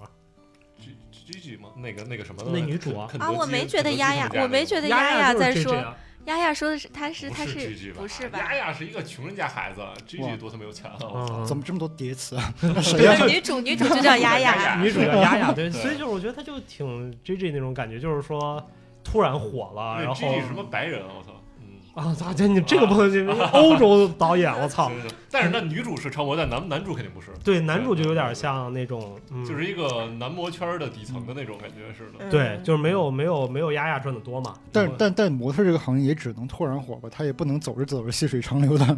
Speaker 3: G G G 吗？那个那个什么？
Speaker 2: 那女主啊
Speaker 3: 肯
Speaker 4: 啊，我没觉得丫丫，我没觉得
Speaker 2: 丫
Speaker 4: 丫
Speaker 2: 就是
Speaker 4: 在
Speaker 2: J J
Speaker 4: 说，
Speaker 2: 啊，
Speaker 4: 丫丫说的是，她是
Speaker 3: 不
Speaker 4: 她
Speaker 3: 是 G G 吧？
Speaker 4: 不是
Speaker 3: 丫
Speaker 4: 吧？
Speaker 3: 丫是一个穷人家孩子，G G
Speaker 5: 哇
Speaker 3: 多他妈有钱啊！我操
Speaker 2: 嗯，
Speaker 5: 怎么这么多叠 词啊？
Speaker 4: 对女主女主就叫丫
Speaker 3: 丫
Speaker 4: 丫，
Speaker 3: 丫
Speaker 2: 女主叫丫丫，对，
Speaker 3: 对
Speaker 2: 所以就是我觉得她就挺 J J 那种感觉，就是说突然火了，然
Speaker 3: 那 G
Speaker 2: 后
Speaker 3: G 什么白人啊？我操！嗯，
Speaker 2: 啊，咋这你这个不能
Speaker 3: 啊
Speaker 2: 进欧洲导演，我 操！
Speaker 3: 对对对但是那女主是超模，但男男主肯定不是，
Speaker 2: 对，男主就有点像那种，嗯
Speaker 3: 就是一个男模圈儿的底层的那种感觉似
Speaker 1: 嗯
Speaker 3: 的。
Speaker 2: 对，就是没有没有没有丫丫赚的多嘛。
Speaker 5: 但但但模特这个行业也只能突然火吧，他也不能走着走着细水长流的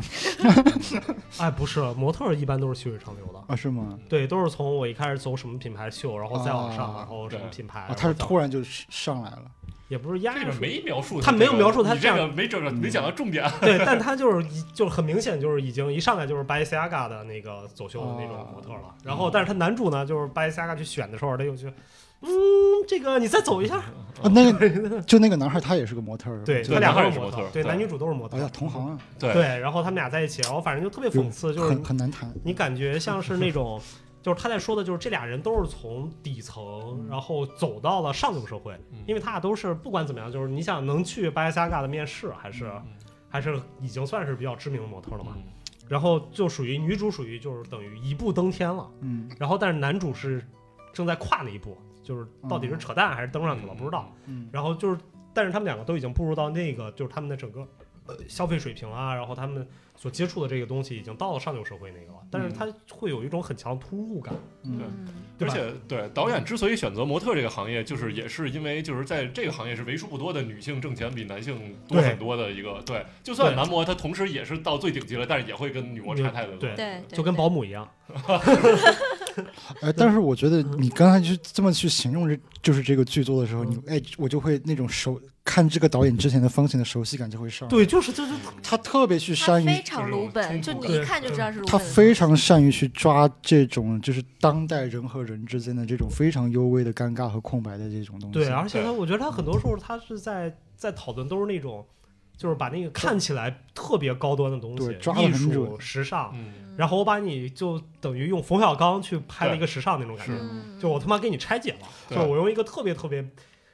Speaker 2: 哎，不是，模特儿一般都是细水长流的。
Speaker 5: 啊，是吗？
Speaker 2: 对，都是从我一开始走什么品牌秀，然后再往上，
Speaker 5: 啊
Speaker 2: 然后什么
Speaker 3: 对
Speaker 2: 品牌
Speaker 5: 啊，，他是
Speaker 2: 然后再
Speaker 5: 突然就上来了，
Speaker 2: 也不是丫
Speaker 3: 这
Speaker 2: 丫
Speaker 3: 个，没描述，
Speaker 2: 他没有描述他
Speaker 3: 你
Speaker 2: 这
Speaker 3: 这
Speaker 2: 样
Speaker 3: 个没整
Speaker 2: 嗯
Speaker 3: 个没讲到重点。
Speaker 2: 对，但他就是一就是很明显就是已经一上来就是 Balenciaga 的那个走秀的那种模特
Speaker 5: 哦
Speaker 2: 了，然后但是他男主呢就是 Balenciaga 去选的时候，他又去，嗯，这个你再走一下，
Speaker 5: 啊，那个就那个男孩他也是个模特儿，
Speaker 2: 对，
Speaker 5: 就
Speaker 2: 他俩
Speaker 3: 男孩
Speaker 2: 都
Speaker 3: 也是
Speaker 2: 模
Speaker 3: 模特
Speaker 2: 对，
Speaker 3: 对
Speaker 2: 男女主都是模
Speaker 5: 哎呀
Speaker 2: 特，
Speaker 5: 同行啊，
Speaker 3: 对
Speaker 2: 对，然后他们俩在一起，然后反正就特别讽刺，就是
Speaker 5: 很很难谈。
Speaker 2: 你感觉像是那种就是他在说的就是这俩人都是从底层，然后走到了上流社会，
Speaker 3: 嗯
Speaker 2: 因为他俩都是不管怎么样，就是你想能去巴塞嘎的面试，还是
Speaker 3: 嗯
Speaker 2: 还是已经算是比较知名的模特了嘛。
Speaker 3: 嗯
Speaker 2: 然后就属于女主属于就是等于一步登天了，
Speaker 5: 嗯
Speaker 2: 然后但是男主是正在跨那一步，就是到底是扯淡还是登上去了、
Speaker 3: 嗯
Speaker 2: 不知道。
Speaker 5: 嗯
Speaker 2: 然后就是，但是他们两个都已经步入到那个，就是他们的整个、呃、消费水平啊，然后他们所接触的这个东西已经到了上流社会那个了，但是它会有一种很强的突兀感，
Speaker 5: 嗯
Speaker 4: 嗯
Speaker 2: 对
Speaker 3: 而
Speaker 2: 吧？
Speaker 3: 且，对导演之所以选择模特这个行业，就是也是因为就是在这个行业是为数不多的女性挣钱比男性多
Speaker 2: 对
Speaker 3: 很多的一个对，就算
Speaker 2: 对
Speaker 3: 男模，他同时也是到最顶级了，但是也会跟女模差太多。
Speaker 2: 对
Speaker 4: 对，
Speaker 2: 就跟保姆一样，
Speaker 5: 哎，但是我觉得你刚才去这么去形容这就是这个剧作的时候，你
Speaker 2: 嗯
Speaker 5: 哎，我就会那种熟看这个导演之前的方形的熟悉感就会上。，
Speaker 2: 对，就是就是
Speaker 5: 他特别去
Speaker 4: 他
Speaker 5: 善于，
Speaker 4: 非常鲁本，就
Speaker 3: 这种
Speaker 4: 你
Speaker 2: 冲突
Speaker 4: 一看就知道是鲁
Speaker 5: 他
Speaker 4: 本。
Speaker 5: 非常善于去抓这种就是当代人和人之间的这种非常幽微的尴尬和空白的这种东西。
Speaker 2: 对，而且他
Speaker 3: 对
Speaker 2: 我觉得他很多
Speaker 5: 嗯
Speaker 2: 时候他是在在讨论都是那种，就是把那个看起来特别高端的东西
Speaker 5: 对抓，得
Speaker 2: 艺
Speaker 5: 很
Speaker 2: 术、
Speaker 5: 准
Speaker 2: 时尚，
Speaker 3: 嗯，
Speaker 2: 然后我把你就等于用冯小刚去拍了一个时尚那种感觉
Speaker 3: 是，
Speaker 4: 嗯
Speaker 2: 就我他妈给你拆解了，
Speaker 3: 对
Speaker 2: 就是我用一个特别特别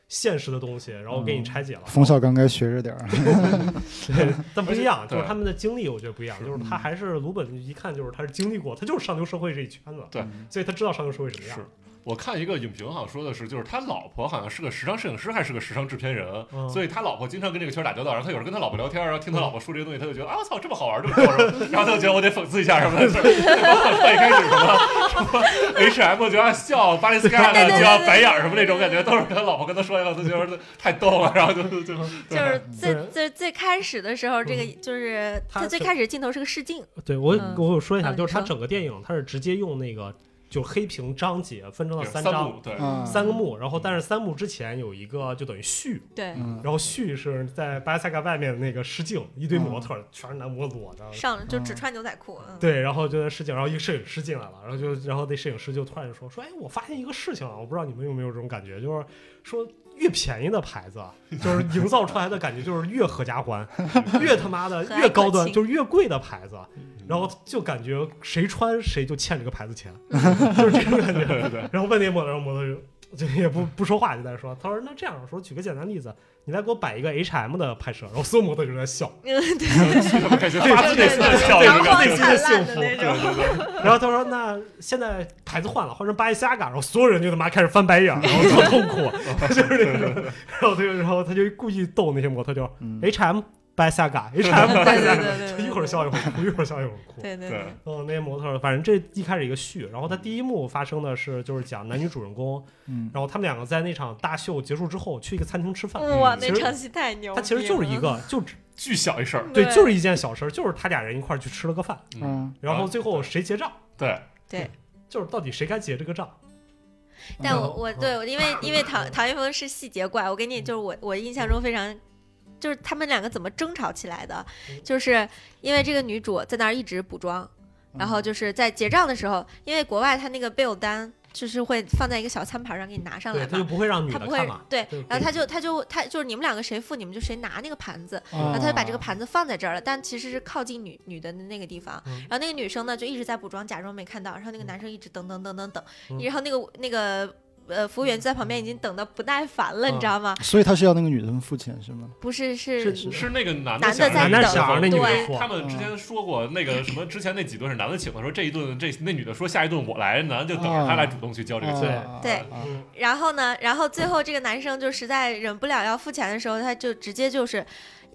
Speaker 2: 现实的东西，然后给你拆 解了。
Speaker 5: 冯小刚该学着点儿。
Speaker 2: 对，但不一样，
Speaker 3: 而且
Speaker 2: 就是
Speaker 3: 对
Speaker 2: 他们的经历，我觉得不一样。就是他
Speaker 5: 嗯
Speaker 2: 还是鲁本，一看就是他是经历过，他就是上流社会这一圈子，
Speaker 3: 对
Speaker 2: 所以他知道上流社会什么样
Speaker 3: 是。我看一个影评好像说的是，就是他老婆好像是个时尚摄影师，还是个时尚制片人，
Speaker 2: 嗯
Speaker 3: 所以他老婆经常跟这个圈打交道。然后他有时候跟他老婆聊天，然啊后听他老婆说这些东西，他就觉得啊，我操，这么好玩，这么逗，然后他就觉得我得讽刺一下什么 的。就是对吧他一开始什么什么 H M 就要笑，巴黎斯卡的就要白眼儿什么那种感觉，都是他老婆跟他说的，他觉得太逗了，然后就就就
Speaker 4: 就是最
Speaker 2: 对
Speaker 4: 最最开始的时候，这个就是
Speaker 2: 他
Speaker 4: 他最
Speaker 2: 是
Speaker 4: 开始镜头是个试镜，
Speaker 2: 对我，
Speaker 4: 嗯
Speaker 2: 我有说一下，
Speaker 4: 嗯
Speaker 2: 就是他
Speaker 4: 你说
Speaker 2: 整个电影，他是直接用那个就是黑屏章节分成了
Speaker 3: 三
Speaker 2: 章。
Speaker 3: 部对。
Speaker 4: 嗯
Speaker 5: 啊，
Speaker 2: 三嗯个幕，然后但是三幕之前有一个就等于序，
Speaker 4: 对，
Speaker 5: 嗯
Speaker 2: 然后序是在巴塞嘎外面的那个试镜，一堆模特儿，全是男模裸着，
Speaker 4: 上就只
Speaker 5: 嗯
Speaker 4: 穿牛仔裤，嗯，
Speaker 2: 对，然后就在试镜，然后一个摄影师进来了，然后就，然后那摄影师就突然就说说，哎，我发现一个事情啊，我不知道你们有没有这种感觉，就是说越便宜的牌子啊，就是营造出来的感觉就是越合家欢，越他妈的
Speaker 4: 和蔼
Speaker 2: 越
Speaker 4: 可
Speaker 2: 高端，
Speaker 4: 亲
Speaker 2: 就是越贵的牌子，然后就感觉谁穿谁就欠这个牌子钱， 就是这种感觉。
Speaker 3: 对对，
Speaker 2: 然后问那模特，然后模特就就也不不说话，就在那说，他说那这样，我说举个简单例子，你来给我摆一个 H M 的拍摄，然后所有模特就在笑。
Speaker 4: 嗯， 对，
Speaker 3: 特别开心，发自内心的笑，
Speaker 4: 阳
Speaker 3: 这个
Speaker 4: 光
Speaker 3: 感觉。
Speaker 4: 灿烂
Speaker 2: 幸
Speaker 4: 的
Speaker 2: 福
Speaker 4: 那
Speaker 3: 对
Speaker 4: 种，
Speaker 3: 对对，
Speaker 2: 然后他说：“那现在牌子换了，换成巴黎西亚嘎。”然后所有人就他妈开始翻白眼儿，然后特痛苦，就是那种。然后他就，然后他就故意逗那些模特，就
Speaker 5: 嗯
Speaker 2: H M 巴黎西亚嘎，H M 巴黎西亚
Speaker 4: 对对
Speaker 2: 嘎，
Speaker 4: 对对
Speaker 2: 就
Speaker 4: 对
Speaker 2: 一会儿笑一会儿哭，一会儿笑一会儿哭。
Speaker 4: 对对
Speaker 3: 对
Speaker 4: 对，
Speaker 2: 嗯，那些模特，反正这一开始一个序，然后他第一幕发生的是就是讲男女主人公，
Speaker 5: 嗯
Speaker 2: 然后他们两个在那场大秀结束之后去一个餐厅吃饭。
Speaker 4: 哇，
Speaker 3: 嗯
Speaker 4: 那
Speaker 2: 其实
Speaker 4: 场戏太牛逼
Speaker 2: 他
Speaker 4: 了，
Speaker 2: 其实就是一个，就只
Speaker 3: 巨小一事儿，
Speaker 2: 对，就是一件小事儿，就是他俩人一块儿去吃了个饭，
Speaker 3: 嗯，
Speaker 5: 嗯，
Speaker 2: 然后最后谁结账，
Speaker 3: 对，
Speaker 2: 就是到底谁该结这个账。
Speaker 4: 但我
Speaker 5: 啊
Speaker 2: 嗯
Speaker 4: 我
Speaker 2: 嗯
Speaker 4: 对我因为因为唐唐一峰是细节怪，我给你就是我我印象中非常，就是他们两个怎么争吵起来的，
Speaker 2: 嗯
Speaker 4: 就是因为这个女主在那儿一直补妆，然
Speaker 2: 嗯
Speaker 4: 后就是在结账的时候，因为国外他那个 bill 单就是会放在一个小餐盘上给你拿上
Speaker 2: 对，
Speaker 4: 来
Speaker 2: 他就
Speaker 4: 嘛。
Speaker 2: 不会让女
Speaker 4: 他
Speaker 2: 的
Speaker 4: 不会
Speaker 2: 看嘛。
Speaker 4: 对
Speaker 2: 对，
Speaker 4: 然后他就他就他就是你们两个谁付你们就谁拿那个盘子，
Speaker 5: 然
Speaker 4: 然后他就把这
Speaker 2: 哦
Speaker 5: 啊
Speaker 4: 个盘子放在这儿了，但其实是靠近女女的那个地方。
Speaker 2: 嗯
Speaker 4: 然后那个女生呢就一直在补妆，假装没看到。然后那个男生一直等等等等等，
Speaker 2: 嗯
Speaker 4: 然后那个那个呃服务员就在旁边已经等的不耐烦了，你知道吗？
Speaker 5: 所以他是要那个女生付钱是吗？
Speaker 4: 不是
Speaker 2: 嗯是
Speaker 4: 是
Speaker 2: 是
Speaker 3: 是那个男
Speaker 4: 男的
Speaker 3: 想
Speaker 4: 在
Speaker 3: 让
Speaker 4: 等
Speaker 2: 想让那女的
Speaker 4: 对
Speaker 2: 付，
Speaker 3: 他们之前说过那个什么，之前那几顿是男的请的，说这一顿这那女的说下一顿我来，男的就等着他来主动去
Speaker 2: 哦
Speaker 3: 交这个钱。
Speaker 5: 啊
Speaker 4: 对
Speaker 5: 啊
Speaker 2: 嗯
Speaker 4: 然后呢，然后最后这个男生就实在忍不了要付钱的时候，他就直接就是。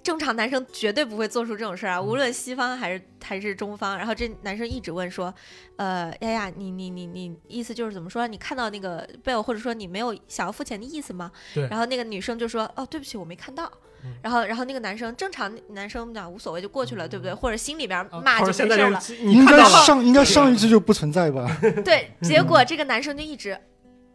Speaker 4: 正常男生绝对不会做出这种事儿啊，
Speaker 2: 嗯
Speaker 4: 无论西方还是还是中方。然后这男生一直问说，呃，丫丫，你你你你意思就是怎么说？你看到那个 bill，或者说你没有想要付钱的意思吗？
Speaker 2: 对
Speaker 4: 然后那个女生就说，哦，对不起，我没看到
Speaker 2: 嗯。
Speaker 4: 然后然后那个男生正常男生讲无所谓就过去了，对不对？或者心里边
Speaker 2: 啊
Speaker 4: 骂
Speaker 2: 或者
Speaker 4: 就没事
Speaker 2: 现
Speaker 4: 儿
Speaker 2: 在
Speaker 4: 了。
Speaker 2: 就是你
Speaker 5: 应
Speaker 2: 看到
Speaker 5: 该
Speaker 2: 了，
Speaker 5: 上应该上一句就不存在吧？
Speaker 4: 对，结果这个男生就一直。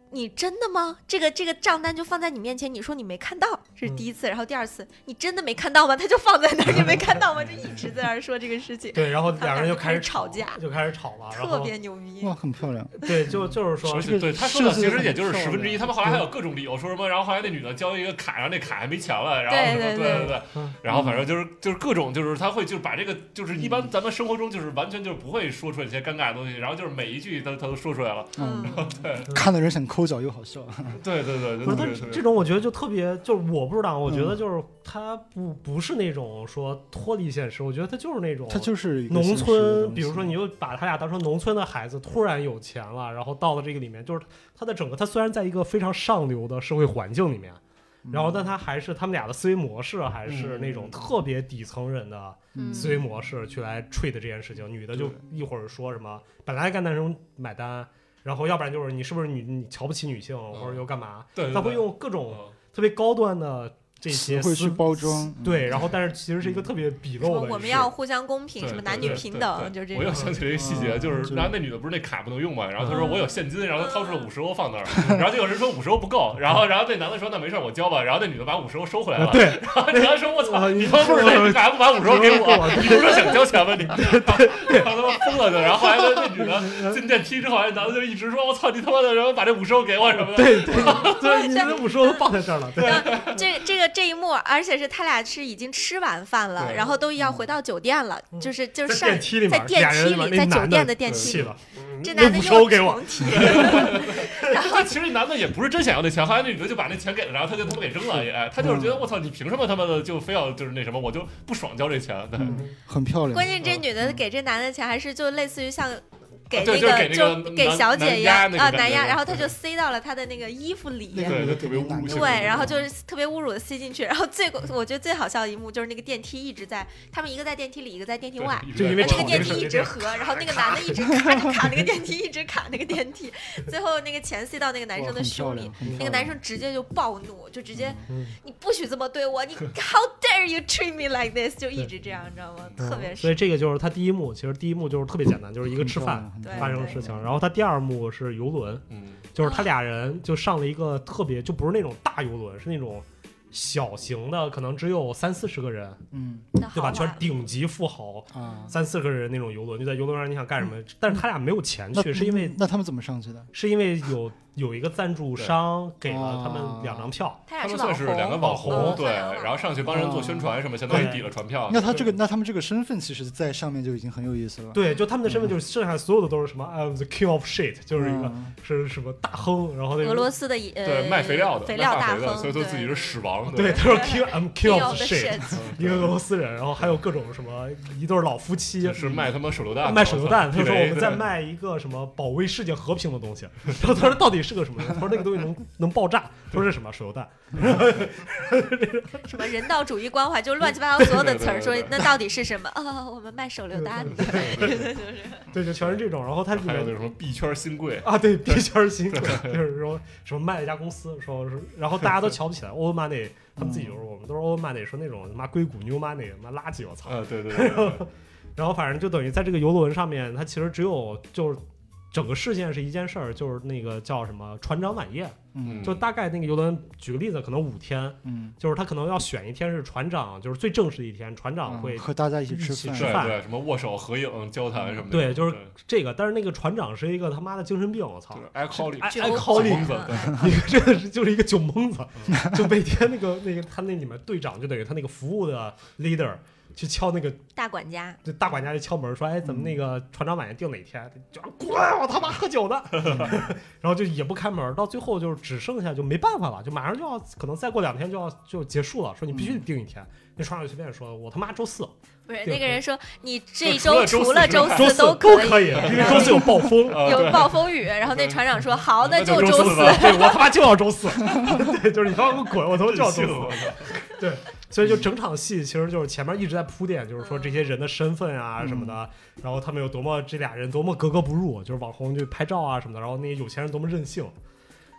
Speaker 4: 你真的吗？这个这个账单就放在你面前，你说你没看到，这是第一
Speaker 2: 嗯
Speaker 4: 次。然后第二次，你真的没看到吗？他就放在那儿，你没看到吗？就一直在那儿说这个事情，
Speaker 2: 对，然后
Speaker 4: 他们
Speaker 2: 两个人就
Speaker 4: 俩就
Speaker 2: 开始
Speaker 4: 开始 吵架
Speaker 2: 就开始吵了，然
Speaker 4: 特
Speaker 2: 后
Speaker 4: 别嗯牛逼。
Speaker 5: 哇，很漂亮，
Speaker 2: 对，就就是说
Speaker 3: 而
Speaker 5: 这个
Speaker 3: 且对他说的
Speaker 5: 设置
Speaker 3: 其
Speaker 5: 得
Speaker 3: 实
Speaker 5: 很
Speaker 3: 也就是
Speaker 5: 漂
Speaker 3: 十分之一，
Speaker 5: 亮
Speaker 3: 他们后来还有各种理由说什么，然后后来那女的交一个卡，然后那卡还没钱了，然后
Speaker 4: 对
Speaker 3: 什么
Speaker 4: 对
Speaker 3: 对
Speaker 4: 对
Speaker 3: 对
Speaker 2: 嗯，
Speaker 3: 然后反正就是就是各种就是他会就是把这个就是一般咱们生活中就是完全就是不会说出来一些尴尬的东西，然后就是每一句他他都说出来了，
Speaker 5: 嗯，
Speaker 4: 嗯，
Speaker 5: 看的人想抠脚又好笑，
Speaker 2: 哦
Speaker 3: 对对对，
Speaker 2: 不是，
Speaker 3: 对对
Speaker 2: 但
Speaker 3: 对
Speaker 2: 是
Speaker 3: 对
Speaker 2: 这种我觉得就特别，就是我不知道，我觉得
Speaker 5: 嗯
Speaker 2: 就是他不不是那种说脱离现实，我觉得他就是那种，
Speaker 5: 它就是一个
Speaker 2: 农
Speaker 5: 现实的
Speaker 2: 村，
Speaker 5: 东
Speaker 2: 比如
Speaker 5: 西
Speaker 2: 说你就把他俩当成农村的孩子，突然有钱了，然后到了这个里面，就是他的整个，他虽然在一个非常上流的社会环境里面，
Speaker 5: 嗯
Speaker 2: 然后但他还是他们俩的思维模式还是那种特别底层人的
Speaker 4: 嗯
Speaker 2: 思维模式去来 treat 这件事情。女的就
Speaker 5: 对
Speaker 2: 一会儿说什么本来该男生买单，然后要不然就是你是不是女你瞧不起女性，或者又干嘛，
Speaker 3: 对，
Speaker 2: 他会
Speaker 3: 对
Speaker 2: 用各种
Speaker 3: 嗯
Speaker 2: 特别高端的这些
Speaker 5: 词汇去
Speaker 2: 思
Speaker 5: 包装，嗯
Speaker 2: 对，然后但是其实是一个特别鄙
Speaker 4: 什么
Speaker 2: 陋的，
Speaker 4: 我们要互相公平，
Speaker 3: 对
Speaker 4: 什么
Speaker 3: 对
Speaker 4: 男女
Speaker 3: 对
Speaker 4: 平
Speaker 3: 对
Speaker 4: 等，就是
Speaker 3: 对
Speaker 4: 这
Speaker 3: 我
Speaker 4: 种
Speaker 3: 又。想起了一个细节，
Speaker 5: 啊
Speaker 3: 就是
Speaker 5: 就
Speaker 3: 然后那女的不是那卡不能用嘛，然后她说
Speaker 2: 嗯
Speaker 3: 我有现金，然后她掏出了五十欧放那儿，然后就有人说五十欧不够，然后然后那男的说那没事儿我交吧，然后那女的把五十欧收回来了，
Speaker 2: 对。
Speaker 3: 然后他说我操，
Speaker 2: 啊
Speaker 3: 你他妈不是那你干嘛不把五十欧给我？你不是说想交钱吗你？然后他妈疯了就，然后后来那那女的进电梯之后，那男的就一直说我操你他妈的，然后把这五十欧给我什么的。
Speaker 2: 对对对，你这五十都放在这儿了，对，
Speaker 4: 这这个这一幕，而且是他俩是已经吃晚饭了，
Speaker 3: 对
Speaker 4: 然后都要回到酒店了，
Speaker 2: 嗯
Speaker 4: 就是就是
Speaker 2: 在
Speaker 4: 上
Speaker 2: 电梯里
Speaker 4: 在
Speaker 2: 面，
Speaker 4: 电
Speaker 2: 俩人
Speaker 4: 梯
Speaker 2: 里面那
Speaker 4: 里，在
Speaker 2: 男
Speaker 4: 酒店
Speaker 2: 的
Speaker 4: 的电梯
Speaker 2: 气
Speaker 4: 里，
Speaker 2: 了，
Speaker 4: 这
Speaker 2: 那
Speaker 4: 男的
Speaker 2: 五十欧
Speaker 4: 又
Speaker 2: 给我
Speaker 4: 重，提，
Speaker 3: 但其实男的也不是真想要那钱，后来那女的就把那钱给了，然后他就他妈给扔了也，哎他就是觉得我操你凭什么他妈的就非要就是那什么，我就不爽交这钱。对，嗯
Speaker 5: 嗯很漂亮，
Speaker 4: 关键这女的给这男的钱，还是就类似于像。给
Speaker 3: 啊对
Speaker 4: 那
Speaker 3: 就是
Speaker 4: 个
Speaker 3: 给那个
Speaker 4: 就给
Speaker 3: 男
Speaker 4: 小姐
Speaker 3: 男
Speaker 4: 一
Speaker 3: 压
Speaker 4: 样
Speaker 3: 那个
Speaker 4: 啊
Speaker 3: 感
Speaker 4: 男
Speaker 3: 觉
Speaker 4: 丫，
Speaker 3: 嘛
Speaker 4: 然后他
Speaker 3: 对
Speaker 4: 就塞到了他的那个衣服里，
Speaker 5: 那
Speaker 3: 对
Speaker 5: 个女
Speaker 3: 就
Speaker 5: 的
Speaker 3: 特
Speaker 5: 给
Speaker 3: 别
Speaker 5: 那
Speaker 3: 侮
Speaker 5: 男的一
Speaker 3: 辱性
Speaker 4: 对
Speaker 5: 个，
Speaker 3: 对
Speaker 4: 然后就是特别侮辱的塞进去，然后最我觉得最好笑的一幕就是那个电梯一直在，他们一个在电梯里，一个在电梯外，
Speaker 2: 就
Speaker 3: 对
Speaker 2: 因为
Speaker 4: 那
Speaker 2: 吵
Speaker 4: 个
Speaker 2: 这
Speaker 4: 电
Speaker 2: 个
Speaker 4: 梯
Speaker 2: 事
Speaker 4: 一
Speaker 2: 儿，
Speaker 4: 直合，然后那个男的一直卡 着卡那个电梯，一直卡那个电梯，最后那个钱塞到那个男
Speaker 5: 哇
Speaker 4: 生的
Speaker 5: 很漂
Speaker 4: 胸里
Speaker 5: 亮，，很
Speaker 4: 那个
Speaker 5: 漂
Speaker 4: 男
Speaker 5: 亮
Speaker 4: 生直接就暴怒，就直接
Speaker 2: 嗯
Speaker 4: 你不许这么对 我，你 How dare you treat me like this？就一直这样，你知道吗？
Speaker 3: 嗯
Speaker 4: 特别
Speaker 2: 所
Speaker 4: 是
Speaker 2: 以这个就是他第一幕，其实第一幕就是特别简单，就是一个吃饭
Speaker 5: 很漂
Speaker 4: 对
Speaker 5: 亮
Speaker 2: 发生的事情，然后他第二幕是游轮，
Speaker 3: 嗯，
Speaker 2: 就是他俩人就上了一个特别，就不是那种大游轮，是那种。小型的可能只有三四十个人，
Speaker 5: 嗯
Speaker 4: 那
Speaker 2: 对
Speaker 4: 好
Speaker 2: 吧？
Speaker 4: 玩
Speaker 2: 全是顶级富豪，
Speaker 5: 啊，
Speaker 2: 三四个人那种游轮，就在游轮上你想干什么？但是他俩没有钱
Speaker 5: 那嗯
Speaker 2: 去，是因为
Speaker 5: 那他们怎么上去的？
Speaker 2: 是因为有有一个赞助商给了他们
Speaker 5: 啊
Speaker 2: 两张票，
Speaker 4: 他
Speaker 3: 他
Speaker 4: 俩
Speaker 3: 们
Speaker 4: 是
Speaker 3: 算是两个
Speaker 4: 网
Speaker 3: 网
Speaker 2: 网
Speaker 3: 红，
Speaker 2: 红
Speaker 3: 对，
Speaker 4: 嗯
Speaker 3: 然后上去帮人做宣传什么，相当于抵了船
Speaker 2: 啊
Speaker 3: 票。
Speaker 5: 那他这个，那他们这个身份，其实在上面就已经很有意思了。
Speaker 2: 对，就他们的身份就是剩下所有的都是什么 I'm the king of shit，就是一个、
Speaker 5: 嗯
Speaker 2: 是什么大亨，然后那个
Speaker 4: 俄罗斯的呃
Speaker 3: 对卖肥料的，
Speaker 4: 肥
Speaker 3: 卖
Speaker 4: 料
Speaker 3: 化
Speaker 4: 大
Speaker 3: 肥的，所以
Speaker 4: 亨，
Speaker 3: 说自己是 屎王。
Speaker 2: 对，他说 king I'm king
Speaker 4: King
Speaker 2: of
Speaker 4: of
Speaker 2: the
Speaker 4: the
Speaker 2: shit，
Speaker 4: shit
Speaker 2: 一个俄罗斯人，然后还有各种什么一对老夫妻
Speaker 3: 也。是卖他妈手榴弹的，
Speaker 2: 卖手榴弹，
Speaker 3: 我
Speaker 2: 他
Speaker 3: 操
Speaker 2: 说我们在。
Speaker 3: 地雷
Speaker 2: 卖一个什么保卫世界和平的东西，然后他说到底是个什么东西？他说那个东西能能爆炸，他说是什么手榴弹？
Speaker 4: 什么人道主义关怀，就乱七八糟所有的词儿，
Speaker 3: 对对
Speaker 4: 说
Speaker 3: 对对
Speaker 4: 那到底是什么啊？我们卖手榴弹的，就是
Speaker 2: 对，就全是这种。然后他里
Speaker 3: 还有
Speaker 2: 面
Speaker 3: 那什么币圈新贵，
Speaker 2: 啊，对，币圈新贵就是说什么卖了一家公司，说是，然后大家都瞧不起来 old money，他们自己就是我们都是 old money，说那种他妈硅谷 new money，他妈垃圾，我操！
Speaker 3: 啊，对对对 对，对
Speaker 2: 然后反正就等于在这个游轮上面，它其实只有就是。整个事件是一件事儿，就是那个叫什么船长晚宴，
Speaker 5: 嗯
Speaker 3: 嗯
Speaker 2: 就大概那个游轮，举个例子，可能五天，
Speaker 5: 嗯，
Speaker 2: 就是他可能要选一天是船长，就是最正式的一天，船长啊会
Speaker 5: 嗯和大家一起
Speaker 2: 一
Speaker 5: 吃
Speaker 2: 起
Speaker 5: 饭，
Speaker 2: 吃
Speaker 3: 对
Speaker 2: 饭
Speaker 3: 对，什么握手、合影、交谈什么的，
Speaker 2: 对就是这个，但是那个船长是一个他妈的精神病，我操
Speaker 3: 就是 alcoholic，
Speaker 2: 爱
Speaker 4: 酒
Speaker 2: 爱
Speaker 4: 鬼
Speaker 2: 考虑
Speaker 3: 疯子
Speaker 4: 嗯
Speaker 2: 一个真的是就是一个酒蒙子，就每天那个那个他那里面队长就等于他那个服务的 leader 去敲那个
Speaker 4: 大管家，
Speaker 2: 就大管家就敲门说，哎，怎么那个船长晚宴定哪天？就啊滚，我他妈喝酒呢，然后就也不开门，到最后就是只剩下就没办法了，就马上就要可能再过两天就要就结束了，说你必须得定一天。那船长就随便说，我他妈周四，
Speaker 4: 不
Speaker 2: 对
Speaker 4: 是那个人说你这一
Speaker 3: 除了
Speaker 4: 周除
Speaker 3: 周四
Speaker 4: 了
Speaker 3: 之
Speaker 4: 周
Speaker 3: 外
Speaker 2: 周
Speaker 4: 四
Speaker 2: 四
Speaker 4: 可
Speaker 2: 可以，因为周四有暴风。
Speaker 3: 啊
Speaker 4: 有
Speaker 3: 对嗯
Speaker 4: 暴风雨，然后那船长说 好，那就周
Speaker 3: 就周
Speaker 4: 四
Speaker 3: 四。吧
Speaker 2: 对我他妈就要周四， 对，就是你他妈给我滚，我他妈 就要周
Speaker 3: 真
Speaker 2: 四
Speaker 3: 信。我操
Speaker 2: 对，所以就整场戏其实就是前面一直在铺垫，就是说这些人的身份啊什么的，然后他们有多么这俩人多么格格不入，就是网红就拍照啊什么的，然后那些有钱人多么任性，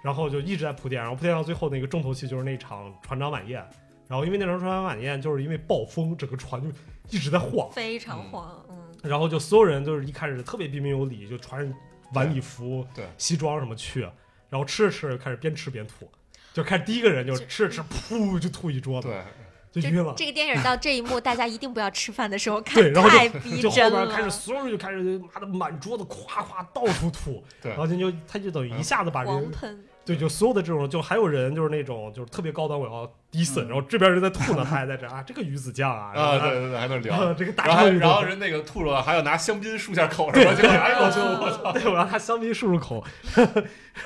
Speaker 2: 然后就一直在铺垫，然后铺垫到最后那个重头戏就是那场船长晚宴，然后因为那场船长晚宴就是因为暴风，整个船就一直在晃，
Speaker 4: 非常慌，嗯，
Speaker 2: 然后就所有人就是一开始特别彬彬有礼，就穿着晚礼服、
Speaker 3: 对对
Speaker 2: 西装什么去，然后吃着吃着开始边吃边吐，就开始第一个人就
Speaker 4: 就
Speaker 2: 吃着吃着噗就吐一桌子， 就
Speaker 3: 对，
Speaker 4: 这
Speaker 2: 晕了。
Speaker 4: 这个电影到这一幕，大家一定不要吃饭的时候看
Speaker 2: 对，然后就
Speaker 4: 太逼
Speaker 2: 就后
Speaker 4: 真
Speaker 2: 边
Speaker 4: 了
Speaker 2: 开。始所有人就开始妈的满桌子夸夸到处吐，
Speaker 3: 对嗯
Speaker 2: 然后就就他就等于一下子把这
Speaker 4: 狂喷，
Speaker 2: 对，就所有的这种，就还有人就是那种就是特别高端，我要低损，
Speaker 5: 嗯
Speaker 2: 然后这边人在吐呢，他还在这啊，这个鱼子酱啊，
Speaker 3: 啊，
Speaker 2: 然后
Speaker 3: 对对对，还能
Speaker 2: 然后
Speaker 3: 聊。
Speaker 2: 这个大
Speaker 3: 然后还
Speaker 2: 章鱼
Speaker 3: 然后
Speaker 2: 肉
Speaker 3: 人那个吐了，还要拿香槟漱下口什么， 结果哎
Speaker 4: 嗯
Speaker 3: 呦我就我操，
Speaker 2: 对，我让他香槟漱漱口，然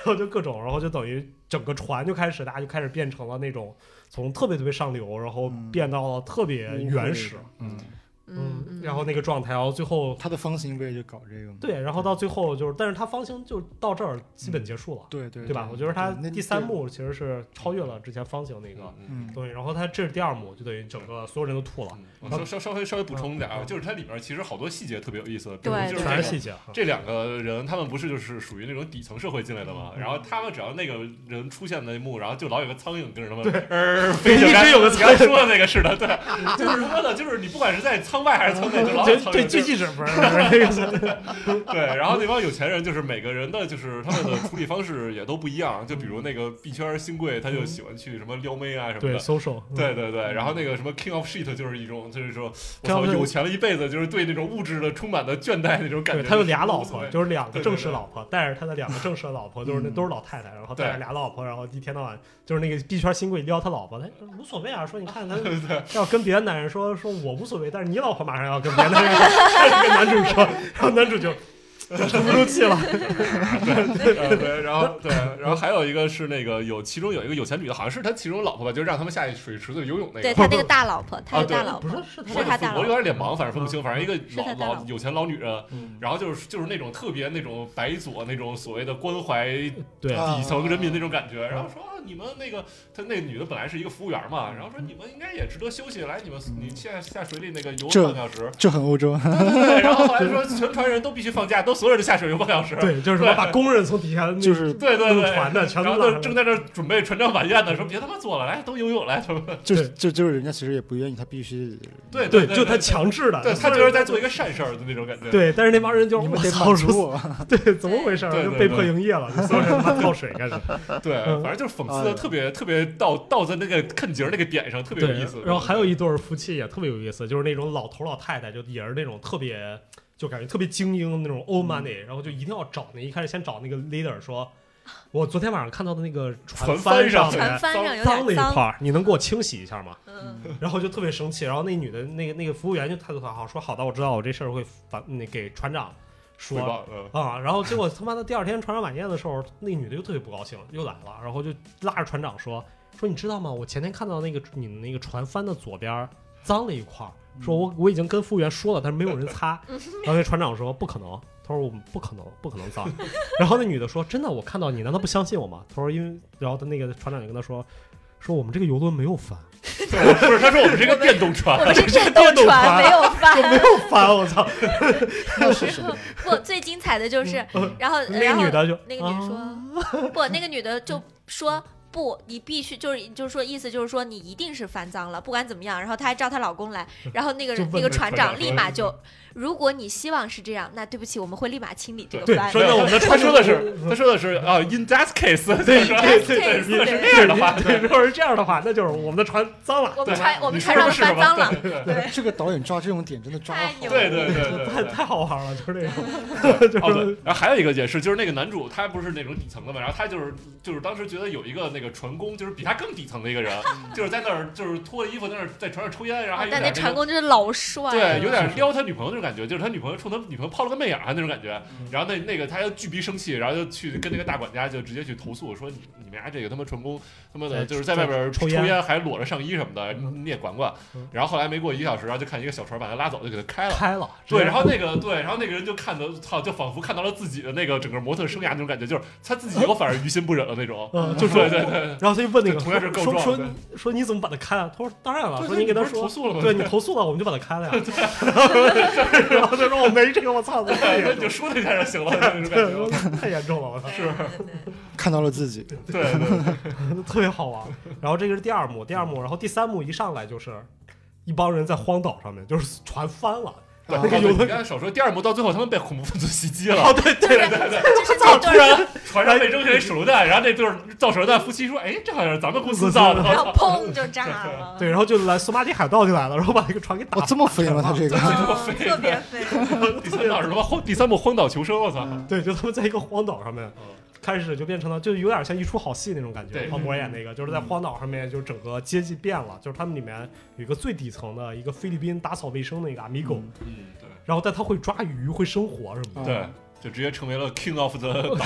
Speaker 2: 后就各种，然后就等于整个船就开始，大家就开始变成了那种从特别特别上流，然后
Speaker 6: 嗯
Speaker 2: 变到了特别原始，
Speaker 6: 嗯，
Speaker 4: 嗯，嗯
Speaker 2: 然后那个状态，然后最后
Speaker 6: 他的方形不也就搞这个吗？
Speaker 2: 对，然后到最后就是，但是他方形就到这儿基本结束了，
Speaker 6: 对对
Speaker 2: 对吧？我觉得他
Speaker 6: 那
Speaker 2: 第三，幕其实是超越了之前方形那个
Speaker 6: 嗯，
Speaker 2: 东西，然后他这是第二幕，就等于整个所有人都吐了，
Speaker 3: 嗯我稍稍稍微稍微补充点啊，
Speaker 2: 嗯
Speaker 3: 就是它里面其实好多细节特别有意思，比如
Speaker 4: 对
Speaker 3: 就是
Speaker 2: 全是
Speaker 3: 嗯这个
Speaker 2: 细节。
Speaker 3: 这两个人，他们不是就是属于那种底层社会进来的嘛？然后他们只要那个人出现那一幕，然后就老有个苍蝇跟着他们呃飞起来，
Speaker 2: 一直有个
Speaker 3: 你刚才
Speaker 2: 苍蝇
Speaker 3: 说的那个是的，对，就是他妈的，就是你不管是在舱外还是舱内，就老有
Speaker 2: 这
Speaker 3: 苍
Speaker 2: 这
Speaker 3: 蝇。
Speaker 2: 这记者不是不是这个，
Speaker 3: 对，然后那帮有钱人就是每个人的就是他们的处理方式也都不一样，就比如那个币圈新贵，他就喜欢去什么撩妹啊什么
Speaker 2: 对
Speaker 3: 的。
Speaker 2: social，嗯
Speaker 3: 对对对，然后那个什么 King of Shit 就是一种，就是说，我
Speaker 2: 这样
Speaker 3: 操，
Speaker 2: 是
Speaker 3: 有钱了一辈子，就是对那种物质的充满了倦怠那种感
Speaker 2: 对，
Speaker 3: 觉。
Speaker 2: 他有俩老
Speaker 3: 无所
Speaker 2: 婆，
Speaker 3: 谓
Speaker 2: 就是两个
Speaker 3: 对对
Speaker 2: 正式
Speaker 3: 对
Speaker 2: 老婆，带着他的两个正式老婆，就是那
Speaker 6: 嗯
Speaker 2: 都是老太太，然后带着
Speaker 3: 对
Speaker 2: 俩老婆，然后一天到晚就是那个币圈新贵撩他老婆，他无所谓啊，说你看 他要跟别的男人说说我无所谓，但是你老婆马上要跟别的男人说， 跟男主说，然后男主就就沉不住气 了，
Speaker 3: 呃对，然后对，然后还有一个是那个有，其中有一个有钱女的，好像是他其中老婆吧，就是让他们下水池子游泳那
Speaker 4: 对
Speaker 3: 个。
Speaker 4: 他那个大老婆，他
Speaker 3: 啊
Speaker 4: 的大
Speaker 3: 对
Speaker 4: 老
Speaker 2: 不
Speaker 4: 婆，
Speaker 2: 是是他
Speaker 4: 是他大
Speaker 3: 我
Speaker 4: 老
Speaker 3: 有
Speaker 4: 婆，
Speaker 3: 点脸盲，反正分不清，反正一个
Speaker 4: 是他
Speaker 3: 老
Speaker 4: 大
Speaker 3: 老
Speaker 4: 佬
Speaker 3: 有钱老女人，
Speaker 2: 嗯
Speaker 3: 然后就是就是那种特别那种白左那种所谓的关怀
Speaker 2: 对
Speaker 6: 啊
Speaker 3: 底层人民那种感
Speaker 2: 嗯
Speaker 3: 觉，然后说啊你们那个他那女的本来是一个服务员嘛，然后说
Speaker 2: 嗯
Speaker 3: 你们应该也值得休息，来你们你下下水里那个游
Speaker 6: 这
Speaker 3: 半个小时，
Speaker 6: 这很欧洲，
Speaker 3: 对，然后后来说全船人都必须放假，都所有人都下水游半小时，
Speaker 2: 对，就是什么把工人从底下那
Speaker 6: 就是
Speaker 3: 对对
Speaker 2: 弄
Speaker 3: 对，
Speaker 2: 船的全都
Speaker 3: 然后
Speaker 2: 拉上
Speaker 3: 都
Speaker 2: 来
Speaker 3: 正在这儿准备船长晚宴呢，说别他妈做了，来都游泳来，他们
Speaker 6: 就是就就是人家其实也不愿意，他必须
Speaker 3: 对
Speaker 2: 对，
Speaker 3: 对，
Speaker 2: 就他
Speaker 3: 对
Speaker 2: 强制的，
Speaker 3: 对他就是在做一个善事儿的那种感觉，
Speaker 2: 对，但是那帮人就是
Speaker 6: 你
Speaker 2: 我
Speaker 6: 们得
Speaker 2: 操
Speaker 6: 满
Speaker 2: 说
Speaker 6: 足我，
Speaker 2: 对，怎么回事儿？
Speaker 3: 对
Speaker 2: 就
Speaker 3: 对
Speaker 2: 被
Speaker 3: 对
Speaker 2: 迫营业了，所有人他妈跳水开始。
Speaker 3: 对，
Speaker 2: 嗯
Speaker 3: 反正就是讽刺
Speaker 6: 哎
Speaker 3: 的
Speaker 6: 呀
Speaker 3: 特别特别到到在那个看节儿那个点上，特别有
Speaker 2: 对
Speaker 3: 意思。，
Speaker 2: 然后还有一对儿夫妻也特别有意思，就是那种老头儿老太太，就也是那种特别，就感觉特别精英那种
Speaker 3: 嗯
Speaker 2: old money，、然后就一定要找那一开始先找那个 leader 说，我昨天晚上看到的那个
Speaker 3: 船
Speaker 2: 帆
Speaker 3: 帆上
Speaker 2: 面
Speaker 4: 船帆上有
Speaker 2: 脏了
Speaker 4: 点
Speaker 2: 一
Speaker 4: 脏
Speaker 2: 块，儿，你能给我清洗一下吗？
Speaker 4: 嗯，
Speaker 2: 然后就特别生气，然后那女的那个那个服务员就态度很好，说好的，我知道我这事儿会反那给船长
Speaker 3: 汇
Speaker 2: 说，
Speaker 3: 报，嗯
Speaker 2: 啊、然后结果他妈的第二天船上晚宴的时候，那女的又特别不高兴，又来了，然后就拉着船长说说你知道吗？我前天看到那个你们那个船帆的左边儿脏了一块儿，说我我已经跟服务员说了，但是没有人 擦。然后那船长说不可能，他说我们不可能不可能脏。 然后那女的说真的，我看到你，难道不相信我吗？他说因为然后他那个船长就跟他说说我们这个游轮没有帆，
Speaker 3: 对，不是，他说我们这个电动船，
Speaker 4: 我们这
Speaker 2: 这
Speaker 4: 是
Speaker 2: 个
Speaker 4: 斗
Speaker 2: 电动
Speaker 4: 船
Speaker 3: 啊
Speaker 4: 没
Speaker 2: 船
Speaker 4: 有
Speaker 2: 说没
Speaker 4: 饭。
Speaker 2: 有帆，我操！
Speaker 6: 那是什么？
Speaker 4: 不，最精彩的
Speaker 3: 嗯
Speaker 4: 就是，然后
Speaker 2: 那
Speaker 4: 然
Speaker 2: 个
Speaker 4: 后
Speaker 2: 女的就
Speaker 4: 那个女的
Speaker 2: 啊
Speaker 4: 说，不，那个女的就说。不，你必须就是就是说意思就是说你一定是翻脏了，不管怎么样。然后她还叫她老公来，然后那个
Speaker 3: 就
Speaker 4: 人
Speaker 3: 问
Speaker 4: 那个
Speaker 3: 那
Speaker 4: 船
Speaker 3: 船
Speaker 4: 长
Speaker 3: 长
Speaker 4: 立
Speaker 3: 说
Speaker 4: 马就，如果你希望是这样，那对不起，我们会立马清理这个
Speaker 2: 对
Speaker 4: 帆。
Speaker 2: 说
Speaker 3: 没
Speaker 2: 那
Speaker 3: 有
Speaker 2: 我们的
Speaker 3: 他
Speaker 2: 船
Speaker 3: 说的是，他说的是啊，in that case，对
Speaker 4: 对对
Speaker 3: 对对，如果是
Speaker 4: 对
Speaker 3: 这样的话，
Speaker 2: 对，如果是这样的话，那就是我们的船脏了。
Speaker 4: 我们
Speaker 3: 对
Speaker 4: 船我们
Speaker 3: 你
Speaker 4: 船
Speaker 3: 说
Speaker 4: 上
Speaker 3: 是
Speaker 4: 翻
Speaker 3: 吧
Speaker 4: 脏了，
Speaker 3: 对对
Speaker 4: 对
Speaker 6: 这个导演抓这种点真的抓
Speaker 4: 太
Speaker 6: 好
Speaker 4: 牛，
Speaker 3: 对对对对
Speaker 2: 太
Speaker 3: 对。
Speaker 2: 太好玩了，就是那种，
Speaker 3: 哦，
Speaker 2: 就是
Speaker 3: 对，然后还有一个也是，就是那个男主他不是那种底层的嘛，然后他就是就是当时觉得有一个那个船工，就是比他更底层的一个人，就是在那儿就是脱了衣服在那儿在船上抽烟，然后还有
Speaker 4: 但
Speaker 3: 点
Speaker 4: 那
Speaker 3: 种
Speaker 4: 船工就是老帅了，
Speaker 3: 对，有点撩他女朋友那种感觉，就是他女朋友冲他女朋友抛了个媚眼儿那种感觉。然后那那个他就巨逼生气，然后就去跟那个大管家就直接去投诉说你你们家这个他妈船工他妈
Speaker 2: 哎
Speaker 3: 的就是在外边儿
Speaker 2: 抽
Speaker 3: 抽
Speaker 2: 烟
Speaker 3: 烟还裸着上衣什么的，你你也管管
Speaker 2: 嗯。
Speaker 3: 然后后来没过一个小时，然后就看一个小船把他拉走，就给他开了。
Speaker 2: 开了。
Speaker 3: 对，然后那个对，然后那个人就看得操，就仿佛看到了自己的那个整个模特生涯那种感觉，就是他自己又反而于心不忍了那种。
Speaker 2: 嗯，就说
Speaker 3: 对对，对，
Speaker 2: 然后他就问那个
Speaker 3: 这同样是
Speaker 2: 说
Speaker 3: 告
Speaker 2: 说
Speaker 3: 状
Speaker 2: 说
Speaker 3: 对
Speaker 2: 你说你怎么把他开了？他说当然了，
Speaker 3: 对
Speaker 2: 说
Speaker 3: 对
Speaker 2: 你给
Speaker 3: 你
Speaker 2: 他
Speaker 3: 不是
Speaker 2: 说
Speaker 3: 投诉了吗
Speaker 2: 对你投诉了，我们就把他开了呀。 然后他说我没这个，我操，太
Speaker 3: 对，
Speaker 2: 严
Speaker 3: 你
Speaker 2: 重了
Speaker 3: 就说他一下就行了那种感
Speaker 2: 对我
Speaker 3: 觉。
Speaker 2: 操，太严重了，我操，
Speaker 4: 是，
Speaker 6: 看到了自己，
Speaker 3: 对 对对。
Speaker 2: 特别好玩。然后这个是第二幕，第二幕，然后第三幕一上来就是一帮人在荒岛上面，就是船翻了。
Speaker 3: 对，
Speaker 5: 啊
Speaker 3: 那个
Speaker 5: 对
Speaker 3: 有的你刚才少说，第二幕到最后他们被恐怖分子袭击了，
Speaker 2: 哦，对对对，
Speaker 4: 就是
Speaker 3: 然后
Speaker 4: 那
Speaker 3: 突
Speaker 4: 段，
Speaker 3: 然船上被扔下来手榴弹，然后那对儿造手榴弹夫妻说：“哎，这好像是咱们公司造的。
Speaker 4: 然后砰就炸
Speaker 3: 啊
Speaker 4: 了，
Speaker 2: 对，然后就来索马里海盗就来了，然后把那个船给打
Speaker 6: 哦，这么飞吗？他这个
Speaker 2: 啊
Speaker 4: 嗯特别飞，
Speaker 3: 第三道是什么？荒第三部《荒岛求生》，我操！
Speaker 2: 对，就他们在一个荒岛上面
Speaker 3: 嗯，
Speaker 2: 开始就变成了，就有点像一出好戏那种感觉。
Speaker 3: 对嗯
Speaker 2: 黄渤演那个，就是在荒岛上面，就是整个阶级变了，就是他们里面有一个最底层的一个菲律宾打扫卫生的一个阿米狗，
Speaker 3: 嗯，对
Speaker 2: 然后但他会抓鱼，会生火什么的。
Speaker 3: 对，就直接成为了 King of the 岛。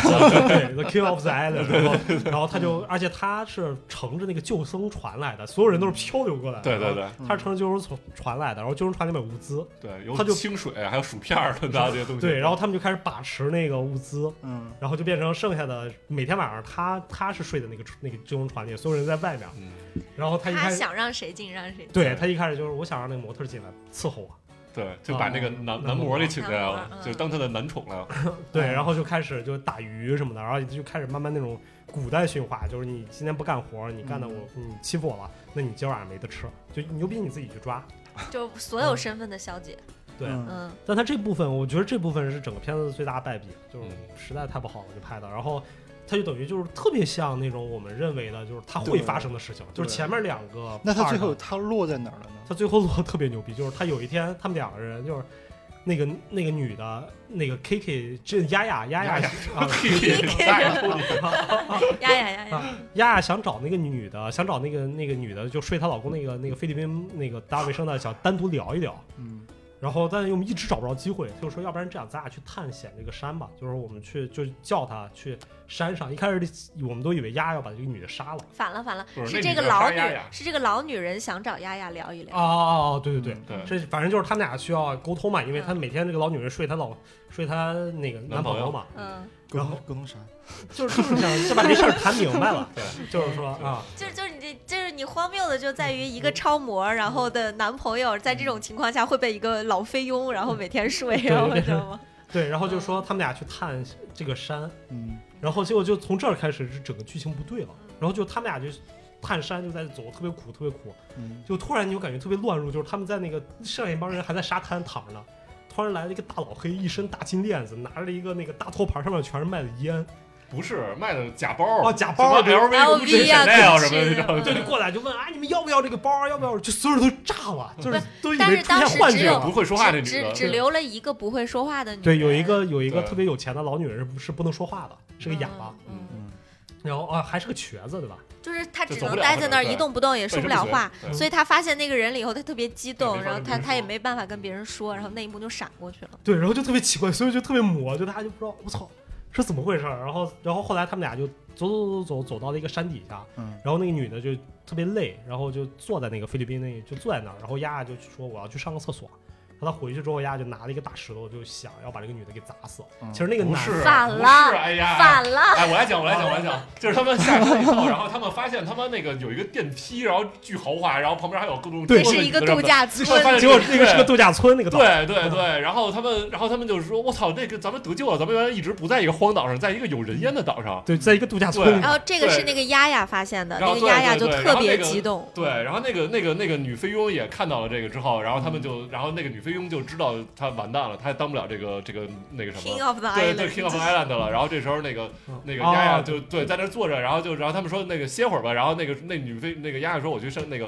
Speaker 2: 对，The King of the Island，然后然后他就，而且他是乘着那个救生船来的，所有人都是漂流过来的。
Speaker 3: 对对，对
Speaker 2: 他是乘着救生船来的，然后救生船里面有物资，
Speaker 3: 对，有
Speaker 2: 他就
Speaker 3: 清水，还有薯片儿，大家这些东西。
Speaker 2: 对，然后他们就开始把持那个物资，
Speaker 6: 嗯，
Speaker 2: 然后就变成剩下的每天晚上他他是睡的那个那个救生船里，所有人在外面，
Speaker 3: 嗯
Speaker 2: 然后他一
Speaker 4: 他
Speaker 2: 开始
Speaker 4: 想让谁进让谁进，
Speaker 2: 对他一开始就是我想让那个模特进来伺候我，
Speaker 4: 哦
Speaker 3: 对，就把那个
Speaker 2: 嗯
Speaker 3: 男
Speaker 4: 嗯
Speaker 3: 男模给请进来了，就是当他的男宠 了。
Speaker 2: 对，然后就开始就打鱼什么的，然后就开始慢慢那种古代驯化，就是你今天不干活，你干的我、
Speaker 4: 嗯
Speaker 2: 你欺负我了，那你今晚上没得吃，就牛逼你自己去抓。
Speaker 4: 就所有身份的小姐，
Speaker 2: 对，
Speaker 6: 嗯
Speaker 4: 嗯，
Speaker 2: 但他这部分我觉得这部分是整个片子最大的败笔，就是
Speaker 3: 嗯
Speaker 2: 实在太不好了就拍的，然后。他就等于就是特别像那种我们认为的，就是它会
Speaker 6: 对
Speaker 2: 发生的事情，就是
Speaker 6: 对
Speaker 2: 前面两个。
Speaker 6: 那他最后他落在哪儿了呢？
Speaker 2: 他最后落得特别牛逼， 就是他有一天他们两个人就是那个那个女的，那个 K K 这丫丫丫丫啊
Speaker 4: 呀呀呀呀，
Speaker 2: 丫丫想找那个女的，想找那个那个女的就睡她老公那个那个菲律宾那个大卫生的，想单独聊一聊。
Speaker 6: 嗯
Speaker 2: 然后，但是又一直找不着机会，就说要不然这样，咱俩去探险这个山吧。就是我们去，就叫她去山上。一开始我们都以为丫丫要把这个女的杀了。
Speaker 4: 反了反了，
Speaker 3: 不是
Speaker 4: 是
Speaker 3: 那
Speaker 4: 这
Speaker 3: 女
Speaker 4: 个
Speaker 3: 的
Speaker 4: 老
Speaker 3: 杀
Speaker 4: 女
Speaker 3: 丫丫
Speaker 4: 是这个老女人想找丫丫聊一
Speaker 2: 哦
Speaker 4: 聊，
Speaker 2: 哦哦，对对对，
Speaker 3: 对，
Speaker 2: 这反正就是他们俩需要沟通嘛，因为她
Speaker 4: 嗯
Speaker 2: 每天这个老女人睡她老睡她那个男
Speaker 3: 男朋
Speaker 2: 朋友
Speaker 3: 友
Speaker 2: 嘛，
Speaker 4: 嗯，
Speaker 6: 沟
Speaker 2: 然
Speaker 6: 通
Speaker 2: 后
Speaker 6: 沟通啥？
Speaker 2: 就是 就是想先把这事儿谈明白了，
Speaker 3: 对，
Speaker 2: 就是说啊，
Speaker 4: 就是就是你这就是你荒谬的就在于一个超模，然后的男朋友在这种情况下会被一个老菲佣，然后每天睡，然后
Speaker 2: 对
Speaker 4: 你知道吗？
Speaker 2: 对，然后就说他们俩去探这个山，
Speaker 6: 嗯，
Speaker 2: 然后结果就从这儿开始，是整个剧情不对了，然后就他们俩就探山就在走，特别苦，特别苦，
Speaker 6: 嗯
Speaker 2: 就突然你就感觉特别乱入，就是他们在那个剩下一帮人还在沙滩躺着呢。突然来了一个大老黑，一身大金链子，拿着一个那个大托盘，上面全是卖的烟，
Speaker 3: 不是卖的假哦包
Speaker 2: 哦，假包，
Speaker 3: 什么 LV、
Speaker 4: LV 啊
Speaker 3: Chanel 什么的
Speaker 4: 是
Speaker 3: 你知道吗，
Speaker 2: 对，就过来就问啊，你们要不要这个包？要不要？就所有人都炸了，就是都以
Speaker 4: 但
Speaker 2: 为
Speaker 4: 是
Speaker 2: 出
Speaker 4: 当
Speaker 2: 现
Speaker 4: 时
Speaker 2: 幻
Speaker 4: 只
Speaker 2: 觉
Speaker 4: 有
Speaker 2: 了
Speaker 3: 不。会说话这女
Speaker 4: 只
Speaker 3: 的，
Speaker 4: 只留了一个不会说话的女人，
Speaker 2: 对，有一个有一个
Speaker 3: 对
Speaker 2: 特别有钱的老女人是不是不能说话的，是个哑巴，
Speaker 4: 嗯，嗯
Speaker 6: 嗯
Speaker 2: 然后啊还是个瘸子，对吧？
Speaker 4: 就是她只
Speaker 3: 就走
Speaker 4: 能
Speaker 3: 不了
Speaker 4: 待在那儿
Speaker 3: 对
Speaker 4: 一动不动，也说不了话。
Speaker 3: 对
Speaker 4: 所以她发现那个人了以后，她特别激动，
Speaker 3: 对没法
Speaker 4: 然后
Speaker 3: 跟
Speaker 4: 她
Speaker 3: 别人
Speaker 4: 她也
Speaker 3: 说
Speaker 4: 没办法跟别人说，然后那一幕就闪过去了。
Speaker 2: 对，然后就特别奇怪，所以就特别魔，就大家就不知道我操是怎么回事儿。然后然后后来他们俩就走走走走走到了一个山底下，
Speaker 6: 嗯
Speaker 2: 然后那个女的就特别累，然后就坐在那个菲律宾那就坐在那儿，然后丫丫就说我要去上个厕所。然后她回去之后，丫丫就拿了一个大石头，就想要把这个女的给砸死。
Speaker 6: 嗯
Speaker 2: 其实那个
Speaker 3: 不
Speaker 2: 男
Speaker 3: 是，
Speaker 4: 反
Speaker 3: 不
Speaker 4: 了
Speaker 3: 是，哎呀，
Speaker 4: 反了，
Speaker 3: 哎，我来讲，我来讲，我来 讲，就是他们下山以后，然后他们发现他们那个有一个电梯，然后巨豪华，然后旁边还有各种
Speaker 2: 对
Speaker 4: 这
Speaker 3: 桌
Speaker 4: 是
Speaker 3: 子
Speaker 4: 一个
Speaker 3: 椅子什
Speaker 4: 度
Speaker 3: 么的。
Speaker 4: 假村，
Speaker 3: 发现
Speaker 2: 结果那个是个度假村，那个岛
Speaker 3: 对对对，然后他们，然后他们就是说，我操，那个咱们得救了，咱们原来一直不在一个荒岛上，在一个有人烟的岛上。
Speaker 2: 对，在一个度假村里
Speaker 4: 然
Speaker 2: 面。
Speaker 4: 后这个是
Speaker 3: 对
Speaker 4: 那个丫丫发现的，
Speaker 3: 然后
Speaker 4: 那个丫
Speaker 3: 对
Speaker 4: 丫就
Speaker 3: 对对
Speaker 4: 特别
Speaker 3: 然后那个
Speaker 4: 激动，
Speaker 3: 对，然后那个那个那个女菲佣也看到了这个之后，然后他们
Speaker 4: 嗯
Speaker 3: 就，然后那个女菲佣就知道她完蛋了，她当不了这个这个那个什么
Speaker 4: King of the
Speaker 3: 对对 King
Speaker 4: Island，
Speaker 3: of Island 了。然后这时候那个
Speaker 2: 嗯
Speaker 3: 那个
Speaker 2: 啊
Speaker 3: 丫丫就对在那儿坐着，然后就然后他们说那个歇会儿吧，然后那个那女菲那个丫丫说我去上那个。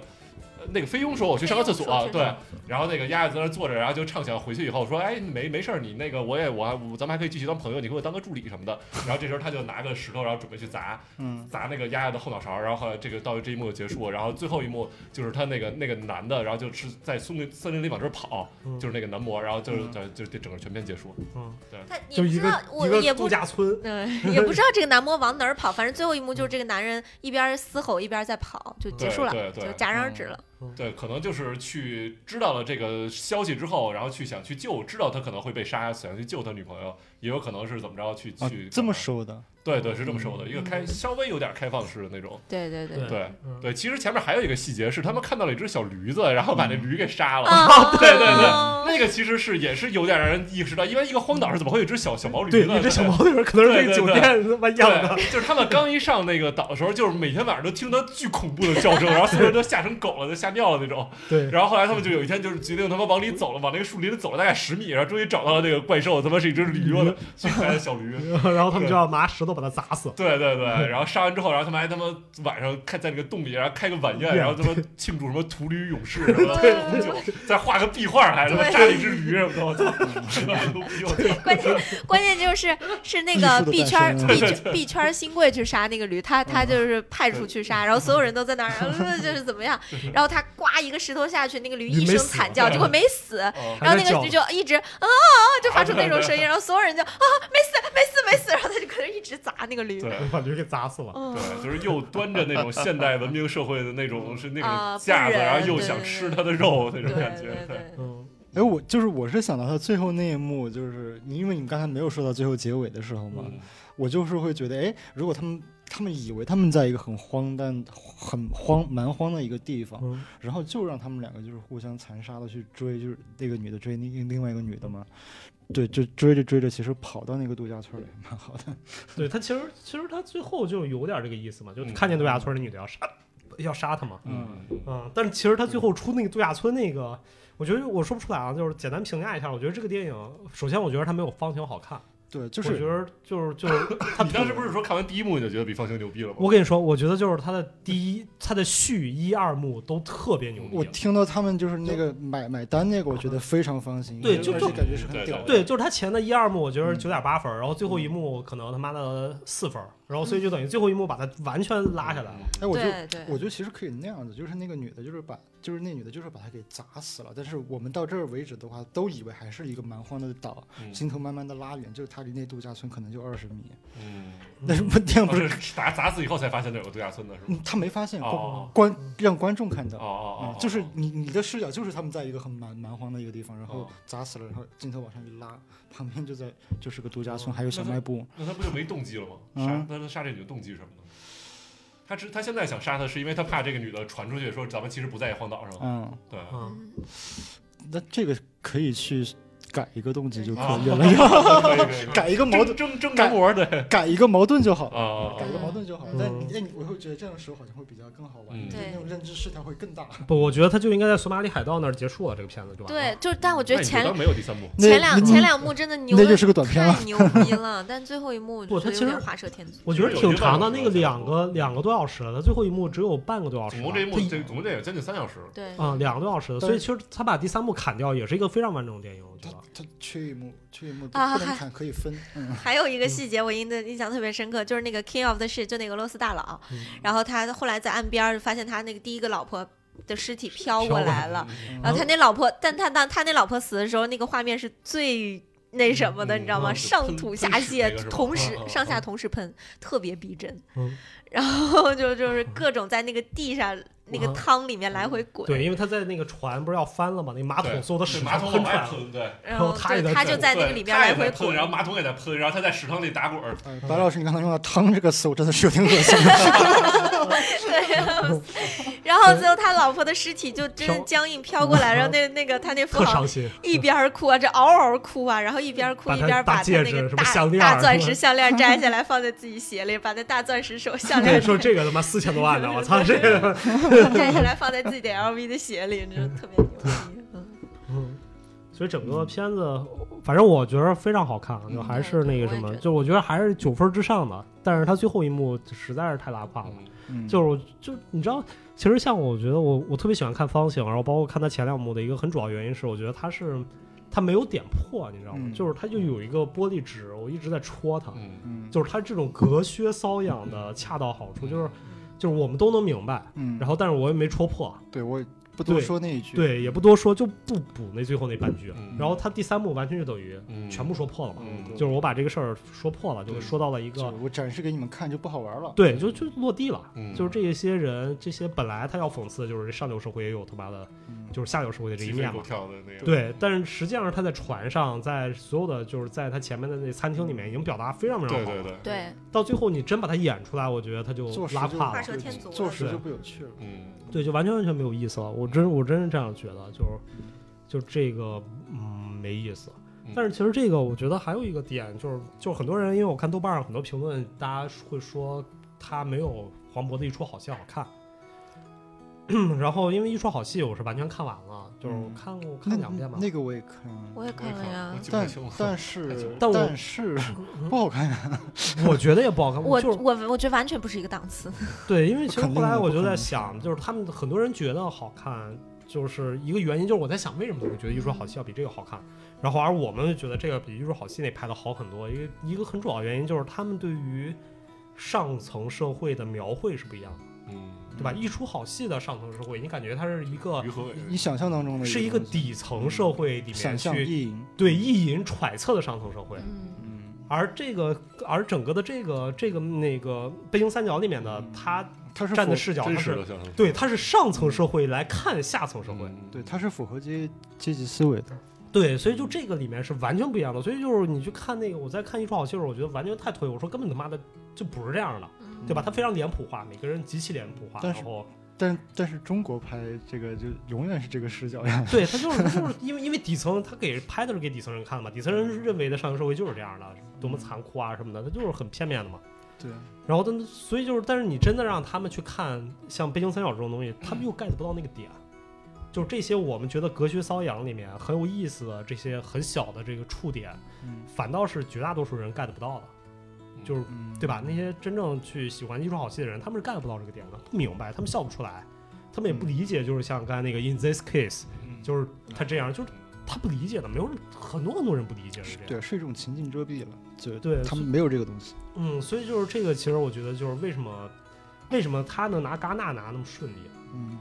Speaker 3: 呃那个菲佣说：“我去上个厕所啊
Speaker 4: 菲佣说去。”
Speaker 3: 对，然后那个丫丫在那儿坐着，然后就畅想回去以后说：“哎，没没事儿，你那个我也我还我咱们还可以继续当朋友，你给我当个助理什么的。”然后这时候他就拿个石头，然后准备去砸，
Speaker 6: 嗯
Speaker 3: 砸那个丫丫的后脑勺，然后后来这个到这一幕就结束，然后最后一幕就是他那个那个男的，然后就是在森林森林里往这儿跑，
Speaker 2: 嗯
Speaker 3: 就是那个男模，然后就是
Speaker 6: 嗯
Speaker 3: 就就整个全片结束。
Speaker 2: 嗯，
Speaker 4: 他你
Speaker 2: 就
Speaker 4: 不
Speaker 2: 一
Speaker 4: 知
Speaker 2: 个
Speaker 4: 道，我
Speaker 2: 一个
Speaker 4: 也
Speaker 2: 度
Speaker 4: 不。
Speaker 2: 假村，
Speaker 4: 嗯，也 不知道这个男模往哪儿跑，反正最后一幕就是这个男人一边嘶吼一边在跑，就结束了，
Speaker 3: 对对对嗯
Speaker 4: 就戛然而止了。
Speaker 3: 对，可能就是去知道了这个消息之后，然后去想去救，知道他可能会被杀，想去救他女朋友，也有可能是怎么着去
Speaker 6: 啊
Speaker 3: 去。
Speaker 6: 这么，说的，
Speaker 3: 对对，是这么说的，一个开稍微有点开放式的那种。
Speaker 4: 对对对，
Speaker 3: 对
Speaker 2: 嗯
Speaker 3: 对，其实前面还有一个细节是他们看到了一只小驴子，然后把那驴给杀了。
Speaker 4: 啊
Speaker 3: 对对对，那个其实是也是有点让人意识到，因为一个荒岛上怎么会有一只小小毛驴
Speaker 2: 对，
Speaker 3: 呢？
Speaker 2: 你这小毛腿儿可能是那
Speaker 3: 对对
Speaker 2: 个酒
Speaker 3: 对
Speaker 2: 店他妈养的，
Speaker 3: 对，就是他们刚一上那个岛的时候，就是每天晚上都听到巨恐怖的叫声，然后所有人都吓成狗了，都吓尿了那种。
Speaker 2: 对，
Speaker 3: 然后后来他们就有一天就是决定他妈往里走了，往那个树林里走了大概十米，然后终于找到了那个怪兽，他妈是一只驴，我的巨可爱的小驴。
Speaker 2: 然后他们就要拿石头把它砸死。
Speaker 3: 对对对，然后杀完之后，然后他们还他妈晚上开在那个洞里，然后开个晚宴，然后他妈庆祝什么土驴勇士什么的，红酒，再画个壁画，还他妈扎了一只驴什么的，我操，牛逼！我操
Speaker 4: 关键关键就是是那
Speaker 5: 艺
Speaker 4: 个
Speaker 5: 术的
Speaker 4: 币
Speaker 5: 诞
Speaker 4: 圈儿
Speaker 5: 生啊
Speaker 4: 币圈币圈儿新贵去杀那个驴，他他就是派出去杀，然后所有人都在那儿，呃就是怎么样，然后他呱一个石头下去，那个驴
Speaker 2: 驴
Speaker 4: 一
Speaker 2: 没
Speaker 4: 声
Speaker 2: 死
Speaker 4: 惨叫，结果没死，
Speaker 3: 哦
Speaker 4: 然后
Speaker 2: 还在
Speaker 4: 那个
Speaker 2: 叫
Speaker 4: 驴就一直啊啊啊就发出那种声音，然后所有人就啊没死没死没死，然后他就搁那儿一直砸那个驴，
Speaker 3: 对。
Speaker 2: 把驴给砸死了，
Speaker 4: 嗯
Speaker 3: 对，就是又端着那种现代文明社会的那种是那
Speaker 4: 啊
Speaker 3: 种架子，
Speaker 4: 不忍
Speaker 3: 然后又想吃它的肉那
Speaker 4: 对
Speaker 3: 种感觉。
Speaker 4: 对对，
Speaker 2: 嗯，
Speaker 5: 哎，我就是我是想到他最后那一幕，就是你因为你刚才没有说到最后结尾的时候嘛，
Speaker 3: 嗯
Speaker 5: 我就是会觉得，哎，如果他们他们以为他们在一个很荒诞、很荒蛮荒的一个地方，
Speaker 2: 嗯
Speaker 5: 然后就让他们两个就是互相残杀的去追，就是那个女的追另另外一个女的嘛，对，就追着追着，其实跑到那个度假村里蛮好的。
Speaker 2: 对他其实其实他最后就有点这个意思嘛，就
Speaker 3: 嗯
Speaker 2: 看见度假村那女的要杀要杀他嘛，
Speaker 5: 嗯
Speaker 2: 嗯，但是其实他最后出那个度假村那个，我觉得我说不出来啊，就是简单评价一下，我觉得这个电影，首先我觉得它没有方形好看，
Speaker 5: 对，就
Speaker 2: 我觉
Speaker 5: 是
Speaker 2: 得就是就是他
Speaker 3: 你当时不是说看完第一幕你就觉得比方形牛逼了吗？
Speaker 2: 我跟你说，我觉得就是它的第一，它的续一二幕都特别牛
Speaker 3: 嗯
Speaker 5: 我
Speaker 2: 逼。
Speaker 5: 听到他们就是那个买买单那个，我觉得非常放心，
Speaker 2: 对
Speaker 5: 而
Speaker 2: 就
Speaker 5: 且
Speaker 2: 就
Speaker 5: 感觉是很屌的。
Speaker 2: 对，就是它前的一二幕，我觉
Speaker 3: 嗯
Speaker 2: 得九点八分儿，然后最后一幕可能他妈的四分儿，然后所以就等于最后一幕把它完全拉下来了。
Speaker 5: 哎，我就
Speaker 4: 对对
Speaker 5: 我觉得其实可以那样子，就是那个女的，就是把，就是那女的，就是把他给砸死了。但是我们到这儿为止的话，都以为还是一个蛮荒的岛，
Speaker 3: 嗯
Speaker 5: 镜头慢慢的拉远，就是他离那度假村可能就二十米。
Speaker 3: 嗯，
Speaker 5: 但是不，这样
Speaker 3: 哦
Speaker 5: 不是，
Speaker 3: 是砸砸死以后才发现那有个度假村的是吗？
Speaker 5: 嗯他没发现，
Speaker 3: 哦
Speaker 5: 观观让观众看
Speaker 3: 哦
Speaker 5: 到，
Speaker 3: 哦
Speaker 5: 啊
Speaker 3: 哦，
Speaker 5: 就是
Speaker 3: 哦
Speaker 5: 你你的视角就是他们在一个很蛮蛮荒的一个地方，然后
Speaker 3: 哦
Speaker 5: 砸死了，然后镜头往上一拉，旁边就在就是个度假村，还有小
Speaker 3: 那他
Speaker 5: 卖部。
Speaker 3: 那他不就没动机了吗？
Speaker 5: 嗯
Speaker 3: 杀那他杀这女的动机是什么呢？他只他现在想杀她，是因为他怕这个女的传出去说咱们其实不在荒岛上。
Speaker 5: 嗯，
Speaker 3: 对，
Speaker 2: 嗯，
Speaker 5: 那这个可以去改一个动机就可
Speaker 3: 啊
Speaker 5: 以 了，
Speaker 3: 可 以可以可以
Speaker 5: 改一个矛
Speaker 3: 争
Speaker 5: 盾，
Speaker 3: 争争
Speaker 5: 改
Speaker 3: 着魔对
Speaker 5: 改一个矛盾就好了。
Speaker 3: 啊
Speaker 2: 哦
Speaker 5: 改个矛盾就好了。但
Speaker 2: 嗯
Speaker 5: 你哎，你我会觉得这样的时候好像会比较更好玩，
Speaker 3: 嗯
Speaker 5: 就是
Speaker 4: 对
Speaker 5: 那种认知失调会更大。
Speaker 2: 嗯不，我觉得它就应该在索马里海盗那儿结束了，这个片子就完了。
Speaker 4: 对，就但我觉得前
Speaker 3: 那你就当没有第三幕，
Speaker 5: 那
Speaker 4: 前两
Speaker 5: 那
Speaker 4: 前两幕真的牛
Speaker 5: 那
Speaker 4: 的
Speaker 5: 就是个短片了。
Speaker 4: 太牛逼了，但最后一幕我
Speaker 2: 不它
Speaker 4: 觉得有
Speaker 2: 其实
Speaker 4: 点画蛇添足。
Speaker 2: 我觉得挺长的，那个两个两个多小时，它最后一幕只有半个多小时
Speaker 3: 总
Speaker 2: 吧。
Speaker 3: 嗯共这一幕
Speaker 2: 它
Speaker 3: 这总共这也将近三小时。
Speaker 4: 对，
Speaker 2: 啊、两个多小时的，
Speaker 5: 对
Speaker 2: 所以其实他把第三幕砍掉也是一个非常完整的电影，我觉
Speaker 5: 他
Speaker 2: 得。
Speaker 5: 他缺一幕，缺一幕不
Speaker 4: 啊
Speaker 5: 能砍，可以分。嗯，
Speaker 4: 还有一个细节我印的印象特别深刻，就是那个 King of the Sea，就那个俄罗斯大佬，
Speaker 2: 嗯
Speaker 4: 然后他后来在岸边儿发现他那个第一个老婆的尸体飘
Speaker 2: 飘过
Speaker 4: 过来
Speaker 2: 哎
Speaker 4: 了，
Speaker 5: 嗯
Speaker 4: 然后他那老婆，但他当他那老婆死的时候，那个画面是最。那什么的，
Speaker 3: 嗯
Speaker 4: 你知道吗？
Speaker 3: 嗯
Speaker 4: 上吐下
Speaker 3: 喷喷屎那
Speaker 4: 泻
Speaker 3: 个是，吧
Speaker 4: 同时
Speaker 3: 嗯嗯嗯
Speaker 4: 上下同时喷，特别逼真。
Speaker 2: 嗯
Speaker 4: 然后就就是各种在那个地上、那
Speaker 3: 嗯
Speaker 4: 个汤里面来回滚。
Speaker 2: 对，因为他在那个船不是要翻了吗？那马桶所有的
Speaker 3: 是
Speaker 2: 屎
Speaker 3: 马
Speaker 2: 全喷
Speaker 3: 桶
Speaker 2: 出
Speaker 3: 往外
Speaker 2: 来了。
Speaker 3: 喷，对，
Speaker 4: 然后
Speaker 2: 然后他也
Speaker 4: 对
Speaker 2: 在
Speaker 4: 他就
Speaker 2: 震
Speaker 4: 在那
Speaker 3: 对
Speaker 4: 个里面
Speaker 3: 他也
Speaker 4: 来回
Speaker 3: 在喷，
Speaker 4: 滚
Speaker 3: 然。后马桶也在喷，然后他在食堂里打滚儿。
Speaker 5: 呃白老师，你刚才用到“汤”这个词，我真的是有点恶 心了。
Speaker 4: 对，然后最后他老婆的尸体就真的
Speaker 2: 飘嗯
Speaker 4: 僵硬飘过来，然后那那个他那富
Speaker 2: 特
Speaker 4: 豪
Speaker 2: 伤心，
Speaker 4: 一边儿哭啊，这嗷嗷哭啊，然后一边儿哭
Speaker 2: 把
Speaker 4: 一
Speaker 2: 他
Speaker 4: 边儿
Speaker 2: 大
Speaker 4: 把他
Speaker 2: 戒
Speaker 4: 那个
Speaker 2: 指什么
Speaker 4: 大
Speaker 2: 项链儿
Speaker 4: 大
Speaker 2: 是
Speaker 4: 钻
Speaker 2: 吧
Speaker 4: 石项链摘 下来放在自己鞋里，把那大钻石手项
Speaker 2: 我跟
Speaker 4: 链
Speaker 2: 你说这个他妈四千多万的，我操这个，
Speaker 4: 摘下来放在自己的 LV 的鞋里，你知道特别牛逼。嗯
Speaker 2: 嗯，所以整个片子，反正我觉得非常好看啊，就
Speaker 5: 嗯
Speaker 2: 还是那个
Speaker 4: 对
Speaker 2: 什
Speaker 4: 我
Speaker 2: 么，
Speaker 4: 也觉得
Speaker 2: 就我觉得还是九分之上的，但是他最后一幕实在是太拉胯了。
Speaker 3: 嗯
Speaker 5: 嗯
Speaker 2: 就是我就你知道，其实像我觉得我我特别喜欢看方形，然后包括看他前两幕的一个很主要原因是，我觉得他是他没有点破，你知道吗？
Speaker 5: 嗯
Speaker 2: 就是他就有一个玻璃纸，我一直在戳它，
Speaker 3: 嗯
Speaker 5: 嗯，
Speaker 2: 就是他这种隔靴搔痒的恰到好处，就是就是我们都能明白，
Speaker 5: 嗯，
Speaker 2: 然后但是我也没戳破，
Speaker 5: 对我不多
Speaker 2: 对
Speaker 5: 说那一句，，
Speaker 2: 对，也不多说，就不补那最后那半句。啊
Speaker 3: 嗯
Speaker 2: 然后他第三幕完全就等于
Speaker 3: 嗯
Speaker 2: 全部说破了嘛，
Speaker 3: 嗯
Speaker 2: 就是我把这个事儿说破了，就是
Speaker 3: 对
Speaker 2: 说到了一
Speaker 5: 就是
Speaker 2: 个
Speaker 5: 我展示给你们看就不好玩了。
Speaker 2: 对，就就落地了。
Speaker 3: 嗯
Speaker 2: 就是这些人，这些本来他要讽刺，就是上流社会也有他妈的，
Speaker 5: 嗯
Speaker 2: 就是下流社会的这
Speaker 3: 鸡
Speaker 2: 一
Speaker 3: 飞
Speaker 2: 面
Speaker 3: 狗
Speaker 2: 嘛。
Speaker 3: 跳的那个，
Speaker 2: 对，但是实际上他在船上，在所有的就是在他前面的那餐厅里面已经表达非常非常
Speaker 3: 对
Speaker 2: 好
Speaker 3: 嗯对
Speaker 2: 了。
Speaker 3: 对，
Speaker 4: 对，
Speaker 2: 到最后你真把他演出来，我觉得他就
Speaker 5: 做事
Speaker 2: 拉
Speaker 5: 就
Speaker 2: 胯
Speaker 4: 画
Speaker 2: 了，
Speaker 4: 蛇添足了
Speaker 5: 做事
Speaker 2: 对
Speaker 5: 就不有趣了。
Speaker 3: 嗯，
Speaker 2: 对，就完全完全没有意思了。我真我真是这样觉得，就是就这个嗯没意思
Speaker 3: 嗯。
Speaker 2: 但是其实这个我觉得还有一个点就是，就是很多人因为我看豆瓣上很多评论，大家会说他没有黄渤的一出好戏好看。 然后因为一出好戏我是完全看完了，就是我
Speaker 5: 嗯
Speaker 2: 看过看
Speaker 5: 那
Speaker 2: 两遍吧。
Speaker 5: 那个我也看了，
Speaker 4: 我也看了呀
Speaker 3: 我。记不
Speaker 5: 但
Speaker 3: 清了，
Speaker 5: 但是
Speaker 2: 但我
Speaker 5: 是不好看呀，
Speaker 2: 我觉得也不好看，
Speaker 4: 我
Speaker 2: 就是
Speaker 4: 我我觉得完全不是一个档次，
Speaker 2: 对，因为其实
Speaker 5: 肯
Speaker 2: 后
Speaker 5: 定
Speaker 2: 来
Speaker 5: 的
Speaker 2: 我
Speaker 5: 不
Speaker 2: 就
Speaker 5: 可
Speaker 2: 在
Speaker 5: 能
Speaker 2: 想，就是他们很多人觉得好看，就是一个原因，就是我在想为什么你们觉得《一出好戏》要比这个好看，然后而我们觉得这个比《一出好戏》那拍的好很多，一个一个很主要的原因就是他们对于上层社会的描绘是不一样的，
Speaker 3: 嗯，
Speaker 2: 对吧？《一出好戏》的上层社会，你感觉它是一个
Speaker 3: 于和伟
Speaker 5: 你想象当中的
Speaker 2: 是一个
Speaker 5: 东西
Speaker 2: 底层社会里面
Speaker 5: 想象
Speaker 2: 去
Speaker 5: 意淫，
Speaker 2: 对意淫揣测的上层社会，
Speaker 4: 嗯，
Speaker 5: 嗯，
Speaker 2: 而这个而整个的这个这个那个北京三角里面的
Speaker 5: 嗯
Speaker 2: 他
Speaker 5: 它是
Speaker 2: 站的
Speaker 5: 符
Speaker 2: 视角，他
Speaker 3: 真
Speaker 2: 是
Speaker 3: 实的相声，
Speaker 2: 对，它是上层社会来看下层社会，
Speaker 3: 嗯
Speaker 5: 对，它是符合阶阶级思维的。
Speaker 2: 对，所以就这个里面是完全不一样的。所以就是你去看那个，我在看《一出好戏》的时候，我觉得完全太推，我说根本他妈的就不是这样的，
Speaker 4: 嗯
Speaker 2: 对吧？它非常脸谱化，每个人极其脸谱化，
Speaker 5: 但
Speaker 2: 然
Speaker 5: 是
Speaker 2: 后
Speaker 5: 但但是中国拍这个就永远是这个视角呀，
Speaker 2: 对它就是就是因为因为底层他给拍的是给底层人看的嘛，底层人认为的上流社会就是这样的，多么残酷啊什么的，它就是很片面的嘛。
Speaker 5: 对，
Speaker 2: 然后但所以就是，但是你真的让他们去看像《北京三角》这种东西，他
Speaker 5: 嗯
Speaker 2: 们又 get 不到那个点。就是这些我们觉得隔靴搔痒里面很有意思的这些很小的这个触点，
Speaker 5: 嗯
Speaker 2: 反倒是绝大多数人 get 不到的，就是
Speaker 5: 嗯，
Speaker 2: 对吧？那些真正去喜欢艺术好戏的人，他们是 get 不到这个点的，不明白，他们笑不出来，他们也不理解。就是像刚才那个 In This Case，
Speaker 5: 嗯
Speaker 2: 就是他这样，就是他不理解的，没有人，很多很多人不理解是
Speaker 5: 是
Speaker 2: 这样。
Speaker 5: 对，是一种情境遮蔽了，就
Speaker 2: 对
Speaker 5: 他们没有这个东西。
Speaker 2: 嗯，所以就是这个，其实我觉得就是为什么为什么他能拿戛纳拿那么顺利，啊
Speaker 5: 嗯，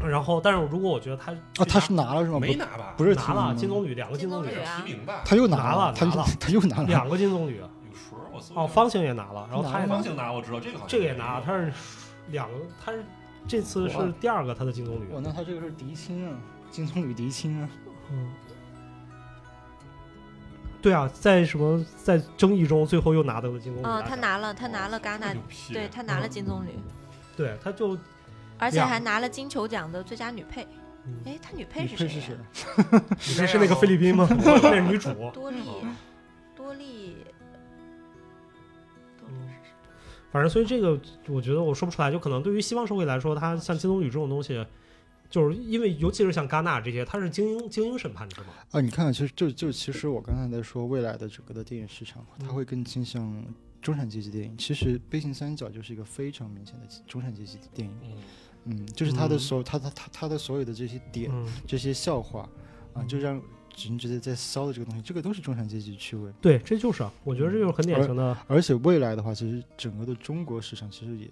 Speaker 2: 然后但是如果我觉得他
Speaker 5: 啊，他是拿了是吗？
Speaker 3: 没
Speaker 5: 不
Speaker 3: 拿吧？
Speaker 5: 不是
Speaker 2: 拿了金
Speaker 5: 金
Speaker 2: 棕榈两个金棕
Speaker 4: 金棕
Speaker 2: 榈
Speaker 4: 榈，啊
Speaker 3: 提名吧？
Speaker 5: 他又
Speaker 2: 拿了
Speaker 5: 了，他
Speaker 2: 拿了
Speaker 5: 又他又拿了，
Speaker 2: 两个金棕榈
Speaker 3: 有时候我搜
Speaker 2: 哦，
Speaker 3: 一下
Speaker 2: 方形也拿了，然后他也拿
Speaker 5: 拿
Speaker 3: 方，形拿我知道这个好像
Speaker 2: 这个也拿了，他是两个，他是这次是第二个他的金棕
Speaker 5: 哇，
Speaker 2: 榈，
Speaker 5: 那他这个是狄青啊，金棕榈狄青啊，
Speaker 2: 嗯，对啊，在什么在争议中最后又拿到了金棕榈大
Speaker 4: 嗯，
Speaker 2: 奖，
Speaker 4: 他拿了他拿了戛纳，
Speaker 3: 牛
Speaker 4: 嗯
Speaker 3: 批
Speaker 4: 对他拿了金棕榈，
Speaker 2: 对，他就
Speaker 4: 而且
Speaker 2: 两
Speaker 4: 还拿了金球奖的最佳女配
Speaker 2: 嗯。
Speaker 4: 哎，他女配
Speaker 5: 你
Speaker 4: 是
Speaker 5: 配
Speaker 4: 谁
Speaker 5: 是谁
Speaker 4: 呀？？
Speaker 2: 你这是那个菲律宾吗？那是女主，
Speaker 4: 多莉，多莉，
Speaker 5: 嗯
Speaker 2: 反正所以这个，我觉得我说不出来，就可能对于西方社会来说，它像金棕榈这种东西，就是因为尤其是像戛纳这些，它是精英精英审判制嘛。
Speaker 5: 啊，你看看，其实就就其实我刚才在说未来的整个的电影市场，它
Speaker 2: 嗯
Speaker 5: 会更倾向中产阶级电影。其实《悲情三角》就是一个非常明显的中产阶级电影，
Speaker 3: 嗯
Speaker 5: 嗯，就是它的
Speaker 2: 嗯
Speaker 5: 所有它它它它的所有的这些点、
Speaker 2: 嗯，
Speaker 5: 这些笑话啊，
Speaker 2: 嗯
Speaker 5: 就让人觉得在骚的这个东西，这个都是中产阶级趣味。
Speaker 2: 对，这就是啊，我觉得这就是很典型的。
Speaker 5: 而且未来的话，其实整个的中国市场其实也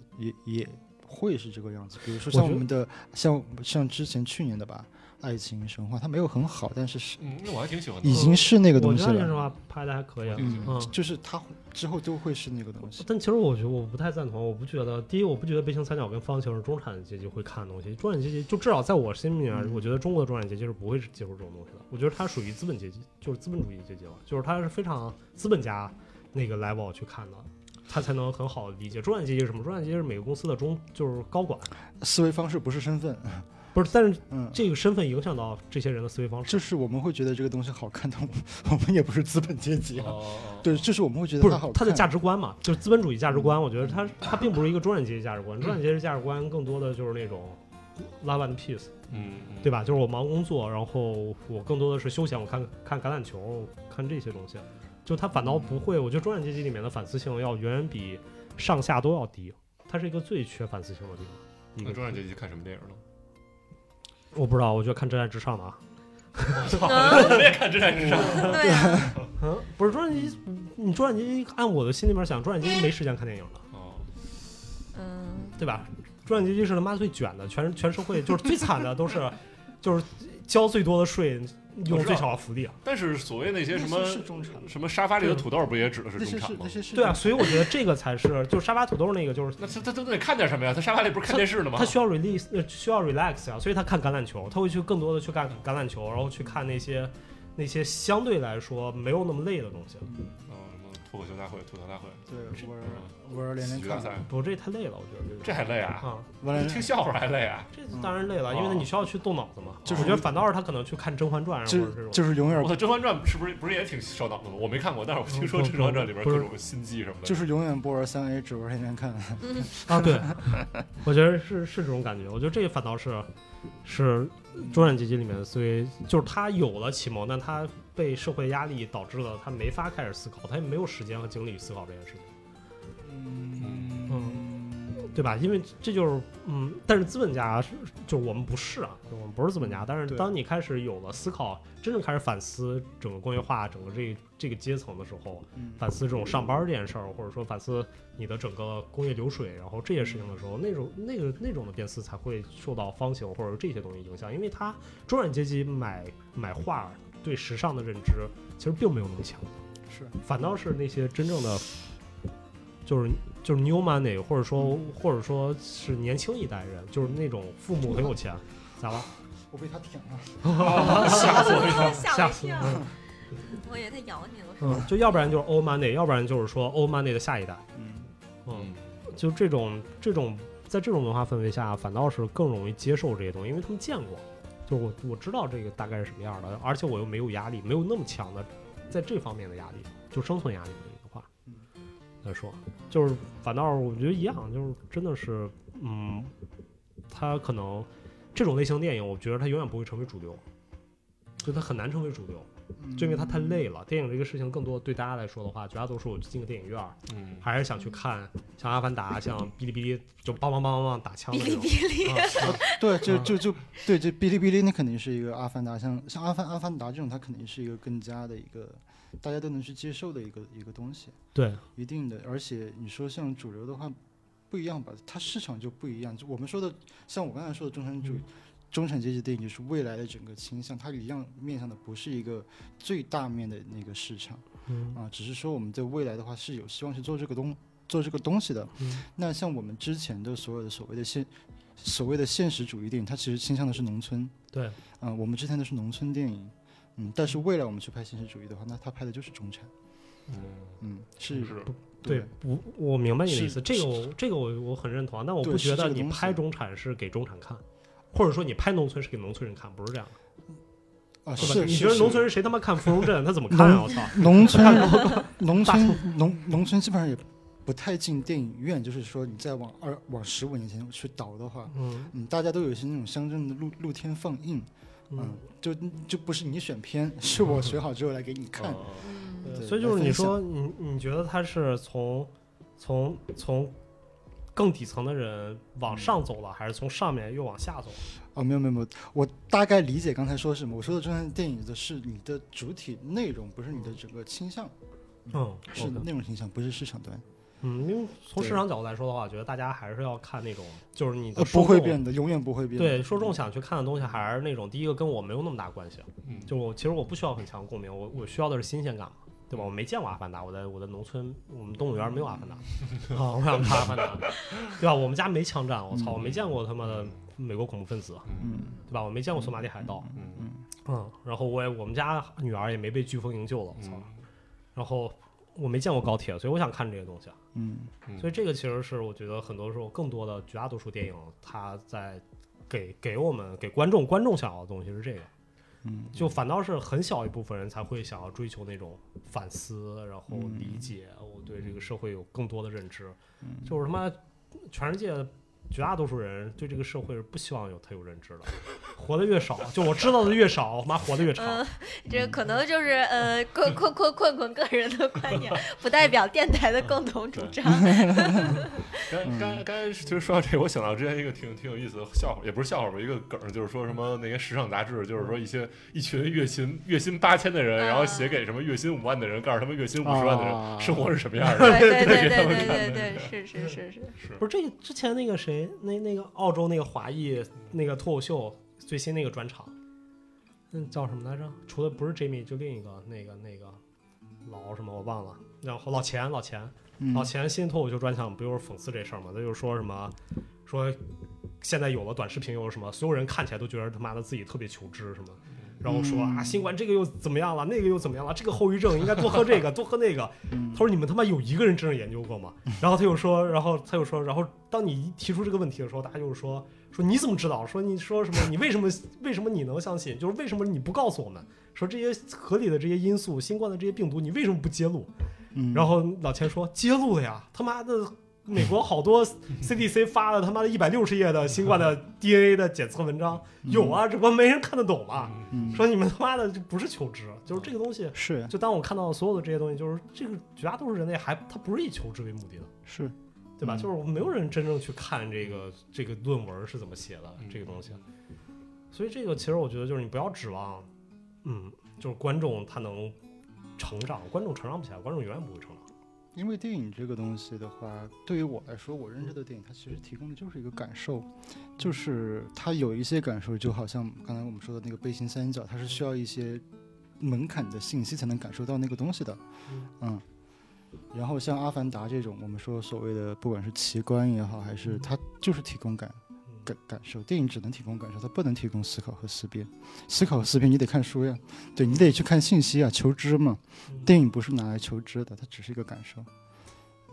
Speaker 5: 也也会是这个样子。比如说像
Speaker 2: 我觉
Speaker 5: 我
Speaker 2: 得
Speaker 5: 们的像像之前去年的吧，《爱情神话》，它没有很好，但是是
Speaker 3: 嗯，那我还挺喜欢的
Speaker 5: 已。经是那个
Speaker 2: 呃我
Speaker 5: 东西
Speaker 2: 觉得这
Speaker 5: 了。
Speaker 2: 句话拍的还可以啊。
Speaker 5: 嗯
Speaker 2: 嗯，
Speaker 5: 就是它之后都会是那个东西。
Speaker 2: 但其实我觉得我不太赞同，我不觉得。第一，我不觉得《悲情三角》跟《方形》是中产阶级会看的东西，中产阶级就至少在我心里面，
Speaker 5: 嗯
Speaker 2: 我觉得中国的中产阶级是不会接受这种东西的。我觉得它属于资本阶级，就是资本主义阶级了，就是它是非常资本家那个 level 去看的，他才能很好地理解中产阶级是什么。中产阶级是每个公司的中就是高管，
Speaker 5: 思维方式不是身份，
Speaker 2: 不是，但是
Speaker 5: 嗯，
Speaker 2: 这个身份影响到这些人的思维方式。
Speaker 5: 就是我们会觉得这个东西好看，但我们我们也不是资本阶级啊。
Speaker 3: 哦，
Speaker 5: 对，就是我们会觉
Speaker 2: 不
Speaker 5: 得
Speaker 2: 是
Speaker 5: 它好看。
Speaker 2: 他的价值观嘛，就是资本主义价值观。我觉得他他并不是一个中产阶级价值观，中产阶级价值观更多的就是那种 love and peace。
Speaker 3: 嗯，嗯
Speaker 2: 对吧？就是我忙工作，然后我更多的是休闲，我看看橄榄球，看这些东西。就他反倒不会，我觉得中产阶级里面的反思性要远远比上下都要低，它是一个最缺反思性的地方。一
Speaker 3: 那
Speaker 2: 个
Speaker 3: 中产阶级看什么电影呢？
Speaker 2: 我不知道，我觉得看《真爱至上》的啊，
Speaker 3: 我也看《真爱至上》，
Speaker 4: 对啊，
Speaker 2: 嗯，不是中产阶级，你中产阶级按我的心里面想，中产阶级没时间看电影的，
Speaker 3: 哦，
Speaker 4: 嗯，
Speaker 2: 对吧？中产阶级是他妈最卷的，全全社会就是最惨的，都是就是交最多的税，用最少的福利啊。
Speaker 3: 但是所谓那些什么
Speaker 5: 那是中产，
Speaker 3: 什么沙发里的土豆，不也指的是
Speaker 5: 那
Speaker 3: 中
Speaker 5: 些
Speaker 3: 产
Speaker 5: 是
Speaker 3: 吗
Speaker 5: 那？些是
Speaker 2: 对啊，所以我觉得这个才是，就是沙发土豆那个，就是
Speaker 3: 那他他他得看点什么呀？他沙发里不是看电视呢吗
Speaker 2: 他？需要 release，呃，需要 relax 啊，所以他看橄榄球，他会去更多的去看橄榄球，然后去看那些那些相对来说没有那么累的东西。
Speaker 3: 嗯，什么脱口秀大会、吐槽大会、
Speaker 5: 对，我
Speaker 3: 嗯
Speaker 5: 我连
Speaker 3: 喜
Speaker 5: 连
Speaker 3: 剧大赛
Speaker 5: 看，，
Speaker 2: 不，这太累了，我觉得
Speaker 3: 这
Speaker 2: 这
Speaker 3: 还累啊？
Speaker 2: 个啊，
Speaker 5: 我连
Speaker 3: 听笑话还累啊？
Speaker 2: 这当然累了，因为你需要去动脑子嘛。
Speaker 5: 哦就是
Speaker 2: 我觉得反倒是他可能去看《甄嬛传》啊或者这
Speaker 5: 就
Speaker 2: 种。
Speaker 5: 就是永远
Speaker 3: 我操，《甄嬛传》是不是不是也挺烧脑的吗？我没看过，但是我听说
Speaker 2: 嗯
Speaker 3: 《
Speaker 2: 不
Speaker 3: 甄嬛传》里边
Speaker 2: 不
Speaker 3: 各
Speaker 2: 是
Speaker 3: 种心机什么的。
Speaker 5: 就是永远不玩三 A，只玩天天看。
Speaker 2: 啊，对，我觉得是是这种感觉。我觉得这个反倒是是中产阶级里面，所以就是他有了启蒙，但他被社会压力导致了他没法开始思考，他也没有时间和精力去思考这件事情，嗯
Speaker 5: 嗯，
Speaker 2: 对吧？因为这就是嗯，但是资本家是就是我们不是啊，我们不是资本家。但是
Speaker 5: 对
Speaker 2: 当你开始有了思考，真正开始反思整个工业化、整个这这个阶层的时候，
Speaker 5: 嗯
Speaker 2: 反思这种上班儿这件事儿，或者说反思你的整个工业流水，然后这些事情的时候，那种那个那种的变思才会受到方形或者这些东西影响，因为它中产阶级买买画儿对时尚的认知其实并没有那么强，
Speaker 5: 是
Speaker 2: 反倒是那些真正的就是就是 new money，或者说或者说是年轻一代人，就是那种父母很有钱，咋了？
Speaker 5: 我被他舔了。
Speaker 3: 吓死我一跳！
Speaker 4: 吓
Speaker 2: 吓
Speaker 4: 我一
Speaker 2: 死
Speaker 4: 跳！
Speaker 2: 嗯
Speaker 4: 我以为他咬你了。
Speaker 2: 嗯，就要不然就是 old money，要不然就是说 old money 的下一代，
Speaker 5: 嗯，
Speaker 2: 嗯
Speaker 3: 嗯，
Speaker 2: 就这种这种在这种文化氛围下，反倒是更容易接受这些东西，因为他们见过，就是我我知道这个大概是什么样的，而且我又没有压力，没有那么强的在这方面的压力，就生存压力的话
Speaker 5: 嗯
Speaker 2: 来说，就是反倒我觉得一样，就是真的是，嗯，他可能这种类型的电影，我觉得它永远不会成为主流。就它很难成为主流，就因为它太
Speaker 5: 嗯
Speaker 2: 累了。电影这个事情，更多对大家来说的话，绝大多数进个电影院儿，
Speaker 3: 嗯，
Speaker 2: 还是想去看
Speaker 4: 嗯
Speaker 2: 像《阿凡达》、像《哔哩哔哩》，就梆梆梆梆梆打枪
Speaker 4: 哔
Speaker 2: 的那
Speaker 4: 哩
Speaker 2: 种。
Speaker 4: 哔哩，
Speaker 2: 啊
Speaker 5: 对，就
Speaker 2: 嗯
Speaker 5: 就就对，这哔哩哔哩那肯定是一个阿凡达，像像阿凡阿凡达这种，它肯定是一个更加的一个大家都能去接受的一个一个东西，
Speaker 2: 对，
Speaker 5: 一定的。而且你说像主流的话，不一样吧，它市场就不一样。就我们说的，像我刚才说的中产主。中产阶级电影就是未来的整个倾向，它一样面向的不是一个最大面的那个市场
Speaker 2: 嗯
Speaker 5: 啊，只是说我们在未来的话是有希望去做这个东做这个东西的，
Speaker 2: 嗯
Speaker 5: 那像我们之前的所有的所谓的现所谓的现实主义电影，它其实倾向的是农村。
Speaker 2: 对
Speaker 5: 嗯、我们之前的是农村电影，嗯，但是未来我们去拍现实主义的话，那它拍的就是中产。嗯，是，
Speaker 3: 是
Speaker 2: 对，不，我明白你的意思。
Speaker 5: 是
Speaker 2: 这个我这个我我很认同啊，但我
Speaker 5: 对
Speaker 2: 不觉
Speaker 5: 是这
Speaker 2: 得
Speaker 5: 个
Speaker 2: 你
Speaker 5: 东西
Speaker 2: 拍中产是给中产看，或者说你拍农村是给农村人看，不是这样的。
Speaker 5: 啊，
Speaker 2: 对吧
Speaker 5: 是，
Speaker 2: 你
Speaker 5: 是
Speaker 2: 觉得
Speaker 5: 是
Speaker 2: 农村人谁他妈看芙蓉镇，他怎么看啊？
Speaker 5: 农
Speaker 2: 我操！
Speaker 5: 农村农村农农村基本上也不太进电影院，就是说你再往二往十五年前去倒的话，
Speaker 2: 嗯
Speaker 5: 嗯，大家都有一些那种乡镇的露露天放映，嗯
Speaker 2: 嗯，，
Speaker 5: 就就不是你选片，是我选好之后来给你看。
Speaker 2: 哦
Speaker 3: 嗯
Speaker 4: 嗯，
Speaker 2: 对
Speaker 5: 对
Speaker 2: 所以就是
Speaker 5: 来
Speaker 2: 你
Speaker 5: 分享
Speaker 2: 说你你觉得他是从从从更底层的人往
Speaker 5: 嗯
Speaker 2: 上走了，还是从上面又往下走？
Speaker 5: 哦，没有没有没有，我大概理解刚才说什么。我说的中产电影的是你的主体内容，不是你的整个倾向，
Speaker 2: 嗯，
Speaker 5: 是内容倾向，不是市场端。
Speaker 2: 嗯，因为从市
Speaker 5: 对
Speaker 2: 场角度来说的话，我觉得大家还是要看那种，就是你的
Speaker 5: 呃，
Speaker 2: 受
Speaker 5: 不会
Speaker 2: 众
Speaker 5: 变的，永远不会变的。嗯
Speaker 2: 对受众想去看的东西，还是那种第一个跟我没有那么大关系。
Speaker 3: 嗯
Speaker 2: 就我其实我不需要很强的共鸣，我我需要的是新鲜感嘛，对吧？我没见过阿凡达，我在我在农村，我们动物园没有阿凡 达啊，我想看阿凡达，对吧？我们家没枪战，我操，我没见过他妈的美国恐怖分子，
Speaker 5: 嗯，
Speaker 2: 对吧？我没见过索马里海盗，
Speaker 3: 嗯
Speaker 2: 嗯，然后我也我们家女儿也没被飓风营救了，我操，
Speaker 3: 嗯
Speaker 2: 然后我没见过高铁，所以我想看这些东西啊。
Speaker 5: 嗯
Speaker 3: 嗯
Speaker 2: 所以这个其实是我觉得很多时候更多的绝大多数电影，它在给给我们给观众观众想要的东西是这个，
Speaker 5: 嗯，
Speaker 2: 就反倒是很小一部分人才会想要追求那种反思，然后理解，我对这个社会有更多的认知。就是他妈全世界绝大多数人对这个社会是不希望有他有认知的，活得越少，就我知道的越少，我妈活得越长。
Speaker 4: 嗯，这可能就是呃，困困困困困个人的观点，不代表电台的共同主张。
Speaker 3: 刚
Speaker 2: 嗯
Speaker 3: 刚刚才其实说到这个，我想到之前一个挺挺有意思的笑话，也不是笑话吧，一个梗儿，就是说什么那些时尚杂志，就是说一些
Speaker 2: 嗯
Speaker 3: 一群月薪月薪八千的人，
Speaker 4: 啊
Speaker 3: 然后写给什么月薪五万的人，告诉他们月薪五十万的人、
Speaker 5: 啊
Speaker 3: 生活是什么样
Speaker 4: 对
Speaker 3: 的，
Speaker 4: 对对
Speaker 3: 给他
Speaker 4: 对
Speaker 3: 们
Speaker 4: 对
Speaker 3: 看
Speaker 4: 对
Speaker 3: 的。
Speaker 4: 对，是是是是，
Speaker 3: 是
Speaker 2: 不是这个之前那个谁谁那那个澳洲那个华裔那个脱口秀最新那个专场，那叫什么来着？除了不是 Jimmy 就另一个那个那个老什么我忘了，然后老钱老钱
Speaker 5: 嗯
Speaker 2: 老钱啊新脱口秀专场不就是讽刺这事儿吗？他就说什么说现在有了短视频又什么，所有人看起来都觉得他妈的自己特别求知什么，然后说啊新冠这个又怎么样了，那个又怎么样了，这个后遗症应该多喝这个多喝那个。他说你们他妈有一个人真正研究过吗？然后他又说，然后他又说，然后当你一提出这个问题的时候，大家就是说说你怎么知道？说你说什么？你为什么为什么你能相信？就是为什么你不告诉我们？说这些合理的这些因素，新冠的这些病毒，你为什么不揭露？
Speaker 5: 嗯
Speaker 2: 然后老钱说揭露了 呀，他妈的，美国好多
Speaker 5: 嗯
Speaker 2: CDC 发了他妈的一百六十页的新冠的 DNA 的检测文章，有啊，只不过没人看得懂嘛。
Speaker 5: 嗯
Speaker 2: 说你们他妈的就不是求知，就是这个东西。
Speaker 5: 是
Speaker 2: 就当我看到所有的这些东西，就是这个绝大多数人类还它不是以求知为目的的，
Speaker 5: 是，
Speaker 2: 对吧？
Speaker 5: 嗯
Speaker 2: 就是我们没有人真正去看这个这个论文是怎么写的
Speaker 5: 嗯
Speaker 2: 这个东西，所以这个其实我觉得就是你不要指望，嗯，就是观众他能成长，观众成长不起来，观众永远不会成长。
Speaker 5: 因为电影这个东西的话，对于我来说，我认识的电影它其实提供的就是一个感受，就是它有一些感受，就好像刚才我们说的那个背心三角，它是需要一些门槛的信息才能感受到那个东西的，嗯。然后像《阿凡达》这种，我们说所谓的不管是奇观也好，还是它就是提供感
Speaker 2: 嗯
Speaker 5: 感感受，电影只能提供感受，它不能提供思考和思辨。思考和思辨你得看书呀，对你得去看信息啊，求知嘛。
Speaker 2: 嗯
Speaker 5: 电影不是拿来求知的，它只是一个感受。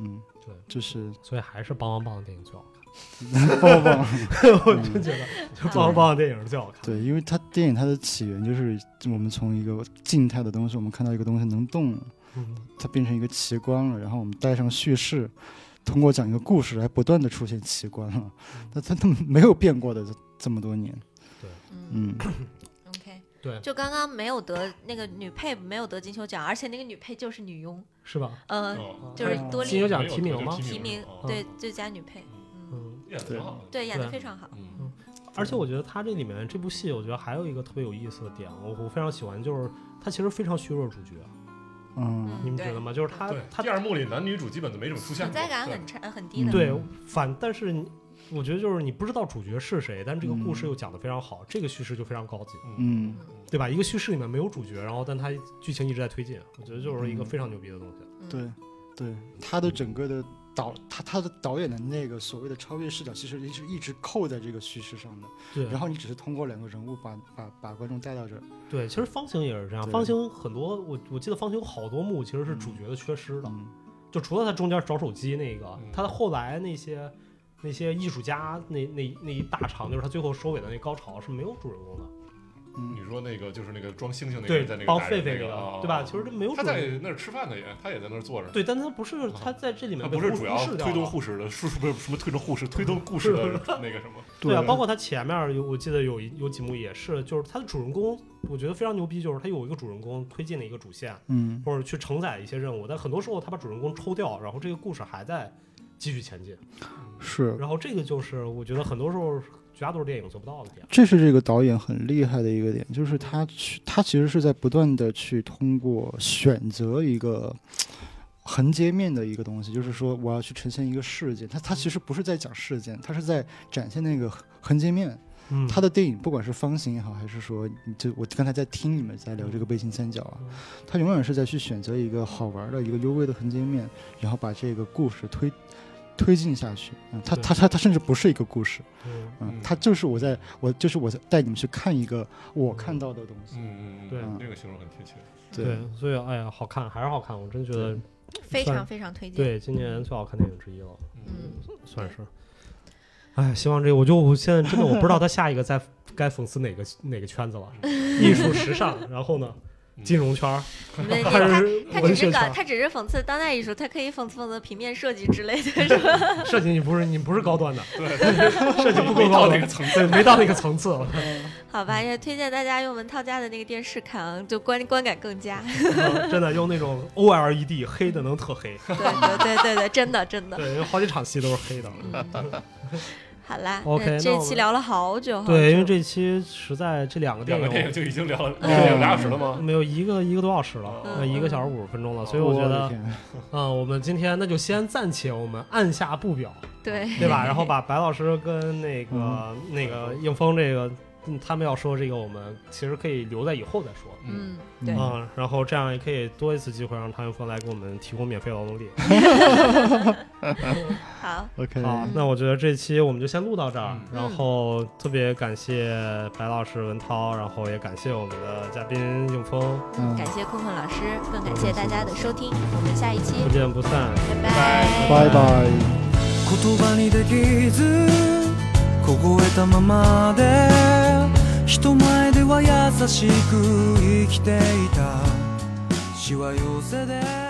Speaker 5: 嗯，
Speaker 2: 对
Speaker 5: 就是
Speaker 2: 所以还是邦邦邦的电影最好看，嗯
Speaker 5: 棒棒。
Speaker 2: 我真觉得就邦邦邦的电影是最好看的。
Speaker 5: 对，因为它电影它的起源就是我们从一个静态的东西，我们看到一个东西能动了，
Speaker 2: 嗯
Speaker 5: 它变成一个奇观了，然后我们带上叙事，通过讲一个故事来不断的出现奇观了。那它它没有变过的这这么多年。
Speaker 4: 嗯
Speaker 5: 嗯，
Speaker 4: ，OK，
Speaker 2: 对
Speaker 4: 就刚刚没有得那个女配没有得金球奖，而且那个女配就是女佣，
Speaker 2: 是吧？啊
Speaker 4: 呃，
Speaker 3: 哦
Speaker 4: 就是多
Speaker 2: 金球
Speaker 4: 莉
Speaker 2: 奖提名吗？
Speaker 4: 提名对最佳女配，嗯，
Speaker 2: 嗯，
Speaker 3: 演哦得挺好的，
Speaker 4: 对，演的
Speaker 2: 对
Speaker 4: 非常好，
Speaker 3: 嗯
Speaker 2: 而且我觉得他这里面这部戏，我觉得还有一个特别有意思的点，我我非常喜欢，就是他其实非常削弱主角，
Speaker 5: 嗯，
Speaker 4: 嗯，
Speaker 2: 你们
Speaker 4: 对
Speaker 2: 觉得吗？就是他
Speaker 3: 对，
Speaker 2: 他
Speaker 3: 第二幕里男女主基本都没怎么出
Speaker 4: 存
Speaker 3: 现过，
Speaker 4: 在感
Speaker 3: 对
Speaker 4: 很差呃很低的，
Speaker 2: 对反，但是你我觉得就是你不知道主角是谁，但是这个故事
Speaker 5: 嗯
Speaker 2: 又讲得非常好，这个叙事就非常高级，
Speaker 3: 嗯
Speaker 5: 嗯，
Speaker 2: 对吧？一个叙事里面没有主角，然后但他剧情一直在推进，我觉得就是一个
Speaker 5: 嗯
Speaker 2: 非常牛逼的东西。
Speaker 4: 嗯
Speaker 5: 对，对，他的整个的导他他的导演的那个所谓的超越视角，其实一直一直扣在这个叙事上的。
Speaker 2: 对，
Speaker 5: 然后你只是通过两个人物把把把观众带到这儿。
Speaker 2: 对，其实方形也是这样。
Speaker 5: 对
Speaker 2: 方形很多，我我记得方形有好多幕其实是主角的缺失的，
Speaker 5: 嗯
Speaker 2: 就除了他中间找手机那个
Speaker 3: 嗯，
Speaker 2: 他的后来那些那些艺术家那那那一大场，就是他最后收尾的那高潮是没有主人公的，
Speaker 5: 嗯
Speaker 2: 嗯
Speaker 3: 你说那个就是那个装猩猩那个
Speaker 2: 对
Speaker 3: 人在那，个
Speaker 2: 帮
Speaker 3: 打
Speaker 2: 狒
Speaker 3: 人
Speaker 2: 狒那
Speaker 3: 那个
Speaker 2: 个
Speaker 3: 哦，
Speaker 2: 对吧？其实这没有主
Speaker 3: 他在
Speaker 2: 人公。
Speaker 3: 那儿吃饭的也，他也在那儿坐着。
Speaker 2: 对，但他不是他在这里面
Speaker 3: 他
Speaker 2: 被
Speaker 3: 啊不是
Speaker 2: 忽
Speaker 3: 主要
Speaker 2: 忽视掉
Speaker 3: 推动
Speaker 2: 了
Speaker 3: 护士的，是不是什么推动护士、推动故事的那个什么？
Speaker 2: 对啊，包括他前面有，我记得有一有几幕也是，就是他的主人公，我觉得非常牛逼，就是他有一个主人公推进了一个主线，
Speaker 5: 嗯
Speaker 2: 或者去承载一些任务，但很多时候他把主人公抽掉，然后这个故事还在继续前进。
Speaker 5: 是，
Speaker 2: 然后这个就是我觉得很多时候绝大多数电影做不到的点。
Speaker 5: 这是这个导演很厉害的一个点，就是他去他其实是在不断的去通过选择一个。横截面的一个东西，就是说我要去呈现一个事件，他他其实不是在讲事件，他是在展现那个横横截面。
Speaker 2: 嗯
Speaker 5: 他的电影不管是方形也好，还是说你就我刚才在听你们在聊这个背心三角啊，他永远是在去选择一个好玩的一个优微的横截面，然后把这个故事推推进下去。嗯，他
Speaker 2: 对
Speaker 5: 他他他甚至不是一个故事，
Speaker 2: 嗯
Speaker 5: 嗯
Speaker 3: 嗯，
Speaker 5: 他就是我在我就是我在带你们去看一个我
Speaker 2: 嗯
Speaker 5: 看到的东西。
Speaker 3: 嗯嗯嗯，
Speaker 2: 对
Speaker 3: 这个形容很贴切。
Speaker 2: 嗯对，所以哎呀，好看还是好看，我真觉得
Speaker 4: 非
Speaker 2: 算
Speaker 4: 常非常推荐，
Speaker 2: 对今年最好看电影之一了，
Speaker 4: 嗯，
Speaker 2: 算是。哎，希望这我就我现在真的我不知道他下一个在该讽刺哪个哪个圈子 了，艺术时尚，然后呢，金融圈儿，
Speaker 4: 你 们
Speaker 2: 还
Speaker 4: 他
Speaker 2: 是
Speaker 4: 他只
Speaker 2: 文
Speaker 4: 是
Speaker 2: 学圈
Speaker 4: 搞，
Speaker 2: 儿。
Speaker 4: 他只是讽刺当代艺术，他可以讽刺讽刺平面设计之类 的，是吧？
Speaker 2: 设计你不是你不是高端的，
Speaker 3: 这就
Speaker 2: 不够高
Speaker 3: 到
Speaker 2: 端
Speaker 3: 那个层次。
Speaker 2: 对，没到那个层次。
Speaker 4: 好吧，也推荐大家用文涛家的那个电视看啊，就观观感更 佳。
Speaker 2: 嗯真的用那种 OLED 黑的 能特黑，
Speaker 4: 对对对对对，真的真的。
Speaker 2: 嗯对，有好几场戏都是黑的。
Speaker 4: 嗯好啦
Speaker 2: OK，
Speaker 4: 那
Speaker 2: 那
Speaker 4: 这
Speaker 2: 我
Speaker 4: 期
Speaker 2: 们
Speaker 4: 聊了好久，好
Speaker 2: 对，因为
Speaker 4: 久
Speaker 2: 这期实在这两个电
Speaker 3: 两个电影
Speaker 2: 影
Speaker 3: 就已经聊
Speaker 4: 嗯
Speaker 3: 聊两个小时了吗？
Speaker 2: 没有一个一个多小时了，
Speaker 3: 嗯
Speaker 2: 呃一个小时五十分钟了，所以
Speaker 5: 我
Speaker 2: 我觉
Speaker 5: 的
Speaker 2: 得，
Speaker 5: 天
Speaker 2: 嗯，我们今天那就先暂且我们按下不表，
Speaker 4: 对
Speaker 2: 对吧？然后把白老师跟那个那个应峰这个嗯他们要说这个，我们其实可以留在以后再说。
Speaker 4: 嗯对
Speaker 5: 嗯
Speaker 2: 嗯，然后这样也可以多一次机会让汤圆峰来给我们提供免费劳动力。
Speaker 4: 好，
Speaker 5: ，OK，
Speaker 2: 好，啊那我觉得这期我们就先录到这儿，
Speaker 3: 嗯
Speaker 2: 然后特别感谢白老师文涛，然后也感谢我们的嘉宾应峰，
Speaker 5: 嗯
Speaker 4: 感，谢坤坤老师，更感谢大家的收听，我们下一期
Speaker 2: 不见不散。
Speaker 4: 拜拜
Speaker 5: 拜拜。
Speaker 7: 言葉にできず凍えたままで人前では優しく生きていたしわ寄せで